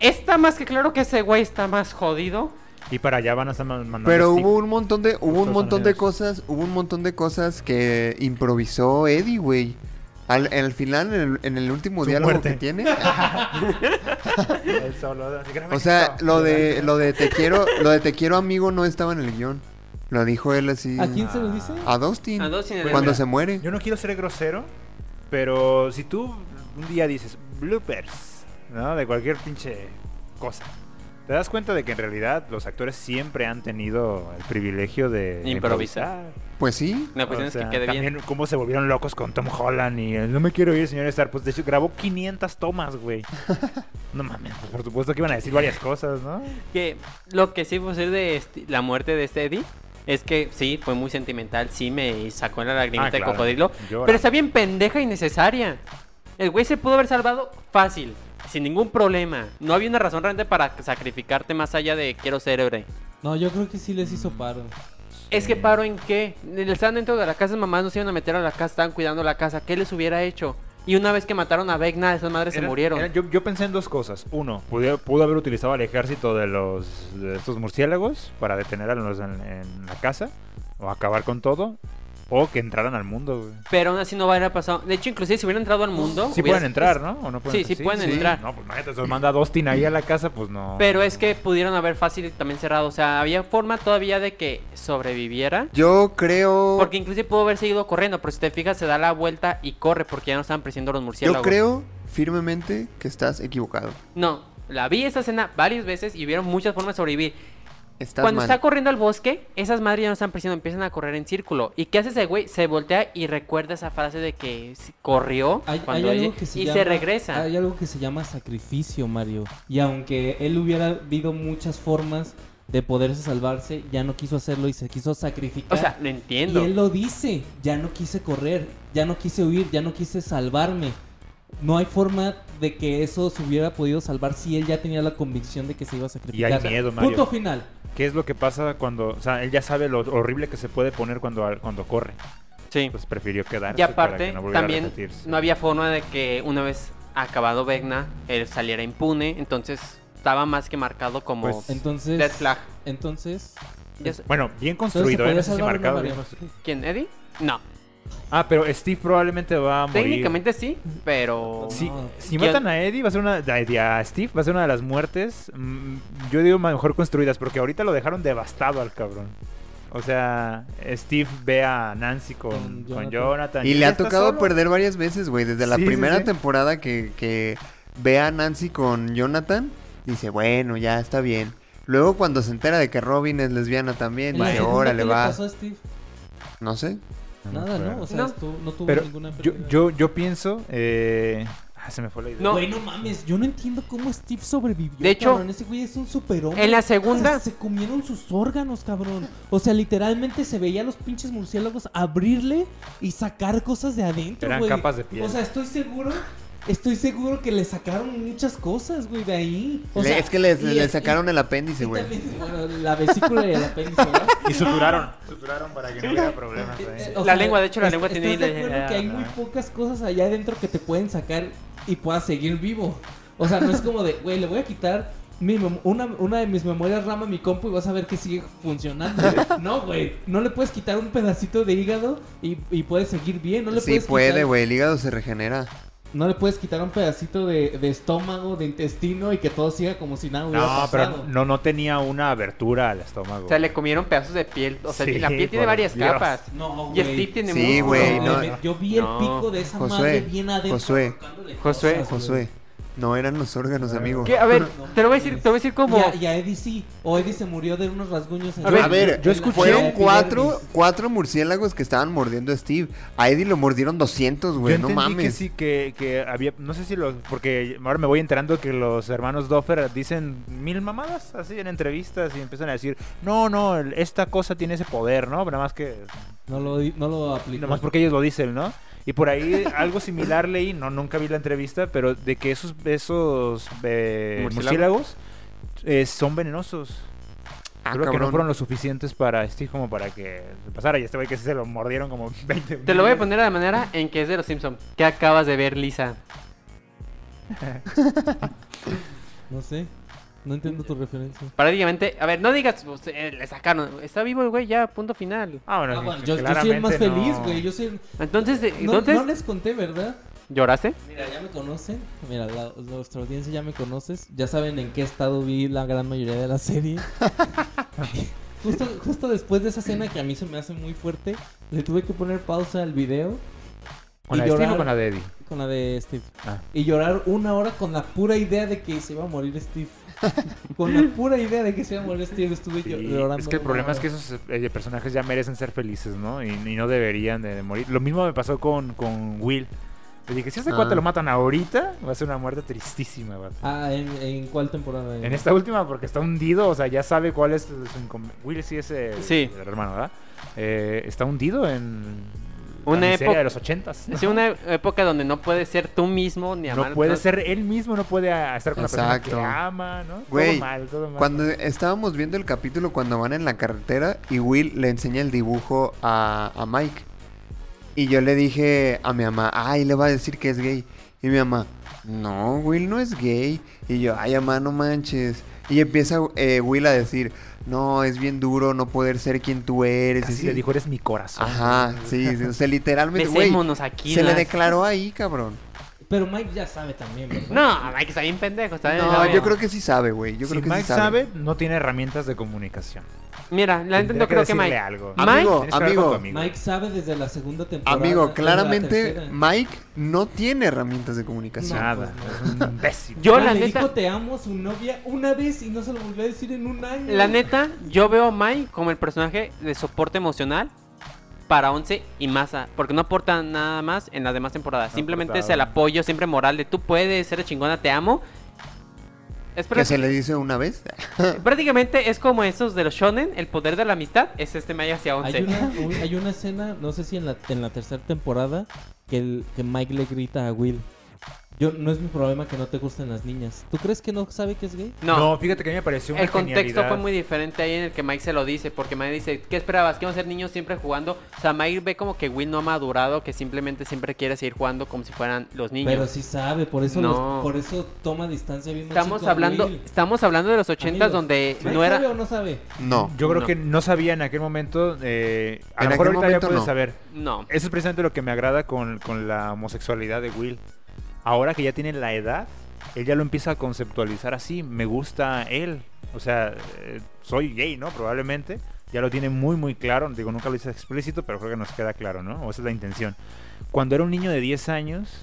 [SPEAKER 4] está más que claro que ese güey está más jodido.
[SPEAKER 5] Y para allá van a estar man- mandando
[SPEAKER 2] Pero
[SPEAKER 5] Steve.
[SPEAKER 2] hubo un montón de hubo un
[SPEAKER 5] Estados
[SPEAKER 2] montón de
[SPEAKER 5] Unidos.
[SPEAKER 2] cosas, hubo un montón de cosas que improvisó Eddie, güey. Al, al final, en el, en el último
[SPEAKER 5] Su
[SPEAKER 2] diálogo
[SPEAKER 5] muerte.
[SPEAKER 2] que tiene.
[SPEAKER 5] Él solo, así, "Grábame
[SPEAKER 2] O sea,
[SPEAKER 5] esto".
[SPEAKER 2] lo de lo de te quiero, lo de te quiero amigo no estaba en el guión. Lo dijo él así.
[SPEAKER 6] ¿A quién se lo dice?
[SPEAKER 4] Ah.
[SPEAKER 2] A Dustin.
[SPEAKER 4] A Dustin, el-
[SPEAKER 2] cuando
[SPEAKER 5] Mira,
[SPEAKER 2] se muere.
[SPEAKER 5] Yo no quiero ser grosero, pero si tú un día dices bloopers, ¿no? De cualquier pinche cosa. Te das cuenta de que en realidad los actores siempre han tenido el privilegio de de
[SPEAKER 4] Improvisar.
[SPEAKER 2] Pues sí.
[SPEAKER 4] La cuestión
[SPEAKER 5] O sea,
[SPEAKER 4] es que quede
[SPEAKER 5] también
[SPEAKER 4] bien.
[SPEAKER 5] cómo se volvieron locos con Tom Holland y el, no me quiero ir, señor Star. Pues de hecho grabó 500 tomas, güey. no mames, pues, por supuesto que iban a decir varias cosas, ¿no?
[SPEAKER 4] Que lo que sí puedo decir de este- la muerte de este Eddie es que sí, fue muy sentimental, sí me sacó la lagrimita
[SPEAKER 5] Ah,
[SPEAKER 4] de
[SPEAKER 5] claro.
[SPEAKER 4] cocodrilo,
[SPEAKER 5] Llora.
[SPEAKER 4] pero está bien pendeja y necesaria. El güey se pudo haber salvado fácil, sin ningún problema. No había una razón realmente para sacrificarte más allá de quiero ser héroe.
[SPEAKER 6] No, yo creo que sí les hizo paro.
[SPEAKER 4] Es que paro en qué? Le Estaban dentro de la casa, mamás no se iban a meter a la casa, estaban cuidando la casa. ¿Qué les hubiera hecho? Y una vez que mataron a Vecna, esas madres se
[SPEAKER 5] Eran-
[SPEAKER 4] murieron.
[SPEAKER 5] eran- yo, yo pensé en dos cosas. Uno, pudo, pudo haber utilizado al ejército de los de estos murciélagos para detener a los en, en la casa o acabar con todo. O que entraran al mundo, güey.
[SPEAKER 4] Pero aún así no hubiera pasado. De hecho, inclusive si hubieran entrado al mundo.
[SPEAKER 5] Sí
[SPEAKER 4] hubiera-
[SPEAKER 5] pueden entrar, ¿no? ¿O no pueden
[SPEAKER 4] Sí,
[SPEAKER 5] entrar?
[SPEAKER 4] sí pueden entrar.
[SPEAKER 5] No, pues imagínate, se los manda Dustin ahí a la casa, pues no.
[SPEAKER 4] Pero es que pudieron haber fácil también cerrado. O sea, había forma todavía de que sobreviviera.
[SPEAKER 2] Yo creo.
[SPEAKER 4] Porque inclusive pudo haber seguido corriendo. Pero si te fijas, se da la vuelta y corre porque ya no estaban presionando los
[SPEAKER 2] Yo
[SPEAKER 4] murciélagos.
[SPEAKER 2] creo firmemente que estás equivocado.
[SPEAKER 4] No, la vi esa escena varias veces y hubieron muchas formas de sobrevivir.
[SPEAKER 2] Estás
[SPEAKER 4] Cuando
[SPEAKER 2] mal.
[SPEAKER 4] está corriendo al bosque, esas madres ya no están presionando, empiezan a correr en círculo. ¿Y qué hace ese güey? Se voltea y recuerda esa frase de que s- corrió
[SPEAKER 6] Hay,
[SPEAKER 4] cuando
[SPEAKER 6] hay
[SPEAKER 4] ella-
[SPEAKER 6] algo que se
[SPEAKER 4] y
[SPEAKER 6] llama-
[SPEAKER 4] se regresa.
[SPEAKER 6] Hay algo que se llama sacrificio, Mario. Y aunque él hubiera habido muchas formas de poderse salvarse, ya no quiso hacerlo y se quiso sacrificar.
[SPEAKER 4] O sea, lo
[SPEAKER 6] y
[SPEAKER 4] entiendo.
[SPEAKER 6] él lo dice, ya no quise correr, ya no quise huir, ya no quise salvarme. No hay forma de que eso se hubiera podido salvar si él ya tenía la convicción de que se iba a sacrificar.
[SPEAKER 5] miedo, Mario.
[SPEAKER 6] Punto final.
[SPEAKER 5] ¿Qué es lo que pasa cuando. O sea, él ya sabe lo horrible que se puede poner cuando, al- cuando corre.
[SPEAKER 4] Sí.
[SPEAKER 5] Pues prefirió quedarse.
[SPEAKER 4] Y
[SPEAKER 5] para que
[SPEAKER 4] aparte,
[SPEAKER 5] no volviera a
[SPEAKER 4] también
[SPEAKER 5] repetirse.
[SPEAKER 4] no había forma de que una vez acabado Vegna, él saliera impune. Entonces estaba más que marcado como
[SPEAKER 5] Pues,
[SPEAKER 6] Entonces,
[SPEAKER 4] Red Flag.
[SPEAKER 6] entonces,
[SPEAKER 4] Ya sé-
[SPEAKER 5] Bueno, bien
[SPEAKER 6] se
[SPEAKER 5] construido, ¿eh?
[SPEAKER 6] podría
[SPEAKER 5] No sé si
[SPEAKER 6] salvar, ¿no,
[SPEAKER 5] marcado, ¿eh?
[SPEAKER 6] Mario?
[SPEAKER 5] bien construido.
[SPEAKER 4] ¿Quién? ¿Eddie? No.
[SPEAKER 5] Ah, pero Steve probablemente va a morir.
[SPEAKER 4] Técnicamente sí, pero.
[SPEAKER 5] Si,
[SPEAKER 6] No.
[SPEAKER 5] si
[SPEAKER 4] ¿Quién?
[SPEAKER 5] matan a Eddie, va a ser una. A, a Steve, va a ser una de las muertes. mm, yo digo mejor construidas, porque ahorita lo dejaron devastado al cabrón. O sea, Steve ve a Nancy con,
[SPEAKER 6] Con
[SPEAKER 5] con
[SPEAKER 6] Jonathan.
[SPEAKER 5] Jonathan.
[SPEAKER 2] Y
[SPEAKER 5] él
[SPEAKER 2] le
[SPEAKER 5] ya
[SPEAKER 2] ha
[SPEAKER 5] está
[SPEAKER 2] tocado
[SPEAKER 5] solo.
[SPEAKER 2] perder varias veces, güey. Desde la
[SPEAKER 5] Sí, sí,
[SPEAKER 2] primera
[SPEAKER 5] sí.
[SPEAKER 2] temporada que, que ve a Nancy con Jonathan, dice, bueno, ya está bien. Luego cuando se entera de que Robin es lesbiana también,
[SPEAKER 6] ¿en la
[SPEAKER 2] dice,
[SPEAKER 6] segunda
[SPEAKER 2] órale,
[SPEAKER 6] qué le
[SPEAKER 2] va.
[SPEAKER 6] pasó a Steve?
[SPEAKER 2] No sé.
[SPEAKER 5] me
[SPEAKER 6] Nada,
[SPEAKER 5] acuerdo.
[SPEAKER 6] ¿no? O sea,
[SPEAKER 4] No.
[SPEAKER 6] estu- no tuvo
[SPEAKER 5] Pero
[SPEAKER 6] ninguna
[SPEAKER 5] Yo,
[SPEAKER 6] pérdida.
[SPEAKER 5] yo, yo pienso. eh, ah, se me fue la idea.
[SPEAKER 4] No.
[SPEAKER 6] Güey, no mames, yo no entiendo cómo Steve sobrevivió.
[SPEAKER 4] De hecho,
[SPEAKER 6] cabrón. ese güey es un superhombre.
[SPEAKER 4] en la segunda-
[SPEAKER 6] Se comieron sus órganos, cabrón. O sea, literalmente se veía a los pinches murciélagos abrirle y sacar cosas de adentro,
[SPEAKER 5] Eran
[SPEAKER 6] güey.
[SPEAKER 5] capas de piel.
[SPEAKER 6] O sea, estoy seguro. Estoy seguro que le sacaron muchas cosas, güey, de ahí. O
[SPEAKER 2] Le-
[SPEAKER 6] sea,
[SPEAKER 2] es que le,
[SPEAKER 6] y
[SPEAKER 2] le
[SPEAKER 6] es-
[SPEAKER 2] sacaron el
[SPEAKER 6] y-
[SPEAKER 2] apéndice,
[SPEAKER 6] y
[SPEAKER 2] güey.
[SPEAKER 6] también, bueno, la vesícula y el apéndice, ¿verdad?
[SPEAKER 5] Y suturaron. Suturaron para que no hubiera problemas.
[SPEAKER 6] Eh,
[SPEAKER 5] ahí.
[SPEAKER 6] o
[SPEAKER 4] La lengua, de hecho, la
[SPEAKER 6] est-
[SPEAKER 4] lengua tiene
[SPEAKER 6] ¿estás de
[SPEAKER 4] hilo-
[SPEAKER 6] acuerdo que hay
[SPEAKER 5] ah,
[SPEAKER 6] muy
[SPEAKER 5] ah.
[SPEAKER 6] pocas cosas allá adentro que te pueden sacar y puedas seguir vivo. O sea, no es como de, güey, le voy a quitar mi mem- una, una de mis memorias rama a mi compu y vas a ver que sigue funcionando. no, güey, no le puedes quitar un pedacito de hígado y, y puedes seguir bien. No le
[SPEAKER 2] Sí
[SPEAKER 6] puedes
[SPEAKER 2] puede,
[SPEAKER 6] quitar,
[SPEAKER 2] güey. El hígado se regenera.
[SPEAKER 6] No le puedes quitar un pedacito de, de estómago, de intestino y que todo siga como si nada hubiera
[SPEAKER 5] No,
[SPEAKER 6] pasado.
[SPEAKER 5] pero no, no tenía una abertura al estómago.
[SPEAKER 4] O sea, le comieron pedazos de piel. O sea,
[SPEAKER 5] Sí,
[SPEAKER 4] la piel tiene
[SPEAKER 5] por
[SPEAKER 4] varias
[SPEAKER 5] Dios.
[SPEAKER 4] capas.
[SPEAKER 6] No,
[SPEAKER 4] Y Steve tiene
[SPEAKER 2] Sí,
[SPEAKER 4] músculo.
[SPEAKER 2] güey, no.
[SPEAKER 6] me- Yo vi
[SPEAKER 4] No.
[SPEAKER 6] el pico de esa madre
[SPEAKER 2] Josué,
[SPEAKER 6] bien adentro.
[SPEAKER 2] Josué,
[SPEAKER 6] tocándole
[SPEAKER 4] Josué,
[SPEAKER 6] cosas, güey.
[SPEAKER 2] Josué. No eran los órganos, amigo.
[SPEAKER 4] ¿Qué? A ver, te lo voy a decir, te voy a decir como.
[SPEAKER 6] Y a, y a Eddie sí. O Eddie se murió de unos rasguños. En
[SPEAKER 4] A
[SPEAKER 6] la-
[SPEAKER 2] A ver, eh,
[SPEAKER 6] en la- en
[SPEAKER 2] fueron
[SPEAKER 6] la
[SPEAKER 2] cuatro,
[SPEAKER 6] epidermis.
[SPEAKER 2] cuatro murciélagos que estaban mordiendo a Steve. A Eddie lo mordieron 200, güey.
[SPEAKER 5] Yo
[SPEAKER 2] No
[SPEAKER 5] entendí que
[SPEAKER 2] mames.
[SPEAKER 5] sí, que, que había, no sé si los, porque ahora me voy enterando que los hermanos Doffer dicen mil mamadas así en entrevistas y empiezan a decir, no, no, el- esta cosa tiene ese poder, ¿no? Nada más que,
[SPEAKER 6] No lo, di- no lo aplicó.
[SPEAKER 5] nada más porque ellos lo dicen, ¿no? Y por ahí algo similar leí, no, nunca vi la entrevista, pero de que esos, esos eh,
[SPEAKER 4] Murciélagos.
[SPEAKER 5] murciélagos eh, son venenosos.
[SPEAKER 2] Ah,
[SPEAKER 5] Creo que no
[SPEAKER 2] cabrón.
[SPEAKER 5] fueron lo suficientes para Steve como para que pasara. Y este güey que sí se lo mordieron como 20
[SPEAKER 4] Te lo voy a
[SPEAKER 5] veces.
[SPEAKER 4] poner de la manera en que es de los Simpsons. ¿Qué acabas de ver, Lisa?
[SPEAKER 6] No sé. No entiendo tu referencia.
[SPEAKER 4] Prácticamente, a ver, no digas, pues, eh, le sacaron. Está vivo el güey, ya, punto final.
[SPEAKER 5] Ah, bueno,
[SPEAKER 6] Ah,
[SPEAKER 5] que-
[SPEAKER 6] bueno,
[SPEAKER 5] que
[SPEAKER 6] yo, yo soy el más
[SPEAKER 5] claramente
[SPEAKER 6] feliz,
[SPEAKER 5] no.
[SPEAKER 6] güey. Yo soy el-
[SPEAKER 4] Entonces, eh,
[SPEAKER 6] No,
[SPEAKER 4] entonces
[SPEAKER 6] no les conté, ¿verdad?
[SPEAKER 4] ¿lloraste?
[SPEAKER 6] Mira, ya me conocen. Mira, la, nuestra audiencia ya me conoces. Ya saben en qué estado vi la gran mayoría de la serie. justo, justo después de esa escena que a mí se me hace muy fuerte, le tuve que poner pausa al video.
[SPEAKER 5] ¿Con
[SPEAKER 6] y
[SPEAKER 5] la de Steve
[SPEAKER 6] llorar.
[SPEAKER 5] o con la de Eddie?
[SPEAKER 6] Con la de Steve.
[SPEAKER 5] Ah.
[SPEAKER 6] Y llorar una hora con la pura idea de que se iba a morir Steve. con la pura idea de que se iba a morir Steve, estuve
[SPEAKER 5] Sí,
[SPEAKER 6] llo- llorando.
[SPEAKER 5] es que el
[SPEAKER 6] una
[SPEAKER 5] problema es
[SPEAKER 6] hora.
[SPEAKER 5] que esos eh, personajes ya merecen ser felices, ¿no? Y, y no deberían de, de morir. Lo mismo me pasó con, con Will. Le dije, si a este
[SPEAKER 2] Ah.
[SPEAKER 5] cuate lo matan ahorita, va a ser una muerte tristísima, vato.
[SPEAKER 6] Ah, ¿en, en cuál temporada?
[SPEAKER 5] En esta última, porque está hundido, o sea, ya sabe cuál es su incom- Will sí es el,
[SPEAKER 4] Sí.
[SPEAKER 5] el hermano, ¿verdad? Eh, está hundido en
[SPEAKER 4] Una
[SPEAKER 5] la miseria
[SPEAKER 4] época-
[SPEAKER 5] de los ochentas.
[SPEAKER 4] Es una época donde no puedes ser tú mismo ni amar.
[SPEAKER 5] No puede ser él mismo, no puede ah, estar con la persona que
[SPEAKER 2] Exacto.
[SPEAKER 5] ama, ¿no?
[SPEAKER 2] Güey,
[SPEAKER 5] todo mal, todo mal.
[SPEAKER 2] Cuando estábamos viendo el capítulo, cuando van en la carretera y Will le enseña el dibujo a, a Mike. Y yo le dije a mi mamá, ay, le va a decir que es gay. Y mi mamá, no, Will no es gay. Y yo, ay, mamá, no manches. Y empieza eh, Will a decir, no, es bien duro no poder ser quien tú eres.
[SPEAKER 5] Casi
[SPEAKER 2] y sí.
[SPEAKER 5] le dijo, eres mi corazón.
[SPEAKER 2] Ajá, sí, sí, o sea, literalmente, güey.
[SPEAKER 4] Besémonos aquí.
[SPEAKER 2] Se le
[SPEAKER 4] las-
[SPEAKER 2] declaró ahí, cabrón.
[SPEAKER 6] Pero Mike ya sabe también, ¿verdad?
[SPEAKER 4] No, Mike está bien pendejo. Está bien-
[SPEAKER 2] No, yo creo que sí sabe, güey. Yo
[SPEAKER 5] si
[SPEAKER 2] creo que
[SPEAKER 5] Mike
[SPEAKER 2] sí
[SPEAKER 5] sabe, no tiene herramientas de comunicación.
[SPEAKER 4] Mira, la gente
[SPEAKER 5] Tendría
[SPEAKER 4] no creo que
[SPEAKER 5] decirle
[SPEAKER 4] Mike.
[SPEAKER 5] algo.
[SPEAKER 4] Mike-
[SPEAKER 2] Amigo,
[SPEAKER 5] Tienes que hablar con tu
[SPEAKER 2] amigo.
[SPEAKER 5] amigo.
[SPEAKER 6] Mike sabe desde la segunda temporada.
[SPEAKER 2] Amigo,
[SPEAKER 6] desde la
[SPEAKER 2] claramente
[SPEAKER 6] tercera. pues,
[SPEAKER 2] Mike no tiene herramientas de comunicación.
[SPEAKER 5] Nada. Es un imbécil.
[SPEAKER 4] Yo,
[SPEAKER 6] Ya
[SPEAKER 4] la
[SPEAKER 6] le
[SPEAKER 4] neta.
[SPEAKER 6] dijo te amo a su novia una vez y no se lo volvió a decir en un año.
[SPEAKER 4] La neta, yo veo a Mai como el personaje de soporte emocional para Once y Masa, porque no aporta nada más en las demás temporadas.
[SPEAKER 5] No
[SPEAKER 4] Simplemente es
[SPEAKER 5] aportaba.
[SPEAKER 4] el apoyo siempre moral de tú puedes, eres chingona, te amo. Es
[SPEAKER 2] Que
[SPEAKER 4] prá-
[SPEAKER 2] se le dice una vez.
[SPEAKER 4] prácticamente es como esos de los shonen, el poder de la amistad es este Mai hacia Once.
[SPEAKER 6] Hay una, un- hay una escena, no sé si en la, en la tercera temporada, que, el, que Mike le grita a Will. Yo, no es mi problema que no te gusten las niñas. ¿Tú crees que no sabe que es gay?
[SPEAKER 4] No.
[SPEAKER 5] No. fíjate que a mí me pareció una
[SPEAKER 4] El contexto
[SPEAKER 5] genialidad.
[SPEAKER 4] fue muy diferente ahí en el que Mike se lo dice, porque Mike dice, ¿qué esperabas? Que íbamos a ser niños siempre jugando. O sea, Mike ve como que Will no ha madurado, que simplemente siempre quiere seguir jugando como si fueran los niños.
[SPEAKER 6] Pero sí sabe, por eso,
[SPEAKER 4] No.
[SPEAKER 6] los- por eso toma distancia bien machín
[SPEAKER 4] Estamos
[SPEAKER 6] con
[SPEAKER 4] hablando,
[SPEAKER 6] Will.
[SPEAKER 4] estamos hablando de los ochentas
[SPEAKER 6] Amigos,
[SPEAKER 4] donde
[SPEAKER 6] ¿Mike
[SPEAKER 4] no era.
[SPEAKER 6] sabe o no sabe?
[SPEAKER 2] No.
[SPEAKER 5] Yo creo
[SPEAKER 4] No.
[SPEAKER 5] que no sabía en aquel momento. eh, a
[SPEAKER 2] En
[SPEAKER 5] lo mejor
[SPEAKER 2] aquel
[SPEAKER 5] ahorita ya
[SPEAKER 2] momento
[SPEAKER 5] puedes
[SPEAKER 2] no.
[SPEAKER 5] saber.
[SPEAKER 4] No.
[SPEAKER 5] Eso es precisamente lo que me agrada con, con la homosexualidad de Will. Ahora que ya tiene la edad, él ya lo empieza a conceptualizar así. Me gusta él. O sea, eh, soy gay, ¿no? Probablemente. Ya lo tiene muy, muy claro. Digo, nunca lo hice explícito, pero creo que nos queda claro, ¿no? O esa es la intención. Cuando era un niño de 10 años,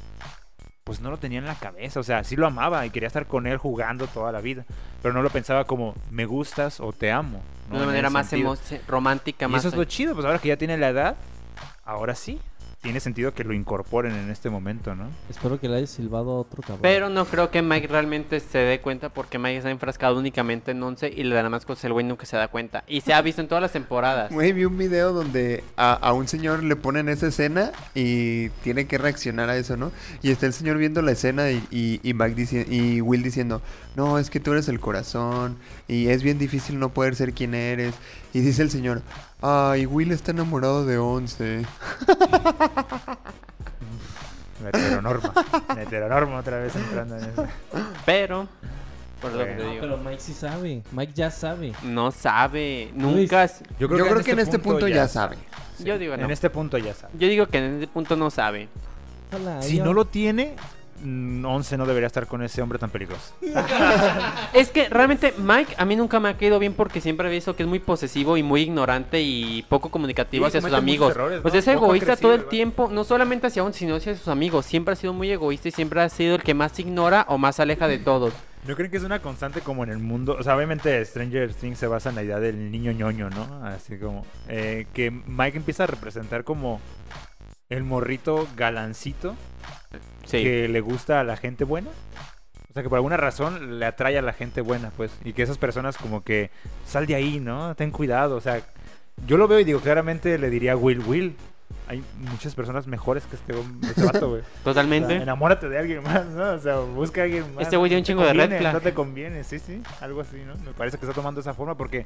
[SPEAKER 5] pues no lo tenía en la cabeza. O sea, sí lo amaba y quería estar con él jugando toda la vida. Pero no lo pensaba como, me gustas o te amo.
[SPEAKER 4] De
[SPEAKER 5] ¿no?
[SPEAKER 4] una
[SPEAKER 5] En
[SPEAKER 4] manera
[SPEAKER 5] ese
[SPEAKER 4] más
[SPEAKER 5] sentido.
[SPEAKER 4] emo- romántica,
[SPEAKER 5] Y
[SPEAKER 4] más.
[SPEAKER 5] eso es lo chido, pues ahora que ya tiene la edad, ahora sí. Tiene sentido que lo incorporen en este momento, ¿no?
[SPEAKER 6] Espero que le haya silbado a otro cabrón.
[SPEAKER 4] Pero no creo que Mike realmente se dé cuenta porque Mike está enfrascado únicamente en 11 y le da más cosas el güey nunca se da cuenta. Y se ha visto en todas las temporadas.
[SPEAKER 2] Güey, vi un video donde a, a un señor le ponen esa escena y tiene que reaccionar a eso, ¿no? Y está el señor viendo la escena y, y, y Mike dici- y Will diciendo, no, es que tú eres el corazón y es bien difícil no poder ser quien eres. Y dice el señor, ay, Will está enamorado de Once.
[SPEAKER 5] La heteronorma. la heteronorma otra vez entrando en eso.
[SPEAKER 4] Pero, por lo que te
[SPEAKER 5] Bueno.
[SPEAKER 6] No,
[SPEAKER 4] digo,
[SPEAKER 6] pero Mike sí sabe. Mike ya sabe.
[SPEAKER 4] no sabe.
[SPEAKER 6] Luis.
[SPEAKER 4] Nunca. es-
[SPEAKER 2] Yo creo, que, en este punto, ya, sabe.
[SPEAKER 4] Yo digo no.
[SPEAKER 5] En este punto ya sabe.
[SPEAKER 4] Yo digo que en este punto no sabe.
[SPEAKER 6] Ojalá
[SPEAKER 5] Si
[SPEAKER 6] haya-
[SPEAKER 5] no lo tiene, mm, Once no debería estar con ese hombre tan peligroso.
[SPEAKER 4] Es que realmente Mike a mí nunca me ha caído bien porque siempre he visto que es muy posesivo y muy ignorante y poco comunicativo
[SPEAKER 5] Sí,
[SPEAKER 4] hacia sus
[SPEAKER 5] comete muchos
[SPEAKER 4] amigos.
[SPEAKER 5] errores, ¿no?
[SPEAKER 4] Pues es
[SPEAKER 5] Poco
[SPEAKER 4] egoísta todo el
[SPEAKER 5] agresivo,
[SPEAKER 4] tiempo, no solamente hacia uno, sino hacia sus amigos. Siempre ha sido muy egoísta y siempre ha sido el que más ignora o más aleja de todos.
[SPEAKER 5] ¿No creen que es una constante como en el mundo? O sea, obviamente Stranger Things se basa en la idea del niño ñoño, ¿no? Así como... eh, que Mike empieza a representar como el morrito galancito
[SPEAKER 4] Sí.
[SPEAKER 5] que le gusta a la gente buena. O sea, que por alguna razón le atrae a la gente buena, pues. Y que esas personas como que sal de ahí, ¿no? Ten cuidado. O sea, yo lo veo y digo, claramente le diría Will Will. Hay muchas personas mejores que este, hom- este vato, güey. O sea,
[SPEAKER 4] Totalmente.
[SPEAKER 5] enamórate de alguien más, ¿no? O sea, busca a alguien más.
[SPEAKER 4] Este güey
[SPEAKER 5] No
[SPEAKER 4] tiene un
[SPEAKER 5] te
[SPEAKER 4] chingo de red
[SPEAKER 5] conviene,
[SPEAKER 4] flag.
[SPEAKER 5] No te conviene, sí, sí. Algo así, ¿no? Me parece que está tomando esa forma porque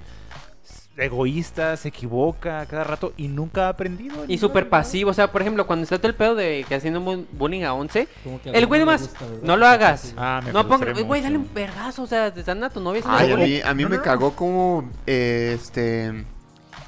[SPEAKER 5] es egoísta, se equivoca cada rato y nunca ha aprendido.
[SPEAKER 4] Y
[SPEAKER 5] ni
[SPEAKER 4] súper
[SPEAKER 5] nada.
[SPEAKER 4] pasivo. O sea, por ejemplo, cuando está todo el pedo de que haciendo bu- bullying a 11,
[SPEAKER 6] Como que a
[SPEAKER 4] El
[SPEAKER 6] Will
[SPEAKER 4] güey
[SPEAKER 6] no le
[SPEAKER 4] más,
[SPEAKER 6] gusta, ¿verdad?
[SPEAKER 4] no lo hagas.
[SPEAKER 5] Ah, me
[SPEAKER 4] no
[SPEAKER 5] gustaría
[SPEAKER 4] pongas. Güey, dale
[SPEAKER 5] mucho.
[SPEAKER 4] un vergazo. O sea, te están a tu novia. es una
[SPEAKER 2] Ay, a
[SPEAKER 4] bobo-
[SPEAKER 2] mí, a mí
[SPEAKER 5] No,
[SPEAKER 2] me
[SPEAKER 5] no, no.
[SPEAKER 2] cagó como, eh, este,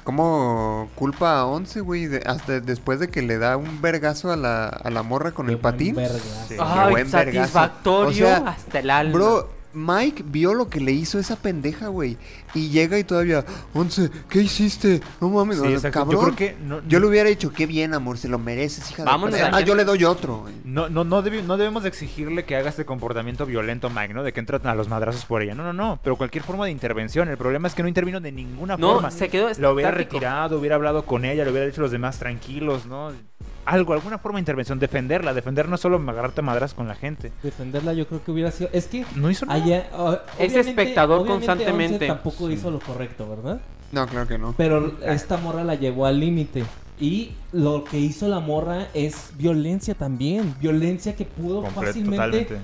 [SPEAKER 2] como culpa a Once, güey, de- hasta después de que le da un vergazo a la, a la morra con
[SPEAKER 6] Qué
[SPEAKER 2] el patín.
[SPEAKER 6] buen vergazo.
[SPEAKER 5] Sí.
[SPEAKER 2] Qué
[SPEAKER 4] Ay,
[SPEAKER 2] buen vergazo.
[SPEAKER 4] satisfactorio
[SPEAKER 2] O sea,
[SPEAKER 4] hasta el alma.
[SPEAKER 2] Bro, Mike vio lo que le hizo esa pendeja, güey, y llega y todavía, Once, ¿qué hiciste? No mames,
[SPEAKER 5] Sí,
[SPEAKER 2] o sea,
[SPEAKER 5] exacto.
[SPEAKER 2] cabrón.
[SPEAKER 5] Yo creo que no,
[SPEAKER 2] Yo le hubiera dicho, qué bien, amor, se lo mereces, hija
[SPEAKER 4] Vámonos
[SPEAKER 2] de... perra".
[SPEAKER 4] a
[SPEAKER 2] Ah,
[SPEAKER 4] la-
[SPEAKER 2] yo le doy otro, güey.
[SPEAKER 5] No, no, no, debi- no debemos de exigirle que haga este comportamiento violento, Mike, ¿no? De que entran a los madrazos por ella. No, no, no. Pero cualquier forma de intervención. El problema es que no intervino de ninguna
[SPEAKER 4] No,
[SPEAKER 5] forma.
[SPEAKER 4] se quedó
[SPEAKER 5] Lo hubiera
[SPEAKER 4] estático.
[SPEAKER 5] retirado, hubiera hablado con ella, lo hubiera hecho los demás tranquilos, ¿no? Algo, alguna forma de intervención. Defenderla. Defender no es solo agarrarte a madrazos con la gente.
[SPEAKER 6] Defenderla yo creo que hubiera sido... Es que...
[SPEAKER 5] No hizo nada.
[SPEAKER 6] Allá, o-
[SPEAKER 4] Es
[SPEAKER 6] obviamente-
[SPEAKER 4] espectador
[SPEAKER 6] obviamente
[SPEAKER 4] constantemente.
[SPEAKER 6] Once tampoco hizo lo correcto, ¿verdad?
[SPEAKER 2] No, claro que no.
[SPEAKER 6] Pero esta morra la llevó al límite. Y lo que hizo la morra es violencia también. Violencia que pudo
[SPEAKER 5] Comple-
[SPEAKER 6] fácilmente...
[SPEAKER 5] totalmente.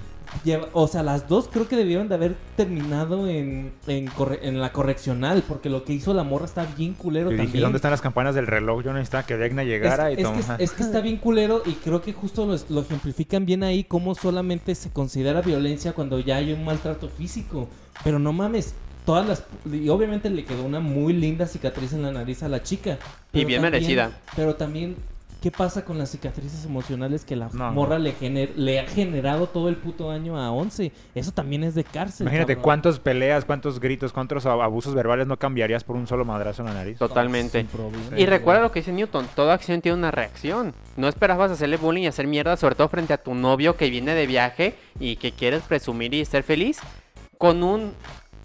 [SPEAKER 6] lleva- o sea, las dos creo que debieron de haber terminado en, en, corre- en la correccional. Porque lo que hizo la morra está bien culero
[SPEAKER 5] Yo dije,
[SPEAKER 6] también.
[SPEAKER 5] ¿dónde están las campanas del reloj? Yo necesitaba que Vegna
[SPEAKER 6] Es,
[SPEAKER 5] llegara y
[SPEAKER 6] es que,
[SPEAKER 5] tomara.
[SPEAKER 6] es que está bien culero y creo que justo lo, lo ejemplifican bien ahí cómo solamente se considera violencia cuando ya hay un maltrato físico. Pero no mames, todas las y obviamente le quedó una muy linda cicatriz en la nariz a la
[SPEAKER 4] Y
[SPEAKER 6] chica. pero
[SPEAKER 4] bien
[SPEAKER 6] también-
[SPEAKER 4] merecida.
[SPEAKER 6] Pero también ¿qué pasa con las cicatrices emocionales que la
[SPEAKER 5] No,
[SPEAKER 6] morra le gener- le ha generado todo el puto año a 11? Eso también es de cárcel.
[SPEAKER 5] Imagínate
[SPEAKER 6] cabrón.
[SPEAKER 5] cuántas peleas, cuántos gritos, cuántos ab- abusos verbales no cambiarías por un solo madrazo en la nariz.
[SPEAKER 4] Tot- Totalmente.
[SPEAKER 6] Sin problema,
[SPEAKER 4] Y recuerda
[SPEAKER 6] güey.
[SPEAKER 4] lo que dice Newton, toda acción tiene una reacción. No esperabas hacerle bullying y hacer mierda, sobre todo frente a tu novio que viene de viaje y que quieres presumir y ser feliz con un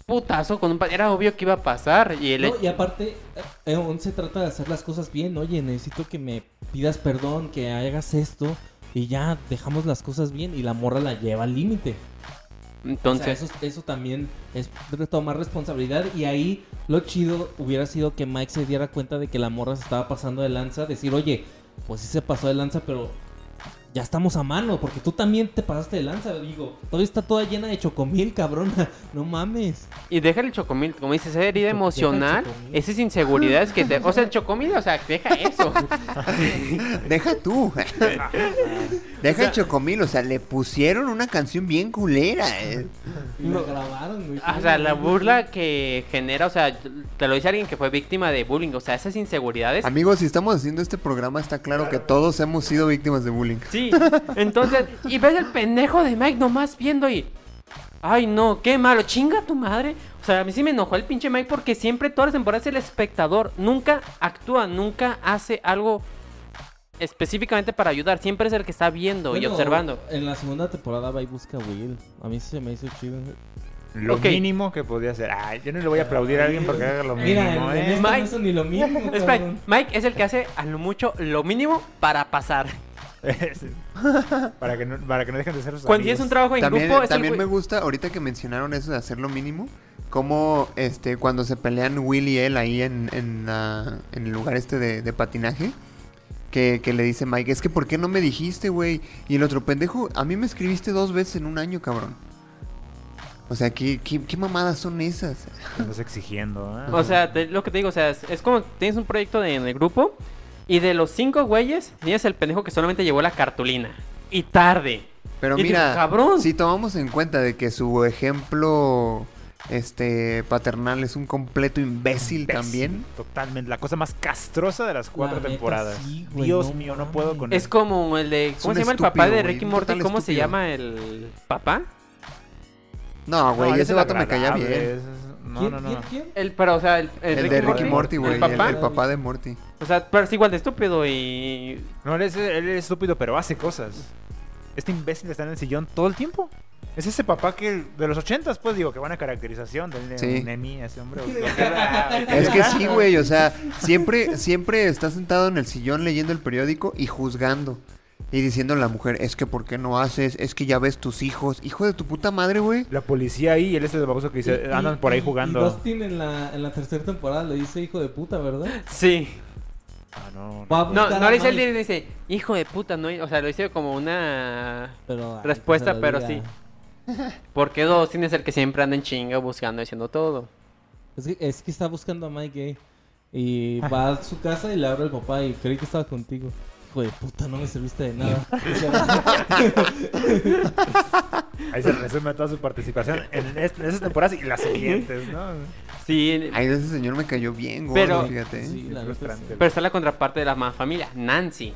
[SPEAKER 4] putazo, con un pa- era obvio que iba a pasar y el e-,
[SPEAKER 6] No, y aparte, eh, aún se trata de hacer las cosas bien. Oye, necesito que me pidas perdón, que hagas esto. Y ya dejamos las cosas bien y la morra la lleva al límite. O sea,
[SPEAKER 4] entonces
[SPEAKER 6] eso, eso también es re- tomar responsabilidad. Y ahí lo chido hubiera sido que Mike se diera cuenta de que la morra se estaba pasando de lanza. Decir, oye, pues sí se pasó de lanza, pero ya estamos a mano. Porque tú también te pasaste de lanza. Digo, todavía está toda llena de chocomil, cabrona. No mames.
[SPEAKER 4] y deja el chocomil, como dices, esa herida
[SPEAKER 6] Deja el
[SPEAKER 4] emocional,
[SPEAKER 6] chocomil.
[SPEAKER 4] esas inseguridades que te, o sea, el chocomil, o sea, deja eso.
[SPEAKER 2] Deja tú. Deja el chocomil, o sea, le pusieron una canción bien culera. eh.
[SPEAKER 6] Y lo grabaron, güey.
[SPEAKER 4] O sea, la burla que genera, o sea, te lo dice alguien que fue víctima de bullying, o sea, esas inseguridades
[SPEAKER 2] Amigos, si estamos haciendo este programa, está claro que todos hemos sido víctimas de bullying.
[SPEAKER 4] Sí, entonces, y ves el pendejo de Mike nomás viendo y. Ay, no, qué malo, chinga tu madre. O sea, a mí sí me enojó el pinche Mike porque siempre todas las temporadas es el espectador. Nunca actúa, nunca hace algo específicamente para ayudar. Siempre es el que está viendo y
[SPEAKER 6] Bueno,
[SPEAKER 4] observando.
[SPEAKER 6] En la segunda temporada va y busca a Will. A mí sí se me hizo chido.
[SPEAKER 5] Lo
[SPEAKER 4] Ok.
[SPEAKER 5] mínimo que podía hacer. Ay, yo no le voy a aplaudir a alguien porque haga lo mínimo,
[SPEAKER 6] Mira, en, en
[SPEAKER 5] ¿eh?
[SPEAKER 6] esta no
[SPEAKER 4] Mike.
[SPEAKER 6] hizo ni lo mismo.
[SPEAKER 4] Espera,
[SPEAKER 6] cabrón.
[SPEAKER 4] Mike es el que hace a lo mucho lo mínimo para pasar.
[SPEAKER 5] Sí. para, que no, para que no dejen de ser sus
[SPEAKER 4] Cuando tienes un
[SPEAKER 5] amigos.
[SPEAKER 4] trabajo en
[SPEAKER 2] También,
[SPEAKER 4] grupo, es
[SPEAKER 2] también
[SPEAKER 4] el...
[SPEAKER 2] me
[SPEAKER 4] güey-
[SPEAKER 2] gusta, ahorita que mencionaron eso de hacer lo mínimo, como este, cuando se pelean Will y él ahí en, en la- en el lugar este de, de patinaje, que, que le dice Mike, es que ¿por qué no me dijiste, güey? Y el otro pendejo, a mí me escribiste dos veces en un año, cabrón. O sea, ¿qué, qué, qué mamadas son esas?
[SPEAKER 5] Andas exigiendo. ¿eh?
[SPEAKER 4] O sea, te- lo que te digo, o sea, es, es como tienes un proyecto de- en el grupo y de los cinco güeyes, tienes el pendejo que solamente llevó la cartulina. Y tarde.
[SPEAKER 2] Pero
[SPEAKER 4] Y digo,
[SPEAKER 2] mira,
[SPEAKER 4] cabrón.
[SPEAKER 2] si tomamos en cuenta de que su ejemplo este paternal es un completo imbécil,
[SPEAKER 5] Imbécil,
[SPEAKER 2] también.
[SPEAKER 5] Totalmente. La cosa más castrosa de las cuatro
[SPEAKER 6] neta,
[SPEAKER 5] temporadas.
[SPEAKER 6] sí, güey,
[SPEAKER 5] Dios
[SPEAKER 6] no
[SPEAKER 5] mío, no puedo
[SPEAKER 6] mames.
[SPEAKER 5] con
[SPEAKER 4] Es
[SPEAKER 5] él.
[SPEAKER 4] como el de. ¿Cómo
[SPEAKER 2] un
[SPEAKER 4] se llama el papá
[SPEAKER 2] estúpido,
[SPEAKER 4] de
[SPEAKER 2] güey,
[SPEAKER 4] Ricky
[SPEAKER 2] un
[SPEAKER 4] Morty?
[SPEAKER 2] total
[SPEAKER 4] ¿Cómo se
[SPEAKER 2] estúpido.
[SPEAKER 4] llama el papá?
[SPEAKER 2] No, güey,
[SPEAKER 5] No, él es
[SPEAKER 2] ese
[SPEAKER 5] el
[SPEAKER 2] vato me caía
[SPEAKER 5] agradable,
[SPEAKER 2] bien.
[SPEAKER 5] es- No,
[SPEAKER 6] ¿Quién,
[SPEAKER 5] no, no.
[SPEAKER 6] quién, quién?
[SPEAKER 4] El, pero, o sea, el, el
[SPEAKER 2] El de Ricky Morty, güey.
[SPEAKER 4] El
[SPEAKER 2] El,
[SPEAKER 4] papá.
[SPEAKER 2] el papá de Morty.
[SPEAKER 4] O sea, pero es igual de estúpido y.
[SPEAKER 5] No, él es, él es estúpido, pero hace cosas. Este imbécil está en el sillón todo el tiempo. Es ese papá que de los ochentas, pues digo, que buena caracterización del
[SPEAKER 2] Sí.
[SPEAKER 5] Nemi, a ese hombre. güey. Lo
[SPEAKER 2] Es
[SPEAKER 6] Ah,
[SPEAKER 2] que sí, güey, o sea, siempre, siempre está sentado en el sillón leyendo el periódico y juzgando. Y diciendo a la mujer, es que ¿por qué no haces? Es que ya ves tus hijos. Hijo de tu puta madre, güey.
[SPEAKER 5] La policía ahí, y él es el baboso que dice,
[SPEAKER 6] Y-
[SPEAKER 5] andan
[SPEAKER 6] y-
[SPEAKER 5] por ahí
[SPEAKER 6] y-
[SPEAKER 5] jugando.
[SPEAKER 6] Y Dustin en la, en la tercera temporada le dice hijo de puta, ¿verdad?
[SPEAKER 4] Sí.
[SPEAKER 5] Ah, no,
[SPEAKER 6] Va a
[SPEAKER 4] No,
[SPEAKER 6] buscar
[SPEAKER 4] no
[SPEAKER 6] a
[SPEAKER 4] le dice el
[SPEAKER 6] Mike,
[SPEAKER 4] le dice, hijo de puta, no. O sea, lo hice como una.
[SPEAKER 6] pero, ay,
[SPEAKER 4] respuesta,
[SPEAKER 6] que se lo
[SPEAKER 4] pero
[SPEAKER 6] diga.
[SPEAKER 4] sí. Porque dos tienes el que siempre anda en chinga buscando, haciendo todo.
[SPEAKER 6] Es que, es que está buscando a Mike gay. Y va a su casa y le abre el papá y creí que estaba contigo. Hijo de puta, no me serviste de nada. Y se va.
[SPEAKER 5] Ahí se resume toda su participación en, es- en esas temporadas y las siguientes, ¿no?
[SPEAKER 4] Sí,
[SPEAKER 2] Ay, ese señor me cayó bien, güey,
[SPEAKER 4] Pero-
[SPEAKER 2] fíjate. ¿eh?
[SPEAKER 6] Sí, la neta
[SPEAKER 5] frustrante.
[SPEAKER 6] sí.
[SPEAKER 4] pero está la contraparte de la más familia, Nancy.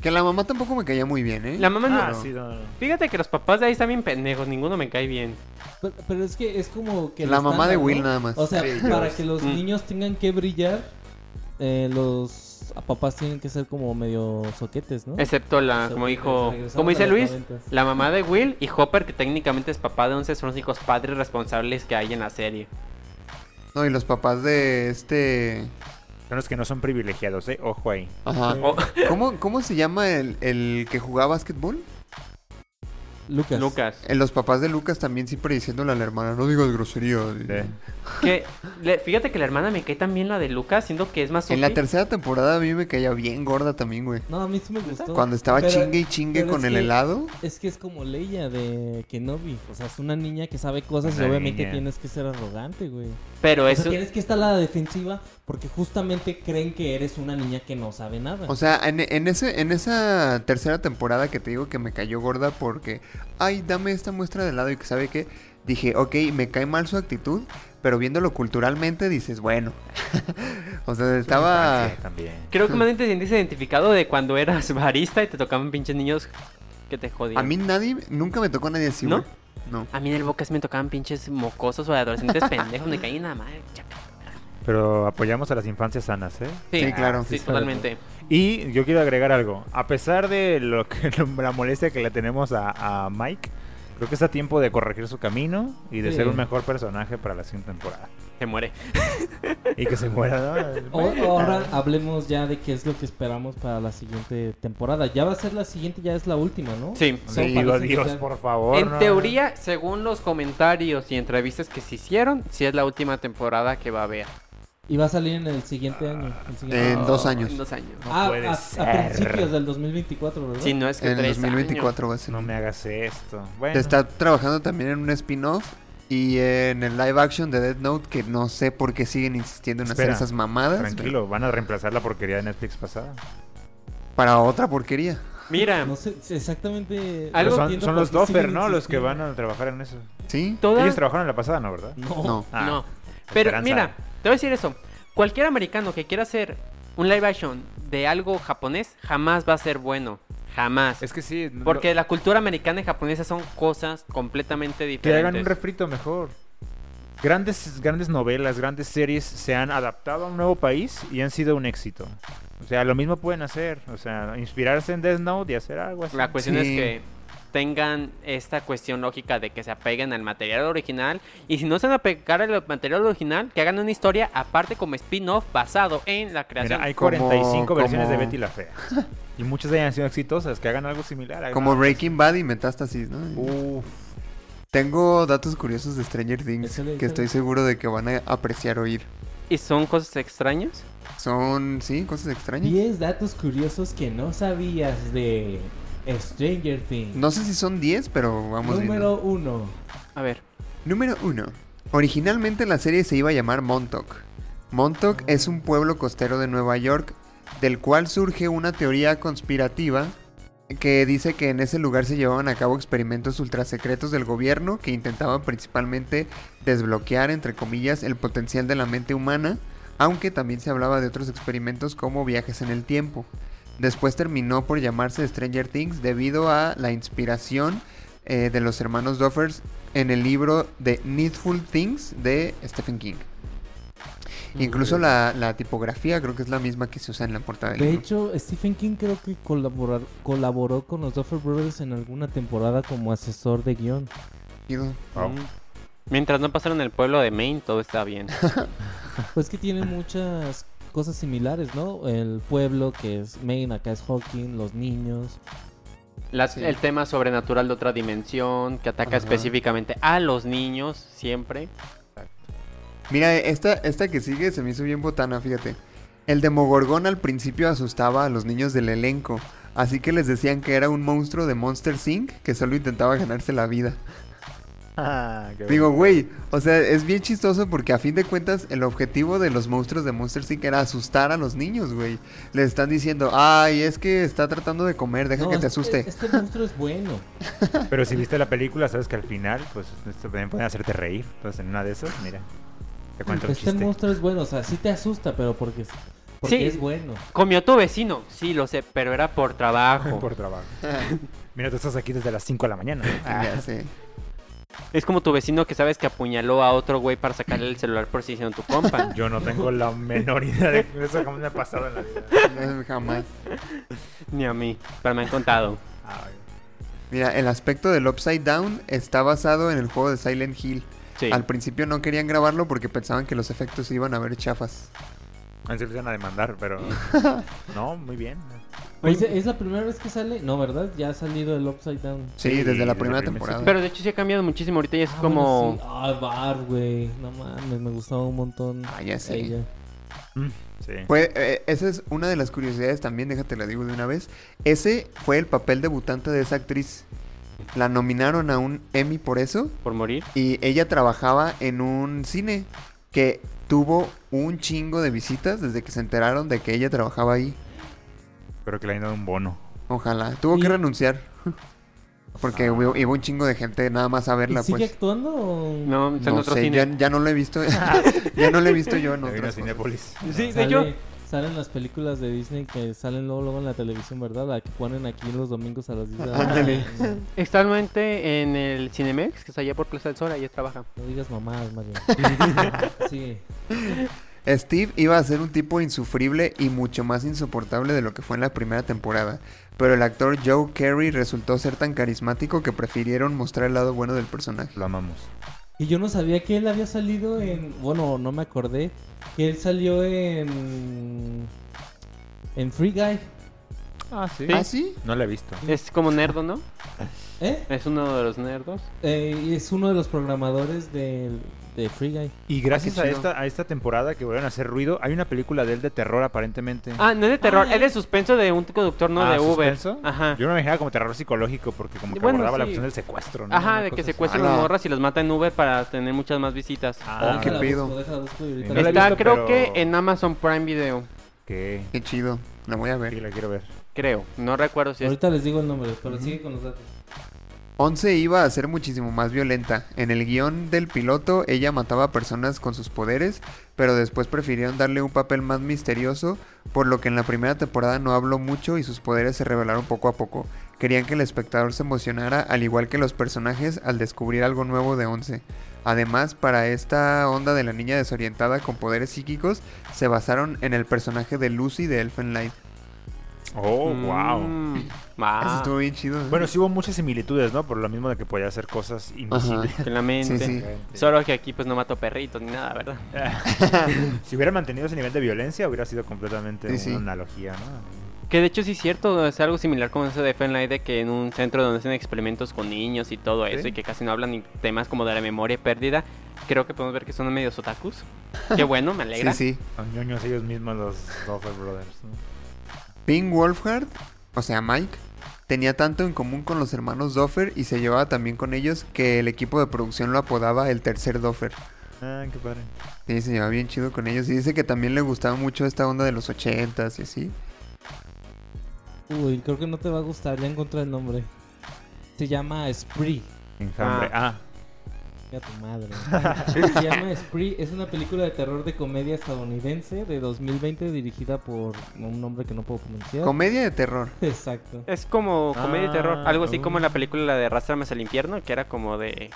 [SPEAKER 2] Que la mamá tampoco me caía muy bien, ¿eh?
[SPEAKER 4] La mamá no.
[SPEAKER 5] Ah, sí, no, no.
[SPEAKER 4] Fíjate que los papás de ahí están bien pendejos, ninguno me cae bien.
[SPEAKER 6] Pero, pero es que es como que... el
[SPEAKER 2] La mamá de
[SPEAKER 6] estándar,
[SPEAKER 2] Will
[SPEAKER 6] ¿no?
[SPEAKER 2] nada más.
[SPEAKER 6] O sea,
[SPEAKER 2] Sí,
[SPEAKER 6] para que los
[SPEAKER 4] Mm.
[SPEAKER 6] niños tengan que brillar, eh, los papás tienen que ser como medio soquetes, ¿no?
[SPEAKER 4] Excepto la,
[SPEAKER 6] Se
[SPEAKER 4] como
[SPEAKER 6] re-
[SPEAKER 4] dijo,
[SPEAKER 6] Oh, regresamos
[SPEAKER 4] como
[SPEAKER 6] a
[SPEAKER 4] dice
[SPEAKER 6] los
[SPEAKER 4] Luis,
[SPEAKER 6] noventas.
[SPEAKER 4] la mamá de Will y Hopper, que técnicamente es papá de 11, son los únicos padres responsables que hay en la serie.
[SPEAKER 2] No, y los papás de este...
[SPEAKER 5] Son los que no son privilegiados, ¿eh? Ojo ahí.
[SPEAKER 2] Ajá.
[SPEAKER 4] O-
[SPEAKER 2] ¿Cómo, cómo se llama el, el que jugaba básquetbol?
[SPEAKER 6] Lucas.
[SPEAKER 4] Lucas,
[SPEAKER 2] Eh, los papás de Lucas también siempre diciéndole a la hermana, no digas grosería.
[SPEAKER 5] Sí.
[SPEAKER 4] que le- fíjate que la hermana me cae también la de Lucas, siendo que es más
[SPEAKER 2] En la
[SPEAKER 4] OP.
[SPEAKER 2] tercera temporada a mí me caía bien gorda también, güey.
[SPEAKER 6] No, a mí sí me gustó.
[SPEAKER 2] Cuando estaba
[SPEAKER 6] Pero-
[SPEAKER 2] chingue y chingue
[SPEAKER 6] pero
[SPEAKER 2] con
[SPEAKER 6] es
[SPEAKER 2] el
[SPEAKER 6] que- Ah.
[SPEAKER 2] helado.
[SPEAKER 6] Es que es como Leia de Kenobi. O sea, es una niña que sabe cosas y
[SPEAKER 5] Una
[SPEAKER 6] obviamente
[SPEAKER 5] niña.
[SPEAKER 6] tienes que ser arrogante, güey.
[SPEAKER 4] pero
[SPEAKER 6] O
[SPEAKER 4] eso
[SPEAKER 6] sea, tienes que estar a la defensiva porque justamente creen que eres una niña que no sabe nada.
[SPEAKER 2] O sea, en, en ese, en esa tercera temporada que te digo que me cayó gorda porque, ay, dame esta muestra de helado y que sabe que dije, ok, me cae mal su actitud, pero viéndolo culturalmente dices, bueno. o sea, estaba...
[SPEAKER 5] Infancia También.
[SPEAKER 4] Creo que más bien te sentiste identificado de cuando eras barista y te tocaban pinches niños que te jodían.
[SPEAKER 2] A mí nadie, nunca me tocó nadie así,
[SPEAKER 4] ¿No?
[SPEAKER 2] güey. No.
[SPEAKER 4] A mí en el Bocas me tocaban pinches mocosos o adolescentes pendejos, me caí nada más.
[SPEAKER 5] Pero apoyamos a las infancias sanas, ¿eh?
[SPEAKER 2] Sí, claro.
[SPEAKER 4] Sí, totalmente.
[SPEAKER 5] Y yo quiero agregar algo. A pesar de lo que, la molestia que le tenemos a, a Mike, creo que está a tiempo de corregir su camino y de
[SPEAKER 6] Sí.
[SPEAKER 5] ser un mejor personaje para la siguiente temporada.
[SPEAKER 4] Se muere.
[SPEAKER 5] Y que se muera, ¿no?
[SPEAKER 6] O- ahora hablemos ya de qué es lo que esperamos para la siguiente temporada. Ya va a ser la siguiente, ya es la última, ¿no?
[SPEAKER 4] Sí.
[SPEAKER 6] Sí,
[SPEAKER 5] Digo,
[SPEAKER 6] parece que
[SPEAKER 5] Dios,
[SPEAKER 6] ya-
[SPEAKER 5] por favor.
[SPEAKER 4] En
[SPEAKER 5] no.
[SPEAKER 4] teoría, según los comentarios y entrevistas que se hicieron, sí es la última temporada que va a haber.
[SPEAKER 6] Y va a salir en el
[SPEAKER 5] Ah,
[SPEAKER 6] siguiente año. el siguiente-
[SPEAKER 2] En dos años.
[SPEAKER 4] En dos años.
[SPEAKER 5] Oh. No
[SPEAKER 6] Ah,
[SPEAKER 5] puede
[SPEAKER 6] a, a
[SPEAKER 5] ser.
[SPEAKER 6] principios del 2024, ¿verdad?
[SPEAKER 4] Si no es que
[SPEAKER 2] En el
[SPEAKER 4] tres
[SPEAKER 2] 2024 va a ser.
[SPEAKER 5] No me hagas esto.
[SPEAKER 2] Se
[SPEAKER 5] Bueno,
[SPEAKER 2] está trabajando también en un spin-off y en el live action de Dead Note, que no sé por qué siguen insistiendo en hacer
[SPEAKER 5] Espera,
[SPEAKER 2] esas mamadas.
[SPEAKER 5] tranquilo, van a reemplazar la porquería de Netflix pasada.
[SPEAKER 2] Para otra porquería.
[SPEAKER 4] años. Mira,
[SPEAKER 6] No sé si exactamente.
[SPEAKER 4] Algo
[SPEAKER 5] Pero son,
[SPEAKER 6] entiendo
[SPEAKER 5] son
[SPEAKER 6] por
[SPEAKER 5] los
[SPEAKER 6] qué siguen
[SPEAKER 5] Doffer, ¿no? Los que
[SPEAKER 6] insistiendo.
[SPEAKER 5] van a trabajar en eso.
[SPEAKER 2] ¿Sí?
[SPEAKER 4] toda...
[SPEAKER 5] Ellos trabajaron en la pasada, ¿no? ¿Verdad?
[SPEAKER 6] No.
[SPEAKER 2] No.
[SPEAKER 5] Ah,
[SPEAKER 4] no. Pero
[SPEAKER 5] esperanza.
[SPEAKER 4] mira, te voy a decir eso. Cualquier americano que quiera hacer un live action de algo japonés jamás va a ser bueno. Jamás.
[SPEAKER 5] Es que sí. no-
[SPEAKER 4] Porque la cultura americana y japonesa son cosas completamente
[SPEAKER 5] Que
[SPEAKER 4] diferentes.
[SPEAKER 5] hagan un refrito mejor. Grandes, grandes novelas, grandes series se han adaptado a un nuevo país y han sido un éxito. O sea, lo mismo pueden hacer. O sea, inspirarse en Death Note y hacer algo así.
[SPEAKER 4] La cuestión
[SPEAKER 2] Sí.
[SPEAKER 4] es que tengan esta cuestión lógica de que se apeguen al material original y si no se van a apegar al material original, que hagan una historia aparte como spin-off basado en la creación.
[SPEAKER 5] Mira, hay
[SPEAKER 2] Como-
[SPEAKER 5] 45 versiones de
[SPEAKER 2] como-
[SPEAKER 5] Betty la Fea. y muchas de ellas han sido exitosas. Que hagan algo similar. hagan
[SPEAKER 2] Como
[SPEAKER 5] algo-
[SPEAKER 2] Breaking Bad y Metástasis, ¿no?
[SPEAKER 5] Uf.
[SPEAKER 2] Tengo datos curiosos de Stranger Things
[SPEAKER 6] Échale,
[SPEAKER 2] que
[SPEAKER 6] échale.
[SPEAKER 2] estoy seguro de que van a apreciar oír.
[SPEAKER 4] ¿Y son cosas extrañas?
[SPEAKER 2] Son, sí, cosas
[SPEAKER 5] ¿eh?
[SPEAKER 2] extrañas.
[SPEAKER 6] 10 datos curiosos que no sabías de Stranger Things.
[SPEAKER 2] No sé si son 10, pero vamos
[SPEAKER 6] Número
[SPEAKER 2] viendo.
[SPEAKER 6] 1.
[SPEAKER 4] A ver.
[SPEAKER 2] Número 1. Originalmente la serie se iba a llamar Montauk. Montauk es un pueblo costero de Nueva York, del cual surge una teoría conspirativa que dice que en ese lugar se llevaban a cabo experimentos ultrasecretos del gobierno que intentaban principalmente desbloquear, entre comillas, el potencial de la mente humana, aunque también se hablaba de otros experimentos como viajes en el tiempo. Después terminó por llamarse Stranger Things debido a la inspiración eh, de los hermanos Duffers en el libro de Needful Things de Stephen King. Incluso la, la tipografía creo que es la misma que se usa en la portada del
[SPEAKER 6] De
[SPEAKER 2] libro.
[SPEAKER 6] hecho, Stephen King creo que colaborar, colaboró con los Duffer Brothers en alguna temporada como asesor de guión.
[SPEAKER 2] Digo,
[SPEAKER 6] Ah,
[SPEAKER 5] Wow.
[SPEAKER 4] Mientras no pasaron el pueblo de Maine, todo está bien.
[SPEAKER 6] Pues que tiene muchas cosas similares, ¿no? El pueblo que es Maine, acá es Hawking, los niños.
[SPEAKER 4] Las-
[SPEAKER 2] Sí.
[SPEAKER 4] El tema sobrenatural de otra dimensión que ataca
[SPEAKER 2] Ajá.
[SPEAKER 4] específicamente a los niños siempre.
[SPEAKER 2] Mira, esta, esta que sigue se me hizo bien botana, fíjate. El Demogorgón al principio asustaba a los niños del elenco, así que les decían que era un monstruo de Monster Inc. que solo intentaba ganarse la vida.
[SPEAKER 5] Ah, qué
[SPEAKER 2] Digo,
[SPEAKER 5] bueno.
[SPEAKER 2] güey, o sea, es bien chistoso porque a fin de cuentas el objetivo de los monstruos de Monster Inc. era asustar a los niños, güey. Les están diciendo, ay, es que está tratando de comer, deja
[SPEAKER 6] No,
[SPEAKER 2] que te
[SPEAKER 6] este-
[SPEAKER 2] asuste.
[SPEAKER 6] Este, monstruo es bueno.
[SPEAKER 5] Pero si viste la película, sabes que al final, pues, esto también pueden hacerte reír. Entonces, en una de esas, mira, te cuento un
[SPEAKER 6] Este
[SPEAKER 5] chiste.
[SPEAKER 6] monstruo es bueno, o sea, sí te asusta, pero porque, porque
[SPEAKER 4] Sí.
[SPEAKER 6] es bueno.
[SPEAKER 4] Comió tu vecino, sí, lo sé, pero era por trabajo.
[SPEAKER 5] Por trabajo. Mira, tú estás aquí desde las 5 de la mañana.
[SPEAKER 2] Ya sé.
[SPEAKER 4] Es como tu vecino que sabes que apuñaló a otro güey para sacarle el celular por si hicieron tu compa.
[SPEAKER 5] Yo no tengo la menor idea de que eso jamás me ha pasado en la vida.
[SPEAKER 2] No, jamás.
[SPEAKER 4] Ni a mí, pero me han contado.
[SPEAKER 5] Ay.
[SPEAKER 2] Mira, el aspecto del Upside Down está basado en el juego de Silent Hill.
[SPEAKER 4] Sí.
[SPEAKER 2] Al principio no querían grabarlo porque pensaban que los efectos se iban a ver chafas.
[SPEAKER 5] En serio, se van a demandar, pero. No, muy bien.
[SPEAKER 6] Pues, es la primera vez que sale, no, ¿verdad? Ya ha salido el Upside Down.
[SPEAKER 2] Sí,
[SPEAKER 5] Sí,
[SPEAKER 2] desde la
[SPEAKER 5] desde
[SPEAKER 2] primera
[SPEAKER 5] el primer
[SPEAKER 2] temporada.
[SPEAKER 4] Pero de hecho sí ha cambiado muchísimo. Ahorita ya es
[SPEAKER 6] Ah,
[SPEAKER 4] como.
[SPEAKER 6] bueno, sí. Ah, Barb, güey. No mames, me gustaba un montón.
[SPEAKER 2] Ah, ya sé.
[SPEAKER 6] ella.
[SPEAKER 5] Mm, Sí.
[SPEAKER 2] Fue, eh, esa es una de las curiosidades también, déjate la digo de una vez. Ese fue el papel debutante de esa actriz. La nominaron a un Emmy por eso
[SPEAKER 4] Por morir.
[SPEAKER 2] y ella trabajaba en un cine que tuvo un chingo de visitas desde que se enteraron de que ella trabajaba ahí.
[SPEAKER 5] Espero que le hayan dado un bono.
[SPEAKER 2] Ojalá. Tuvo
[SPEAKER 6] Y-
[SPEAKER 2] que renunciar. Porque hubo- iba un chingo de gente nada más a
[SPEAKER 6] ¿Y
[SPEAKER 2] verla,
[SPEAKER 6] ¿Sigue
[SPEAKER 2] pues.
[SPEAKER 6] actuando o...?
[SPEAKER 4] No, está en
[SPEAKER 2] No
[SPEAKER 4] otro
[SPEAKER 2] sé,
[SPEAKER 4] cine. Ah.
[SPEAKER 2] ya, ya no lo he visto. ya no lo he visto yo en
[SPEAKER 5] Ya vino a
[SPEAKER 2] otras cosas.
[SPEAKER 5] Cinépolis.
[SPEAKER 4] Sí, de
[SPEAKER 6] Sale-
[SPEAKER 4] hecho,
[SPEAKER 6] Salen las películas de Disney que salen luego, luego en la televisión, ¿verdad? La que ponen aquí los domingos a las 10 de la
[SPEAKER 2] Ándale.
[SPEAKER 6] noche.
[SPEAKER 4] actualmente en el Cinemex, que está allá por Plaza del Sol, ahí trabaja.
[SPEAKER 6] No digas mamadas, Mario. sí.
[SPEAKER 2] Steve iba a ser un tipo insufrible y mucho más insoportable de lo que fue en la primera temporada, pero el actor Joe Carey resultó ser tan carismático que prefirieron mostrar el lado bueno del personaje.
[SPEAKER 5] Lo amamos.
[SPEAKER 6] Y yo no sabía que él había salido en... Bueno, no me acordé. Que él salió en... En Free Guy.
[SPEAKER 5] Ah, sí.
[SPEAKER 2] ¿Ah, sí?
[SPEAKER 5] No la he visto.
[SPEAKER 4] Es como nerdo, ¿no?
[SPEAKER 6] ¿Eh?
[SPEAKER 4] Es uno de los nerdos.
[SPEAKER 6] Eh, y es uno de los programadores de, de Free Guy.
[SPEAKER 5] Y gracias
[SPEAKER 4] qué
[SPEAKER 5] a
[SPEAKER 4] chido.
[SPEAKER 5] esta, a esta temporada que vuelven a hacer ruido, hay una película de él de terror aparentemente.
[SPEAKER 4] Ah, no es de terror, es de suspenso de un conductor, no
[SPEAKER 5] Ah,
[SPEAKER 4] de Uber.
[SPEAKER 5] ¿suspenso?
[SPEAKER 4] Ajá.
[SPEAKER 5] Yo me imaginaba como terror psicológico porque como que
[SPEAKER 4] Bueno,
[SPEAKER 5] abordaba la
[SPEAKER 4] sí.
[SPEAKER 5] opción del secuestro, ¿no?
[SPEAKER 4] Ajá,
[SPEAKER 5] Una
[SPEAKER 4] de que
[SPEAKER 5] cosa así.
[SPEAKER 4] secuestran
[SPEAKER 2] Ah, no.
[SPEAKER 4] morras y las matan en Uber para tener muchas más visitas.
[SPEAKER 5] Ah,
[SPEAKER 6] Déjala
[SPEAKER 2] qué pedo.
[SPEAKER 6] busco, déjala busco y ahorita
[SPEAKER 5] No
[SPEAKER 6] la-
[SPEAKER 5] la he
[SPEAKER 4] Está
[SPEAKER 5] visto,
[SPEAKER 4] creo
[SPEAKER 5] pero-
[SPEAKER 4] que en Amazon Prime Video,
[SPEAKER 5] que
[SPEAKER 2] Qué chido, la voy a
[SPEAKER 5] sí,
[SPEAKER 2] ver.
[SPEAKER 5] la quiero ver.
[SPEAKER 4] creo. No recuerdo si es...
[SPEAKER 6] Ahorita les digo el nombre, pero sigue con los datos.
[SPEAKER 2] 11 iba a ser muchísimo más violenta. En el guión del piloto, ella mataba a personas con sus poderes, pero después prefirieron darle un papel más misterioso, por lo que en la primera temporada no habló mucho y sus poderes se revelaron poco a poco. Querían que el espectador se emocionara, al igual que los personajes, al descubrir algo nuevo de Once. Además, para esta onda de la niña desorientada con poderes psíquicos, se basaron en el personaje de Lucy de Elfenlight.
[SPEAKER 5] Oh, wow.
[SPEAKER 4] Mm,
[SPEAKER 2] Eso
[SPEAKER 4] ah,
[SPEAKER 2] estuvo bien chido. ¿eh?
[SPEAKER 5] Bueno, sí hubo muchas similitudes, ¿no? Por lo mismo de que podía hacer cosas
[SPEAKER 2] Ajá.
[SPEAKER 5] invisibles.
[SPEAKER 4] que la mente.
[SPEAKER 2] Sí.
[SPEAKER 4] Solo que aquí pues no mato perritos ni nada, ¿verdad?
[SPEAKER 5] si hubiera mantenido ese nivel de violencia, hubiera sido completamente
[SPEAKER 2] Sí,
[SPEAKER 5] una
[SPEAKER 2] sí.
[SPEAKER 5] analogía, ¿no?
[SPEAKER 4] Que de hecho sí es cierto, es algo similar como eso de Fenlight, de que en un centro donde hacen experimentos con niños y todo eso,
[SPEAKER 5] Sí.
[SPEAKER 4] y que casi no hablan ni temas como de la memoria pérdida, creo que podemos ver que son medios otakus. Qué bueno, me
[SPEAKER 2] Sí,
[SPEAKER 4] alegra.
[SPEAKER 2] sí.
[SPEAKER 5] Son ñoños ellos mismos los Duffer Brothers, ¿no?
[SPEAKER 2] Pink Wolfhard, o sea Mike, tenía tanto en común con los hermanos Doffer y se llevaba también con ellos que el equipo de producción lo apodaba el tercer Doffer.
[SPEAKER 5] Ah, qué padre.
[SPEAKER 2] Sí, se llevaba bien chido con ellos y dice que también le gustaba mucho esta onda de los ochentas y así.
[SPEAKER 6] Uy, creo que no te va a gustar, ya encontré el nombre. Se llama Spree.
[SPEAKER 5] Enjambre. Ah,
[SPEAKER 6] Ya tu madre. Se llama Spree, es una película de terror de comedia estadounidense de 2020 dirigida por un nombre que no puedo pronunciar.
[SPEAKER 2] Comedia de terror.
[SPEAKER 6] Exacto.
[SPEAKER 4] Es como comedia y terror,
[SPEAKER 5] Ah,
[SPEAKER 4] algo así como
[SPEAKER 5] uh.
[SPEAKER 4] la película la de Arrastrame al infierno, que era como de...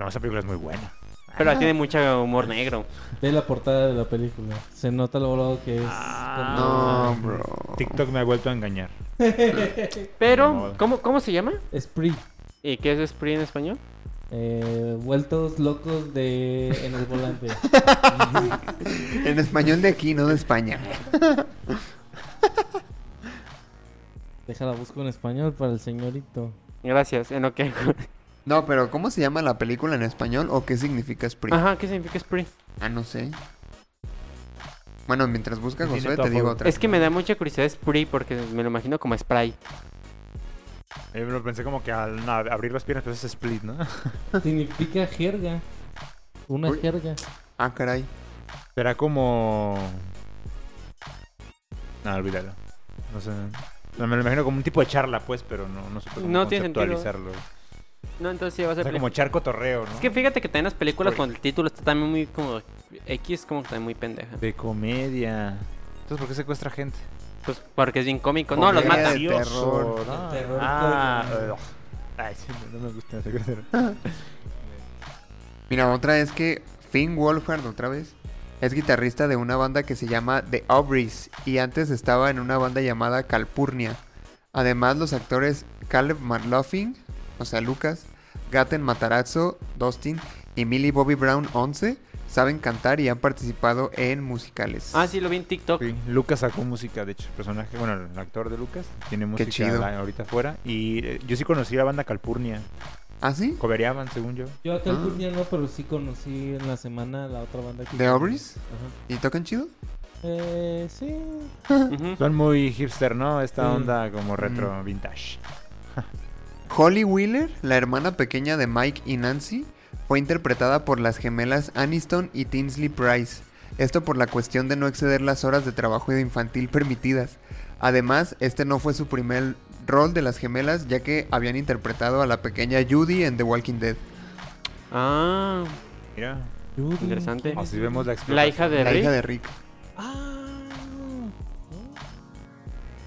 [SPEAKER 5] no, esa película es muy buena.
[SPEAKER 4] Pero
[SPEAKER 5] Ah.
[SPEAKER 4] tiene mucho humor negro.
[SPEAKER 6] Ve la portada de la película. Se nota lo volado que es.
[SPEAKER 5] Ah.
[SPEAKER 2] No, bro.
[SPEAKER 5] TikTok me ha vuelto a engañar. Ni
[SPEAKER 4] Pero,
[SPEAKER 5] modo.
[SPEAKER 4] ¿cómo, cómo se llama?
[SPEAKER 6] Spree.
[SPEAKER 4] ¿Y qué es Spree en español?
[SPEAKER 6] Eh, vueltos locos de en el volante.
[SPEAKER 2] En español de aquí, no de España.
[SPEAKER 6] Déjala busco en español para el señorito.
[SPEAKER 4] Gracias, en lo que...
[SPEAKER 2] No, pero ¿cómo se llama la película en español o qué significa Spring?
[SPEAKER 4] Ajá, ¿qué significa Spree?
[SPEAKER 2] Ah, no sé. Bueno, mientras busca
[SPEAKER 5] Dile
[SPEAKER 2] Josué,
[SPEAKER 5] tú a
[SPEAKER 2] te digo
[SPEAKER 5] favor.
[SPEAKER 2] otra.
[SPEAKER 4] Es que me da mucha curiosidad Spree porque me lo imagino como Sprite.
[SPEAKER 5] Eh, lo pensé como que al no, abrir las piernas, pues es split, ¿no?
[SPEAKER 6] Significa jerga. Una
[SPEAKER 2] Uy.
[SPEAKER 6] jerga.
[SPEAKER 2] Ah, caray.
[SPEAKER 5] Será como. No, olvídalo. No sé. No, me lo imagino como un tipo de charla, pues, pero no, no supe cómo
[SPEAKER 4] No tiene sentido.
[SPEAKER 5] conceptualizarlo.
[SPEAKER 4] No, entonces sí va a
[SPEAKER 5] O
[SPEAKER 4] ser
[SPEAKER 5] sea,
[SPEAKER 4] película.
[SPEAKER 5] como charco torreo, ¿no?
[SPEAKER 4] Es que fíjate que también las películas con el título está también muy como X como que también muy pendeja.
[SPEAKER 5] De comedia. Entonces, ¿por qué secuestra gente?
[SPEAKER 4] Pues porque es bien cómico. No, los
[SPEAKER 2] Comedia
[SPEAKER 4] mata.
[SPEAKER 2] de terror.
[SPEAKER 5] ¿no?
[SPEAKER 6] Terror
[SPEAKER 5] Ah,
[SPEAKER 6] cómico.
[SPEAKER 5] ugh. Ay, sí, no me gusta. no sé qué hacer.
[SPEAKER 2] Mira, otra es que Finn Wolfhard, otra vez, es guitarrista de una banda que se llama The Obris y antes estaba en una banda llamada Calpurnia. Además, los actores Caleb McLaughlin, o sea, Lucas, Gaten Matarazzo, Dustin y Millie Bobby Brown 11 saben cantar y han participado en musicales.
[SPEAKER 4] Ah, sí, lo vi en TikTok.
[SPEAKER 5] Sí, Lucas sacó música, de hecho, el personaje, bueno, el actor de Lucas tiene música
[SPEAKER 2] chido.
[SPEAKER 5] ahorita afuera. Y eh, yo sí conocí la banda Calpurnia.
[SPEAKER 2] ¿Ah, sí?
[SPEAKER 5] Cobereaban, según yo.
[SPEAKER 6] Yo acá
[SPEAKER 2] Ah.
[SPEAKER 6] el Curnia no, pero sí conocí en la semana la otra banda que.
[SPEAKER 2] ¿The Obris?
[SPEAKER 6] Ajá.
[SPEAKER 2] ¿Y tocan chido?
[SPEAKER 6] Eh, sí.
[SPEAKER 4] Ujú.
[SPEAKER 5] Son muy hipster, ¿no? Esta
[SPEAKER 6] Mm.
[SPEAKER 5] onda como retro vintage.
[SPEAKER 2] Holly Wheeler, la hermana pequeña de Mike y Nancy, fue interpretada por las gemelas Aniston y Tinsley Price. Esto por la cuestión de no exceder las horas de trabajo infantil permitidas. Además, este no fue su primer rol de las gemelas, ya que habían interpretado a la pequeña Judy en The Walking Dead.
[SPEAKER 4] Ah,
[SPEAKER 5] Mira,
[SPEAKER 6] Judy,
[SPEAKER 4] Interesante.
[SPEAKER 6] ¿quién es
[SPEAKER 5] así vemos la
[SPEAKER 4] la
[SPEAKER 5] explotación.
[SPEAKER 4] hija de
[SPEAKER 2] la
[SPEAKER 4] Rick.
[SPEAKER 2] hija de Rick.
[SPEAKER 6] Ah,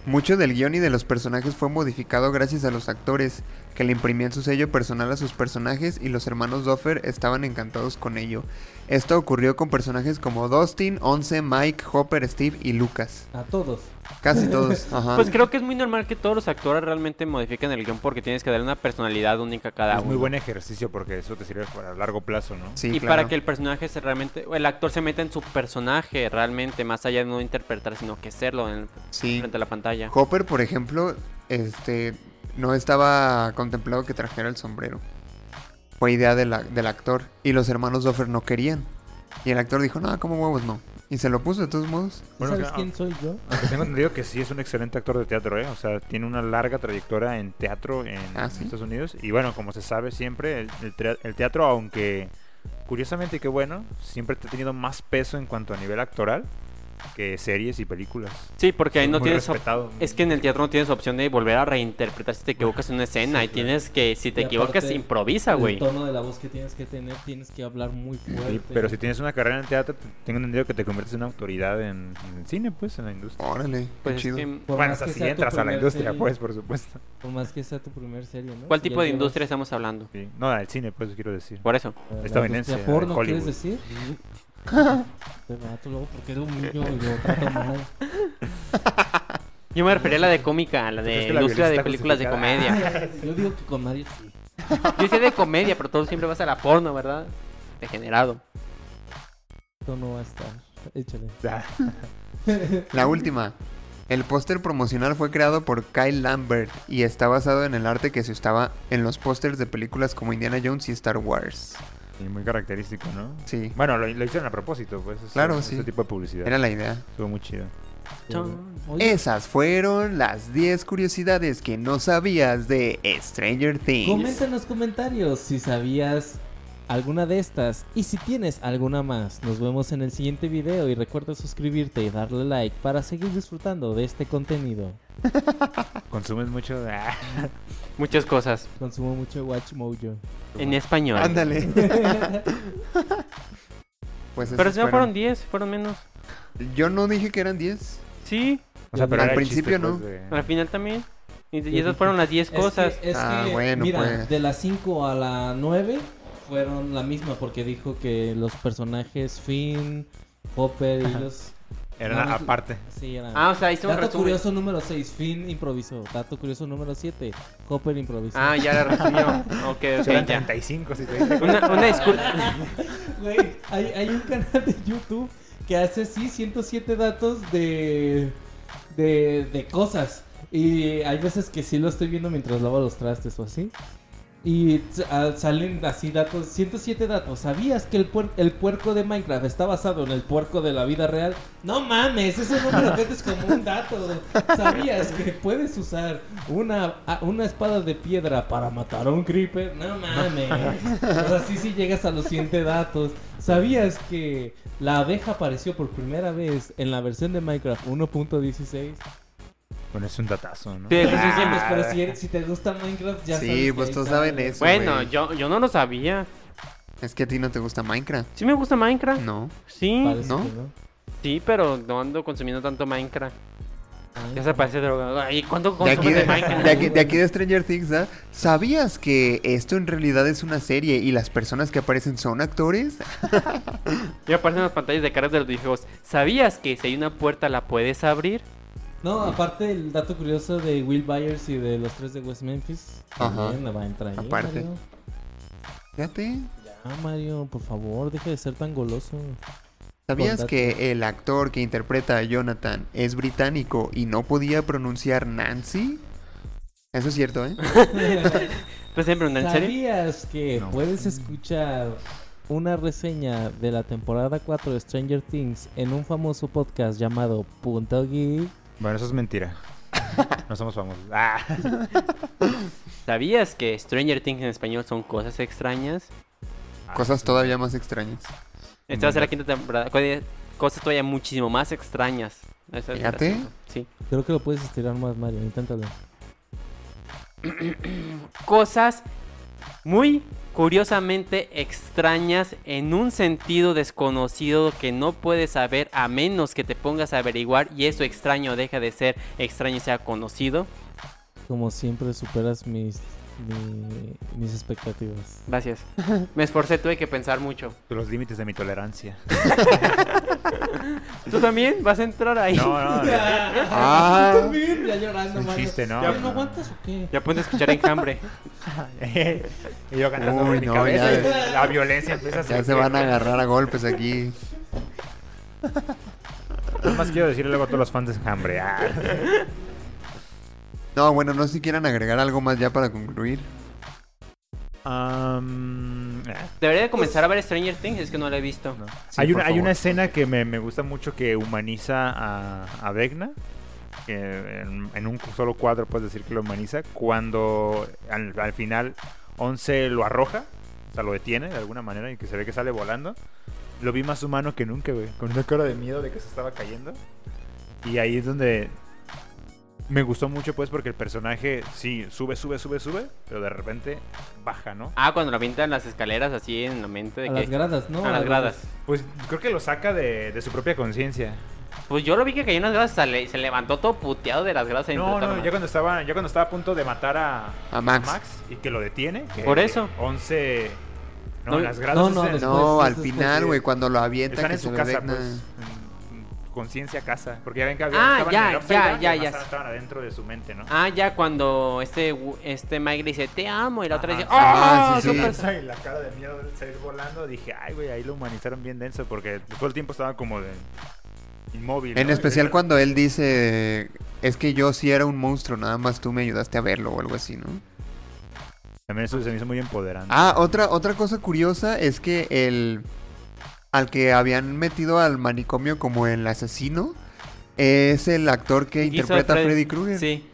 [SPEAKER 2] Mucho del guión y de los personajes fue modificado gracias a los actores, que le imprimían su sello personal a sus personajes y los hermanos Doffer estaban encantados con ello. Esto ocurrió con personajes como Dustin, Once, Mike, Hopper, Steve y Lucas.
[SPEAKER 6] a todos.
[SPEAKER 2] Casi todos.
[SPEAKER 5] Ah.
[SPEAKER 2] Ajá.
[SPEAKER 4] Pues creo que es muy normal que todos los actores realmente modifiquen el guión porque tienes que darle una personalidad única a cada
[SPEAKER 5] Es
[SPEAKER 4] uno.
[SPEAKER 5] muy buen ejercicio porque eso te sirve para largo plazo, ¿no?
[SPEAKER 2] Sí,
[SPEAKER 4] y
[SPEAKER 2] claro.
[SPEAKER 4] para que el personaje se realmente, o el actor se meta en su personaje realmente, más allá de no interpretar, sino que serlo en,
[SPEAKER 2] Sí.
[SPEAKER 4] frente a la pantalla.
[SPEAKER 2] Hopper, por ejemplo, este no estaba contemplado que trajera el sombrero. Fue idea de la- del actor. Y los hermanos Doffer no querían. Y el actor dijo, no, como huevos no. Y se lo puso de todos modos.
[SPEAKER 6] ¿Sí
[SPEAKER 5] Bueno, ah.
[SPEAKER 6] ¿Sabes
[SPEAKER 5] que-
[SPEAKER 6] quién soy yo?
[SPEAKER 5] Aunque tengo entendido que sí es un excelente actor de teatro, ¿eh? O sea, tiene una larga trayectoria en teatro en
[SPEAKER 2] Ah, ¿sí?
[SPEAKER 5] Estados Unidos. Y bueno, como se sabe siempre, el, el tre- el teatro, aunque curiosamente que bueno, siempre te ha tenido más peso en cuanto a nivel actoral que series y películas.
[SPEAKER 4] Sí, porque ahí
[SPEAKER 5] Es
[SPEAKER 4] no
[SPEAKER 5] muy
[SPEAKER 4] tienes. op-
[SPEAKER 5] respetado.
[SPEAKER 4] Es que en el teatro no tienes opción de volver a reinterpretar si te equivocas en una escena. y tienes que, si te
[SPEAKER 6] Y
[SPEAKER 4] equivocas,
[SPEAKER 6] aparte,
[SPEAKER 4] improvisa,
[SPEAKER 6] El
[SPEAKER 4] güey.
[SPEAKER 6] tono de la voz que tienes que tener, tienes que hablar muy fuerte.
[SPEAKER 5] Sí, pero si tienes una carrera en teatro, te- tengo entendido que te conviertes en una autoridad en, en el cine, pues, en la industria.
[SPEAKER 2] Órale, qué
[SPEAKER 4] Pues es
[SPEAKER 2] chido.
[SPEAKER 4] que-
[SPEAKER 5] bueno,
[SPEAKER 6] Por más
[SPEAKER 5] hasta
[SPEAKER 6] que
[SPEAKER 5] si
[SPEAKER 6] sea tu
[SPEAKER 5] entras a la
[SPEAKER 6] primer
[SPEAKER 5] industria,
[SPEAKER 6] serie-
[SPEAKER 5] pues, por supuesto.
[SPEAKER 6] Por más que sea tu primer serie, ¿no?
[SPEAKER 4] ¿Cuál
[SPEAKER 6] Si
[SPEAKER 4] tipo
[SPEAKER 6] ya
[SPEAKER 4] de industria
[SPEAKER 6] llevas,
[SPEAKER 4] estamos hablando?
[SPEAKER 5] Sí. No, del cine, pues, quiero decir.
[SPEAKER 4] Por eso.
[SPEAKER 6] eh, la
[SPEAKER 5] estadounidense,
[SPEAKER 6] industria porno,
[SPEAKER 5] Hollywood?
[SPEAKER 6] ¿quieres decir? Te mato luego porque es un niño y lo trato mal.
[SPEAKER 4] Yo me refería a la de cómica, a la
[SPEAKER 5] crees
[SPEAKER 4] de
[SPEAKER 5] que la
[SPEAKER 4] industria de
[SPEAKER 5] violencia
[SPEAKER 4] películas de
[SPEAKER 5] está
[SPEAKER 4] comedia.
[SPEAKER 6] Yo digo que con Mario sí.
[SPEAKER 4] Yo decía de comedia, pero tú siempre vas a la porno, ¿verdad? Degenerado.
[SPEAKER 6] Esto no va a estar. Échale.
[SPEAKER 5] Ah,
[SPEAKER 2] La última. El póster promocional fue creado por Kyle Lambert y está basado en el arte que se usaba en los pósters de películas como Indiana Jones y Star Wars.
[SPEAKER 5] y muy característico, ¿no?
[SPEAKER 2] Sí,
[SPEAKER 5] Bueno, lo, lo hicieron a propósito, pues. ese-
[SPEAKER 2] Claro, sí.
[SPEAKER 5] Ese tipo de publicidad.
[SPEAKER 2] era la idea.
[SPEAKER 5] Estuvo muy chido.
[SPEAKER 4] Chon.
[SPEAKER 6] Oye,
[SPEAKER 2] Esas fueron las 10 curiosidades que no sabías de Stranger Things.
[SPEAKER 6] comenta en los comentarios si sabías alguna de estas y si tienes alguna más. Nos vemos en el siguiente video y recuerda suscribirte y darle like para seguir disfrutando de este contenido.
[SPEAKER 5] Consumes mucho. de- Ah.
[SPEAKER 4] Muchas cosas.
[SPEAKER 6] Consumo mucho Watch Mojo.
[SPEAKER 4] En español.
[SPEAKER 2] Ándale. pues
[SPEAKER 4] Pero
[SPEAKER 2] esas
[SPEAKER 4] si no fueron 10, fueron menos.
[SPEAKER 2] Yo no dije que eran 10.
[SPEAKER 4] Sí,
[SPEAKER 5] O sea, pero
[SPEAKER 2] Al
[SPEAKER 5] era el
[SPEAKER 2] principio no.
[SPEAKER 5] pues, de-
[SPEAKER 4] al final también. Y, y
[SPEAKER 6] Yo
[SPEAKER 4] esas
[SPEAKER 6] dije-
[SPEAKER 4] fueron las 10
[SPEAKER 6] Es
[SPEAKER 4] cosas.
[SPEAKER 6] que- es
[SPEAKER 2] Ah,
[SPEAKER 6] que,
[SPEAKER 2] bueno,
[SPEAKER 6] mira,
[SPEAKER 2] pues.
[SPEAKER 6] de las 5 a la 9 fueron la misma porque dijo que los personajes Finn, Hopper y los...
[SPEAKER 5] Era
[SPEAKER 6] No,
[SPEAKER 5] aparte.
[SPEAKER 6] Sí, eran...
[SPEAKER 4] Ah, o sea, hice un
[SPEAKER 6] Dato
[SPEAKER 4] resumen.
[SPEAKER 6] curioso número 6, Finn improvisó. Dato curioso número 7, Hopper improvisó.
[SPEAKER 4] Ah, ya la resumió. Ok, ok,
[SPEAKER 5] Eran
[SPEAKER 4] ya.
[SPEAKER 5] 35, si te dices.
[SPEAKER 4] Una, una disculpa.
[SPEAKER 6] Güey, hay, hay un canal de YouTube que hace, sí, 107 datos de, de, de cosas. Y hay veces que sí lo estoy viendo mientras lavo los trastes o así. Y s- ah, salen así datos, 107 datos. ¿Sabías que el, puer- el puerco de Minecraft está basado en el puerco de la vida real? No mames, eso no me lo metes como un dato. ¿Sabías que puedes usar una, a- una espada de piedra para matar a un creeper? No mames. O sea, sí, sí llegas a los 100 datos. ¿Sabías que la abeja apareció por primera vez en la versión de Minecraft 1.16?
[SPEAKER 5] Bueno, es un datazo, ¿no?
[SPEAKER 4] Sí, eso sí,
[SPEAKER 6] Sí,
[SPEAKER 4] sí,
[SPEAKER 6] pues, pero si, si te gusta Minecraft ya
[SPEAKER 2] Sí,
[SPEAKER 6] sabes que
[SPEAKER 2] pues
[SPEAKER 6] ahí
[SPEAKER 2] todos
[SPEAKER 6] está.
[SPEAKER 2] saben eso.
[SPEAKER 4] Bueno,
[SPEAKER 2] güey.
[SPEAKER 4] yo, yo no lo sabía.
[SPEAKER 2] Es que a ti no te gusta Minecraft.
[SPEAKER 4] Sí me gusta Minecraft.
[SPEAKER 2] No.
[SPEAKER 4] Sí,
[SPEAKER 6] Parece
[SPEAKER 2] ¿No?
[SPEAKER 6] que no.
[SPEAKER 4] sí, pero no ando consumiendo tanto Minecraft. Ya se
[SPEAKER 6] Minecraft.
[SPEAKER 4] parece drogado. Ay, ¿cuánto
[SPEAKER 2] De aquí
[SPEAKER 4] consumes
[SPEAKER 2] de,
[SPEAKER 4] de,
[SPEAKER 2] de
[SPEAKER 4] Minecraft?
[SPEAKER 2] aquí- de aquí de Stranger Things, ¿ah? ¿sabías que esto en realidad es una serie y las personas que aparecen son actores?
[SPEAKER 4] Y aparecen las pantallas de caras de los videojuegos. ¿Sabías que si hay una puerta la puedes abrir?
[SPEAKER 6] No, aparte el dato curioso de Will Byers y de los tres de West Memphis.
[SPEAKER 2] Ajá.
[SPEAKER 6] También la va a entrar ahí,
[SPEAKER 2] Aparte.
[SPEAKER 6] Mario.
[SPEAKER 2] Fíjate.
[SPEAKER 6] Ah, Mario, por favor, deja de ser tan goloso.
[SPEAKER 2] ¿Sabías
[SPEAKER 6] Con
[SPEAKER 2] que el actor que interpreta a Jonathan es británico y no podía pronunciar Nancy? Eso es cierto, ¿eh?
[SPEAKER 4] Pues siempre, ¿en serio?
[SPEAKER 6] ¿Sabías que
[SPEAKER 5] No.
[SPEAKER 6] puedes escuchar una reseña de la temporada 4 de Stranger Things en un famoso podcast llamado Punto Geek?
[SPEAKER 5] Bueno, eso es mentira. No somos famosos. Ah.
[SPEAKER 4] ¿Sabías que Stranger Things en español son cosas extrañas?
[SPEAKER 2] Cosas todavía más extrañas.
[SPEAKER 4] Esta va a
[SPEAKER 2] Mm.
[SPEAKER 4] ser la quinta temporada. co- Cosas todavía muchísimo más extrañas. Esa es la
[SPEAKER 2] Fíjate.
[SPEAKER 4] segunda. Sí.
[SPEAKER 6] Creo que lo puedes estirar más, Mario, inténtalo.
[SPEAKER 4] cosas muy curiosamente extrañas en un sentido desconocido que no puedes saber a menos que te pongas a averiguar y eso extraño deja de ser extraño y sea conocido.
[SPEAKER 6] Como siempre superas mis, mi- mis expectativas.
[SPEAKER 4] Gracias. Me esforcé, tuve que pensar mucho.
[SPEAKER 5] Los límites de mi tolerancia.
[SPEAKER 4] ¿Tú también vas a entrar ahí?
[SPEAKER 5] No, no, no.
[SPEAKER 2] Ah.
[SPEAKER 6] Tú también, ya llorando,
[SPEAKER 5] Es un
[SPEAKER 6] mano.
[SPEAKER 5] chiste, ¿no?
[SPEAKER 6] ¿Ya no aguantas o qué?
[SPEAKER 4] Ya puedes escuchar enjambre.
[SPEAKER 5] y yo cantando
[SPEAKER 2] Uy,
[SPEAKER 5] en mi
[SPEAKER 2] no,
[SPEAKER 5] cabeza.
[SPEAKER 2] ya.
[SPEAKER 5] y La violencia empieza a
[SPEAKER 2] Ya se
[SPEAKER 5] surgir.
[SPEAKER 2] van a agarrar a golpes aquí.
[SPEAKER 5] Nada más quiero decirle algo a todos los fans de Hambre. Ah.
[SPEAKER 2] No, bueno, no sé si quieran agregar algo más ya para concluir. Um,
[SPEAKER 5] Am, ah.
[SPEAKER 4] Debería de comenzar a ver Stranger Things, es que no la he visto.
[SPEAKER 2] Sí,
[SPEAKER 5] hay,
[SPEAKER 2] por
[SPEAKER 5] una, hay
[SPEAKER 2] favor.
[SPEAKER 5] una escena que me, me gusta mucho que humaniza a, a Vecna. que en, en un solo cuadro puedes decir que lo humaniza. Cuando al, al final 11 lo arroja, o sea, lo detiene de alguna manera y que se ve que sale volando. Lo vi más humano que nunca, güey. Con una cara de miedo de que se estaba cayendo. Y ahí es donde me gustó mucho, pues, porque el personaje, sí, sube, sube, sube, sube, pero de repente baja, ¿no?
[SPEAKER 4] Ah, cuando la pintan las escaleras así en la mente de
[SPEAKER 6] A
[SPEAKER 4] que...
[SPEAKER 6] las gradas, ¿no?
[SPEAKER 4] a las gradas.
[SPEAKER 5] Pues creo que lo saca de, de su propia conciencia.
[SPEAKER 4] Pues yo lo vi que cayó en las gradas, se, le- se levantó todo puteado de las gradas. ahí
[SPEAKER 5] No,
[SPEAKER 4] enfrente a la
[SPEAKER 5] no, ya
[SPEAKER 4] madre.
[SPEAKER 5] cuando estaba, ya cuando estaba a punto de matar a,
[SPEAKER 2] A Max.
[SPEAKER 5] y que lo detiene. que
[SPEAKER 4] Por eso.
[SPEAKER 5] 11 No,
[SPEAKER 4] No,
[SPEAKER 5] en las gradas
[SPEAKER 6] no, no,
[SPEAKER 5] es en-
[SPEAKER 6] después
[SPEAKER 2] No,
[SPEAKER 6] es
[SPEAKER 2] al final,
[SPEAKER 6] después.
[SPEAKER 2] güey, cuando lo avientan
[SPEAKER 5] están
[SPEAKER 2] que
[SPEAKER 5] en
[SPEAKER 2] se
[SPEAKER 5] su
[SPEAKER 2] ve
[SPEAKER 5] casa,
[SPEAKER 2] Vecna.
[SPEAKER 5] pues. en- en Conciencia casa, porque ya ven que había,
[SPEAKER 4] Ah,
[SPEAKER 5] estaban
[SPEAKER 4] ya,
[SPEAKER 5] en el upside
[SPEAKER 4] ya,
[SPEAKER 5] down y
[SPEAKER 4] ya,
[SPEAKER 5] además
[SPEAKER 4] ya.
[SPEAKER 5] estaban- estaban adentro de su mente, ¿no?
[SPEAKER 4] Ah, ya cuando este, gu- este Mike le dice, te amo, y la otra
[SPEAKER 5] Ajá,
[SPEAKER 4] dice,
[SPEAKER 5] sí.
[SPEAKER 4] ¡ah!
[SPEAKER 2] Ah, sí, sí.
[SPEAKER 4] súper
[SPEAKER 5] Y la cara de miedo de salir volando, dije, ay, güey, ahí lo humanizaron bien denso, porque todo el tiempo estaba como de inmóvil.
[SPEAKER 2] En
[SPEAKER 5] ¿no? eh,
[SPEAKER 2] especial cuando él dice, es que yo sí era un monstruo, nada más tú me ayudaste a verlo o algo así, ¿no?
[SPEAKER 5] También eso se me hizo muy empoderante.
[SPEAKER 2] Ah, otra, otra cosa curiosa es que el. Al que habían metido al manicomio como el asesino. Es el actor que
[SPEAKER 4] Hizo
[SPEAKER 2] interpreta a
[SPEAKER 4] Fred-
[SPEAKER 2] Freddy Krueger.
[SPEAKER 4] Sí.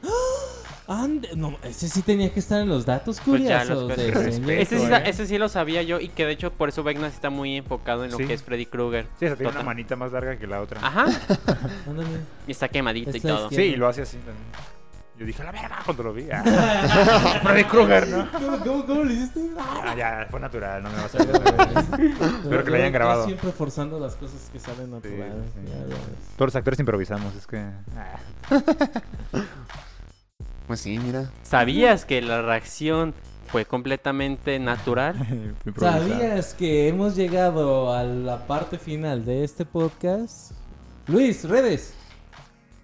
[SPEAKER 6] Ande- no, ese sí tenía que estar en los datos
[SPEAKER 4] Pues ya,
[SPEAKER 6] curiosos.
[SPEAKER 4] los
[SPEAKER 6] de
[SPEAKER 4] datos.
[SPEAKER 6] Stranger
[SPEAKER 5] Respeto,
[SPEAKER 4] Ese sí,
[SPEAKER 5] ¿eh?
[SPEAKER 4] sa- ese sí lo sabía yo y que de hecho por eso Vecna está muy enfocado en lo
[SPEAKER 5] Sí.
[SPEAKER 4] que es Freddy Krueger.
[SPEAKER 5] Sí, esa tiene una
[SPEAKER 4] Total.
[SPEAKER 5] manita más larga que la otra.
[SPEAKER 4] Ajá.
[SPEAKER 6] Things. Ándale.
[SPEAKER 4] Y está quemadito y
[SPEAKER 6] Esta
[SPEAKER 4] todo.
[SPEAKER 6] es-
[SPEAKER 5] Sí, y lo hace así también. Yo dije, la verga, cuando lo vi. Ah, Freddy Krueger, ¿no?
[SPEAKER 6] ¿Cómo, cómo, cómo lo hiciste?
[SPEAKER 5] Ah, ya, fue natural, no me vas a ver. Espero que lo
[SPEAKER 6] Yo-
[SPEAKER 5] hayan
[SPEAKER 6] yo
[SPEAKER 5] grabado.
[SPEAKER 6] Siempre forzando las cosas que salen naturales.
[SPEAKER 5] sí.
[SPEAKER 6] ya, ya ves.
[SPEAKER 5] Todos los actores improvisamos, es que. ah.
[SPEAKER 2] Pues sí, mira.
[SPEAKER 4] ¿Sabías que la reacción fue completamente natural?
[SPEAKER 5] Improvisar.
[SPEAKER 6] ¿Sabías que hemos llegado a la parte final de este podcast? Luis, redes.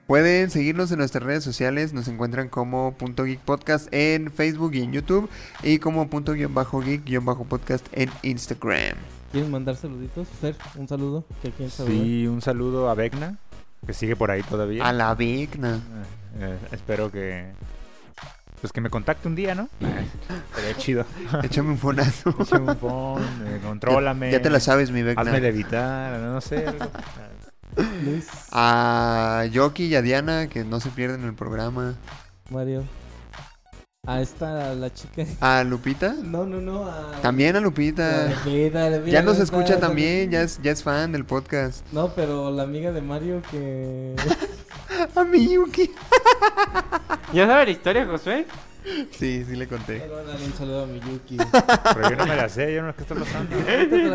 [SPEAKER 2] Pueden seguirnos en nuestras redes sociales. Nos encuentran como punto geek podcast en Facebook y en YouTube. Y como punto guión bajo geek guión bajo podcast en Instagram.
[SPEAKER 6] ¿Quieren mandar saluditos? Fer, un saludo. ¿Que quién saluda?
[SPEAKER 5] Sí, un saludo a Vecna, que sigue por ahí todavía.
[SPEAKER 2] A la Vigna.
[SPEAKER 5] Eh, espero que. Pues que me contacte un día, ¿no? Sería chido.
[SPEAKER 2] Échame un fonazo.
[SPEAKER 5] Échame un pon, eh, contrólame.
[SPEAKER 2] Ya te la sabes, mi Vecna.
[SPEAKER 5] Hazme levitar, no sé. algo. Ah.
[SPEAKER 6] Luis,
[SPEAKER 2] A Yoki y a Diana, que no se pierden el programa.
[SPEAKER 6] Mario. A esta, a la chica.
[SPEAKER 2] A Lupita.
[SPEAKER 6] No, no, no. A...
[SPEAKER 2] También a Lupita.
[SPEAKER 6] La Veda, la Veda,
[SPEAKER 2] Ya nos
[SPEAKER 6] la
[SPEAKER 2] escucha
[SPEAKER 6] Veda,
[SPEAKER 2] también, ya es, ya es fan del podcast.
[SPEAKER 6] No, pero la amiga de Mario que.
[SPEAKER 2] A mi Yuki.
[SPEAKER 4] ¿Ya sabes la historia, Josué?
[SPEAKER 2] Sí, sí le conté.
[SPEAKER 6] Pero dale un saludo a Miyuki.
[SPEAKER 5] Pero yo no me la sé, yo no sé qué está pasando.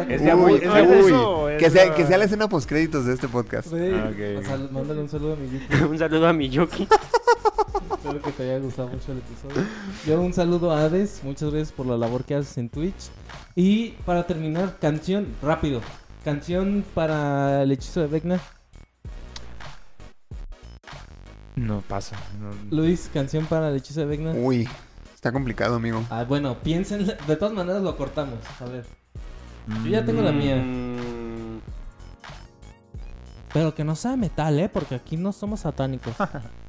[SPEAKER 5] Es de amor,
[SPEAKER 2] Uy,
[SPEAKER 5] es de abuso,
[SPEAKER 2] uy.
[SPEAKER 5] es
[SPEAKER 2] Que sea,
[SPEAKER 5] de-
[SPEAKER 2] que sea la escena post créditos de este podcast.
[SPEAKER 6] Güey,
[SPEAKER 5] Ah, ok,
[SPEAKER 6] o sea, mándale un saludo a Miyuki.
[SPEAKER 4] Un saludo a Miyuki.
[SPEAKER 6] Espero que te haya gustado mucho el episodio. Yo un saludo a Hades, muchas gracias por la labor que haces en Twitch. Y para terminar, canción, rápido. Canción para el hechizo de Vecna.
[SPEAKER 5] No pasa. no-
[SPEAKER 6] Luis, canción para el hechizo de Vecna.
[SPEAKER 2] Uy, está complicado, amigo.
[SPEAKER 6] Ah, bueno, piensen, de todas maneras lo cortamos. A ver, yo ya tengo la mía.
[SPEAKER 4] Mm,
[SPEAKER 6] Pero que no sea metal, ¿eh? Porque aquí no somos satánicos.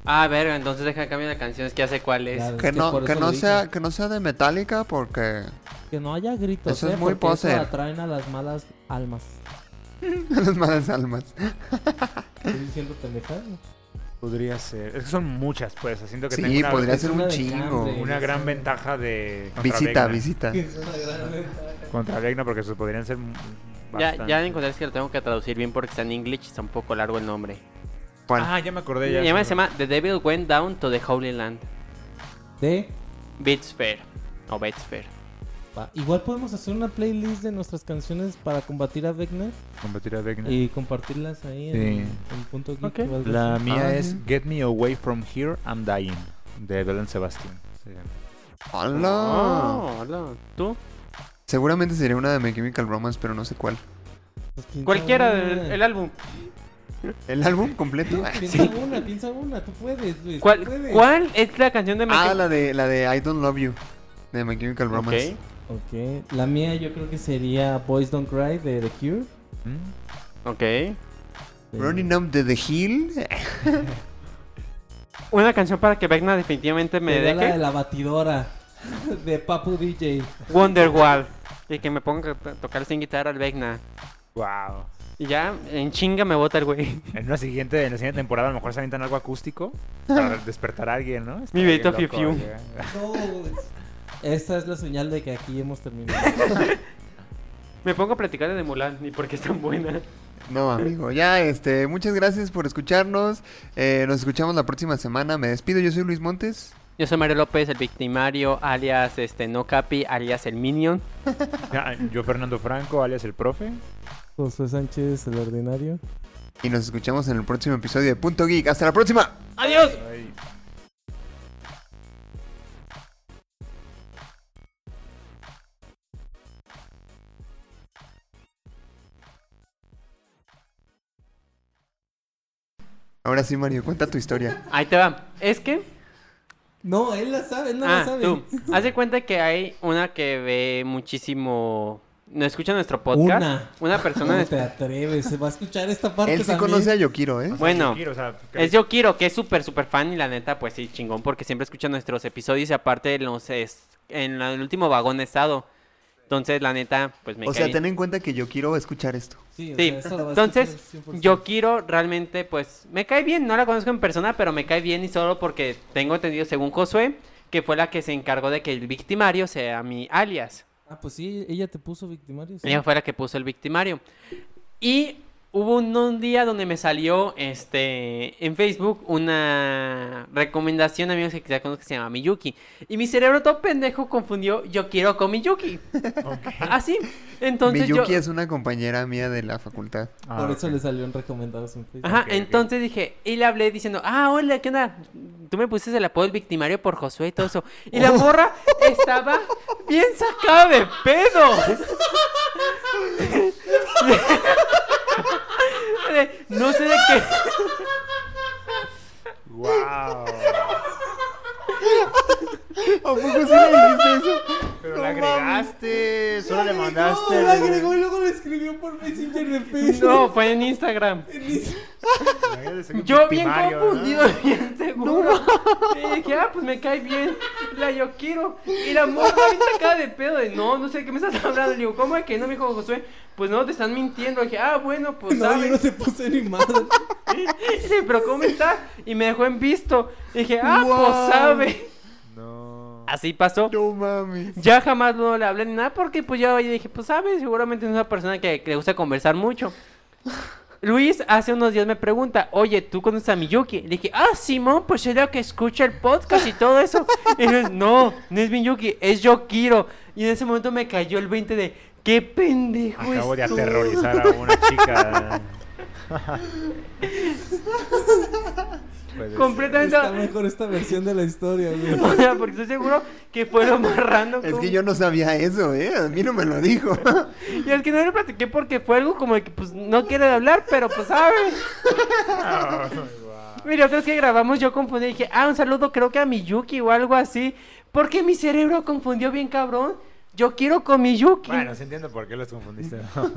[SPEAKER 4] Ah, verga, entonces deja cambio de canciones que ya sé cuál es.
[SPEAKER 6] Claro. Es
[SPEAKER 2] Que
[SPEAKER 6] que
[SPEAKER 2] no,
[SPEAKER 6] por
[SPEAKER 2] que
[SPEAKER 6] eso
[SPEAKER 2] no
[SPEAKER 6] lo dije.
[SPEAKER 2] sea, que no sea de Metallica porque
[SPEAKER 6] Que no haya gritos.
[SPEAKER 2] Eso es
[SPEAKER 6] ¿eh?
[SPEAKER 2] muy
[SPEAKER 6] Porque eso
[SPEAKER 2] poser.
[SPEAKER 6] atraen a las malas almas.
[SPEAKER 2] las malas almas.
[SPEAKER 6] Estoy diciendo pendejadas.
[SPEAKER 5] Podría ser. Es que son muchas, pues. Siento que tengo
[SPEAKER 2] Sí,
[SPEAKER 5] una,
[SPEAKER 2] podría
[SPEAKER 6] es
[SPEAKER 2] ser un
[SPEAKER 6] una de
[SPEAKER 2] chingo.
[SPEAKER 6] hambre.
[SPEAKER 5] una gran ventaja de. contra
[SPEAKER 2] Visita,
[SPEAKER 5] Vecna.
[SPEAKER 2] visita.
[SPEAKER 6] Es una gran ventaja.
[SPEAKER 5] Contra Vecna, porque se podrían ser. m-
[SPEAKER 4] Ya,
[SPEAKER 5] bastante.
[SPEAKER 4] ya encontré es que lo tengo que traducir bien porque está en English y está un poco largo el nombre.
[SPEAKER 2] Juan,
[SPEAKER 5] Ah, ya me acordé. Ya
[SPEAKER 4] Se llama, se llama The Devil Went Down to the Holy Land.
[SPEAKER 6] De
[SPEAKER 4] Beats Fair. O Beats Fair.
[SPEAKER 6] Va, Igual podemos hacer una playlist de nuestras canciones para combatir a Wegner
[SPEAKER 5] Combatir a Vecna.
[SPEAKER 6] y compartirlas ahí en,
[SPEAKER 5] Sí.
[SPEAKER 6] en punto geek
[SPEAKER 4] Ok.
[SPEAKER 6] o algo
[SPEAKER 5] La
[SPEAKER 6] así.
[SPEAKER 5] mía
[SPEAKER 2] Ah,
[SPEAKER 5] es
[SPEAKER 2] sí.
[SPEAKER 5] Get Me Away From Here, I'm Dying, de Belén Sebastián. Sí.
[SPEAKER 2] ¡Hola!
[SPEAKER 4] Oh, hola. ¿Tú?
[SPEAKER 2] Seguramente sería una de My Chemical Romance, pero no sé cuál.
[SPEAKER 6] Pues piensa
[SPEAKER 4] Cualquiera del
[SPEAKER 6] una.
[SPEAKER 4] el álbum.
[SPEAKER 2] ¿El álbum completo?
[SPEAKER 6] Piensa una, piensa una, tú puedes, Luis. tú
[SPEAKER 4] ¿Cuál,
[SPEAKER 6] puedes.
[SPEAKER 4] ¿Cuál es la canción de
[SPEAKER 2] ah,
[SPEAKER 4] Michael?
[SPEAKER 2] la de, la de I Don't Love You, de My Chemical Romance.
[SPEAKER 4] Ok,
[SPEAKER 6] Ok, la mía yo creo que sería Boys Don't Cry de The Cure.
[SPEAKER 5] ¿Mm?
[SPEAKER 4] ok.
[SPEAKER 6] Eh,
[SPEAKER 2] Running Up de The Hill. Eh,
[SPEAKER 4] Una canción para que Vecna definitivamente me
[SPEAKER 6] sería la de
[SPEAKER 4] deje.
[SPEAKER 6] la batidora de Papu DJ.
[SPEAKER 4] Wonderwall. Y que me ponga a to- tocar sin guitarra al Vecna.
[SPEAKER 5] Wow.
[SPEAKER 4] Y ya, en chinga me bota el güey.
[SPEAKER 5] En una siguiente, en la siguiente temporada a lo mejor se avientan algo acústico para despertar a alguien, ¿no? Está
[SPEAKER 4] Mi
[SPEAKER 5] bien
[SPEAKER 4] Beto
[SPEAKER 5] loco,
[SPEAKER 4] Fifiu.
[SPEAKER 5] oye.
[SPEAKER 6] No, esa es la señal de que aquí hemos terminado.
[SPEAKER 4] Me pongo a platicar de Mulan y por qué es tan buena.
[SPEAKER 2] No, amigo. Ya, este, muchas gracias por escucharnos. Eh, nos escuchamos la próxima semana. Me despido. Yo soy Luis Montes.
[SPEAKER 4] Yo soy Mario López, el victimario, alias este No Capi, alias el Minion.
[SPEAKER 5] Ah, Yo, Fernando Franco, alias el profe.
[SPEAKER 6] José Sánchez, el ordinario.
[SPEAKER 2] Y nos escuchamos en el próximo episodio de Punto Geek. ¡Hasta la próxima!
[SPEAKER 4] ¡Adiós!
[SPEAKER 5] Ay.
[SPEAKER 2] Ahora sí, Mario, cuenta tu historia.
[SPEAKER 4] Ahí te va. Es que.
[SPEAKER 6] No, él la sabe, él no la
[SPEAKER 4] ah,
[SPEAKER 6] sabe.
[SPEAKER 4] tú. Haz de cuenta que hay una que ve muchísimo. No escucha nuestro podcast.
[SPEAKER 6] Una.
[SPEAKER 4] persona. en
[SPEAKER 6] No
[SPEAKER 4] espe-
[SPEAKER 6] te atreves, se va a escuchar esta parte
[SPEAKER 2] Él sí
[SPEAKER 6] también.
[SPEAKER 2] conoce a Yokiro, ¿eh?
[SPEAKER 4] Bueno,
[SPEAKER 5] Shakira, o sea,
[SPEAKER 4] es yo quiero que es súper, súper fan y la neta, pues sí, chingón, porque siempre escucha nuestros episodios y aparte los es- en la- el último vagón he estado. Entonces, la neta, pues me
[SPEAKER 2] O
[SPEAKER 4] cae
[SPEAKER 2] sea,
[SPEAKER 4] bien.
[SPEAKER 2] ten en cuenta que Yokiro va a escuchar esto.
[SPEAKER 6] Sí, o
[SPEAKER 4] Sí,
[SPEAKER 6] sea, esta la va a
[SPEAKER 4] entonces
[SPEAKER 6] escuchar 100%.
[SPEAKER 4] yo quiero realmente, pues me cae bien, no la conozco en persona, pero me cae bien y solo porque tengo entendido, según Josué, que fue la que se encargó de que el victimario sea mi alias.
[SPEAKER 6] Ah, pues sí, ella te puso victimario. sí.
[SPEAKER 4] Ella fue la que puso el victimario. Y hubo un, un día donde me salió este en Facebook una recomendación, amigos, que quizá conozco que se llama Miyuki. Y mi cerebro todo pendejo confundió yo quiero con Miyuki. Así. Entonces yo...
[SPEAKER 2] Miyuki es una compañera mía de la facultad.
[SPEAKER 5] Ah,
[SPEAKER 6] Por eso
[SPEAKER 5] ok.
[SPEAKER 6] le salieron recomendados en Facebook.
[SPEAKER 4] Ajá,
[SPEAKER 5] Ok, ok.
[SPEAKER 4] entonces dije, y le hablé diciendo, ah, hola, ¿qué onda? Tú me pusiste el apodo del victimario por Josué y todo eso. Y la morra estaba bien sacada de pedo. De, no sé de qué.
[SPEAKER 5] Guau.
[SPEAKER 2] ¿A poco sí le dijiste eso?
[SPEAKER 5] Pero la agregaste, solo le mandaste.
[SPEAKER 6] No, la agregó y luego le escribió por Messenger de Facebook.
[SPEAKER 4] No, fue en Instagram. Yo bien confundido, bien seguro. Y dije, ah, pues me cae bien. La yo quiero. Y la morra bien sacada de pedo de no, no sé de qué me estás hablando. Le digo, ¿cómo es que no? Me dijo Josué, pues no, te están mintiendo. Le dije, ah, bueno, pues
[SPEAKER 6] No, yo
[SPEAKER 4] sabes.
[SPEAKER 6] no te puse ni madre.
[SPEAKER 4] Dice, pero ¿cómo está? Y me dejó en visto. Dije, ah,
[SPEAKER 2] Wow.
[SPEAKER 4] pues sabe.
[SPEAKER 5] No.
[SPEAKER 4] Así pasó.
[SPEAKER 2] No mames.
[SPEAKER 4] Ya jamás no le hablé ni nada porque pues yo ahí dije, pues sabe, seguramente es una persona que, que le gusta conversar mucho. Luis hace unos días me pregunta, oye, ¿tú conoces a Miyuki? Le dije, ah, Simón, pues es la que escucha el podcast y todo eso. Y Luis, no, no es Miyuki, es Yokiro. Y en ese momento me cayó el 20 de, qué pendejo
[SPEAKER 5] Acabo de
[SPEAKER 4] estoy".
[SPEAKER 5] aterrorizar a una chica. Puede
[SPEAKER 4] Completamente...
[SPEAKER 6] Está mejor esta versión de la historia, güey.
[SPEAKER 4] O sea, porque estoy seguro que fue lo más random.
[SPEAKER 2] Es que
[SPEAKER 4] como-
[SPEAKER 2] yo no sabía eso, ¿eh? A mí no me lo dijo.
[SPEAKER 4] Y es que no le platiqué porque fue algo como de que pues no quiere hablar, pero pues sabe. Mira, otra vez que grabamos yo confundí, dije, ah, un saludo creo que a Miyuki o algo así. Porque mi cerebro confundió bien cabrón. Yo quiero con Miyuki.
[SPEAKER 5] Bueno, se entiende por qué los confundiste. ¿no?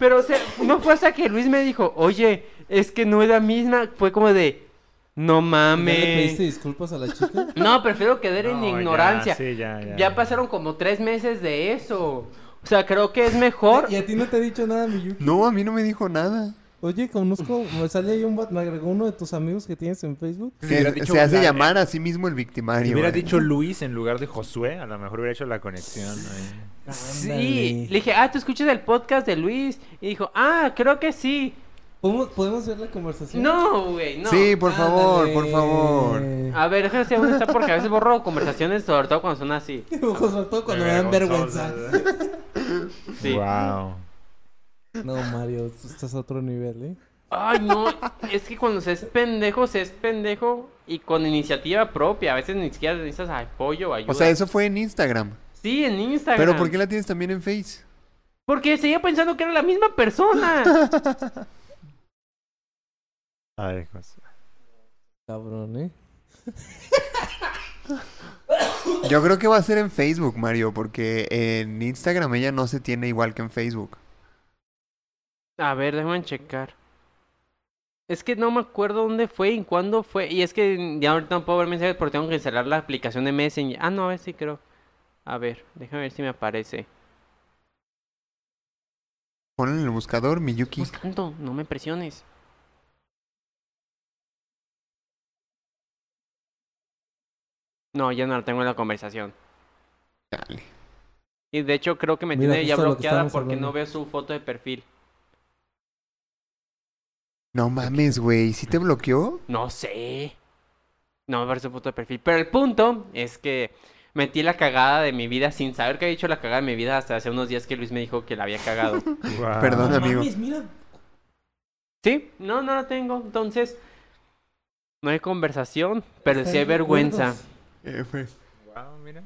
[SPEAKER 4] Pero o sea, no fue hasta que Luis me dijo, oye, es que no es la misma. Fue como de, no
[SPEAKER 6] ¿Ya le pediste
[SPEAKER 4] mames.
[SPEAKER 6] disculpas a la chica?
[SPEAKER 4] No, prefiero quedar en
[SPEAKER 5] No, ya,
[SPEAKER 4] ignorancia.
[SPEAKER 5] sí, ya, ya.
[SPEAKER 4] ya pasaron como tres meses de eso. O sea, creo que es mejor.
[SPEAKER 6] ¿Y a ti no te ha dicho nada, Miyuki?
[SPEAKER 2] No, a mí no me dijo nada.
[SPEAKER 6] Oye, conozco, me sale ahí un bat, me agregó uno de tus amigos que tienes en Facebook.
[SPEAKER 5] Si
[SPEAKER 2] Se,
[SPEAKER 5] hubiera dicho
[SPEAKER 2] se hace
[SPEAKER 5] la-
[SPEAKER 2] llamar a sí mismo el
[SPEAKER 5] Si
[SPEAKER 2] victimario.
[SPEAKER 5] hubiera
[SPEAKER 2] güey.
[SPEAKER 5] dicho Luis en lugar de Josué, a lo mejor hubiera hecho la conexión. ahí.
[SPEAKER 4] Sí, le dije, ah, ¿tú escuchas el podcast de Luis? Y dijo, ah, creo que sí.
[SPEAKER 6] ¿Podemos, podemos ver la conversación?
[SPEAKER 4] No, güey, no.
[SPEAKER 2] Sí, por favor, por
[SPEAKER 6] Ándale. Ah,
[SPEAKER 2] favor.
[SPEAKER 4] A ver, déjame decir dónde está porque a veces borro conversaciones, sobre todo cuando son así.
[SPEAKER 6] Ojos, sobre todo cuando me dan vergüenza.
[SPEAKER 4] Sí.
[SPEAKER 5] Wow.
[SPEAKER 6] No, Mario, tú estás a otro nivel, ¿eh?
[SPEAKER 4] Ay, no, es que cuando se es pendejo, se es pendejo y con iniciativa propia. A veces ni siquiera necesitas apoyo o ayuda.
[SPEAKER 2] O sea, eso fue en Instagram.
[SPEAKER 4] Sí, en Instagram.
[SPEAKER 2] Pero ¿por qué la tienes también en Face?
[SPEAKER 4] Porque seguía pensando que era la misma persona.
[SPEAKER 5] A ver, pues,
[SPEAKER 6] Cabrón, ¿eh?
[SPEAKER 2] Yo creo que va a ser en Facebook, Mario, porque en Instagram ella no se tiene igual que en Facebook.
[SPEAKER 4] A ver, déjame checar. Es que no me acuerdo dónde fue y cuándo fue. Y es que ya ahorita no puedo ver mensajes porque tengo que instalar la aplicación de Messenger. Ah, no, a ver si creo. A ver, déjame ver si me aparece.
[SPEAKER 2] Ponle en el buscador Miyuki.
[SPEAKER 4] Buscando, no me presiones. No, ya no la tengo en la conversación.
[SPEAKER 2] Dale.
[SPEAKER 4] Y de hecho creo que me
[SPEAKER 6] Mira,
[SPEAKER 4] tiene ya
[SPEAKER 6] justo lo que
[SPEAKER 4] bloqueada
[SPEAKER 6] estábamos
[SPEAKER 4] porque no
[SPEAKER 6] hablando.
[SPEAKER 4] veo su foto de perfil.
[SPEAKER 2] No mames, güey. ¿Sí te bloqueó?
[SPEAKER 4] No sé. No me parece foto de perfil. Pero el punto es que metí la cagada de mi vida sin saber que había hecho la cagada de mi vida hasta hace unos días que Luis me dijo que la había cagado.
[SPEAKER 5] wow.
[SPEAKER 2] Perdón,
[SPEAKER 6] No
[SPEAKER 2] amigo.
[SPEAKER 6] mames, mira.
[SPEAKER 4] sí, no, no la tengo. Entonces, no hay conversación, pero sí hay
[SPEAKER 6] están
[SPEAKER 4] vergüenza.
[SPEAKER 6] gordos.
[SPEAKER 2] Eh, güey.
[SPEAKER 5] Wow, mira.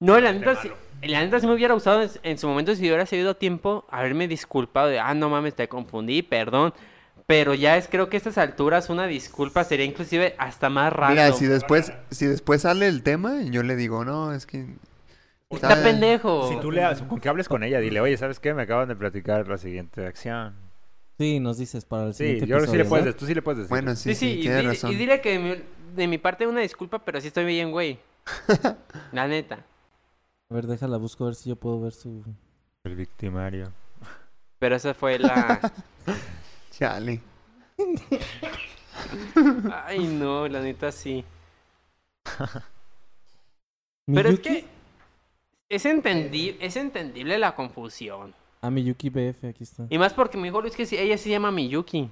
[SPEAKER 4] No, la neta, sí, la neta sí me hubiera gustado en, en su momento, si hubiera cedido a tiempo, haberme disculpado de, ah, no mames, te confundí, perdón. Pero ya es, creo que a estas alturas una disculpa sería inclusive hasta más raro.
[SPEAKER 2] Mira, si después, si después sale el tema, yo le digo, no, es que.
[SPEAKER 4] Está pendejo.
[SPEAKER 5] Si tú le haces- con que hables con ella, dile, oye, ¿sabes qué? Me acaban de platicar la siguiente acción.
[SPEAKER 6] Sí, nos dices para el
[SPEAKER 5] Sí,
[SPEAKER 6] siguiente
[SPEAKER 5] yo creo que sí le
[SPEAKER 6] episodio,
[SPEAKER 5] puedes,
[SPEAKER 6] ¿no?
[SPEAKER 5] decir- tú sí le puedes decir.
[SPEAKER 2] Bueno, sí,
[SPEAKER 4] Sí, sí,
[SPEAKER 2] sí,
[SPEAKER 4] y,
[SPEAKER 2] tienes
[SPEAKER 4] di-
[SPEAKER 2] razón.
[SPEAKER 4] y dile que de mi, de mi parte una disculpa, pero sí estoy bien, güey. La neta.
[SPEAKER 6] A ver, déjala, busco a ver si yo puedo ver su...
[SPEAKER 5] El victimario.
[SPEAKER 4] Pero esa fue la...
[SPEAKER 2] Chale.
[SPEAKER 4] Ay, no, la neta sí. Pero es
[SPEAKER 6] Miyuki-
[SPEAKER 4] que... Es, entendi- es entendible la confusión.
[SPEAKER 6] Ah, Miyuki BF, aquí está.
[SPEAKER 4] Y más porque me dijo Luis que sí, ella sí se llama Miyuki.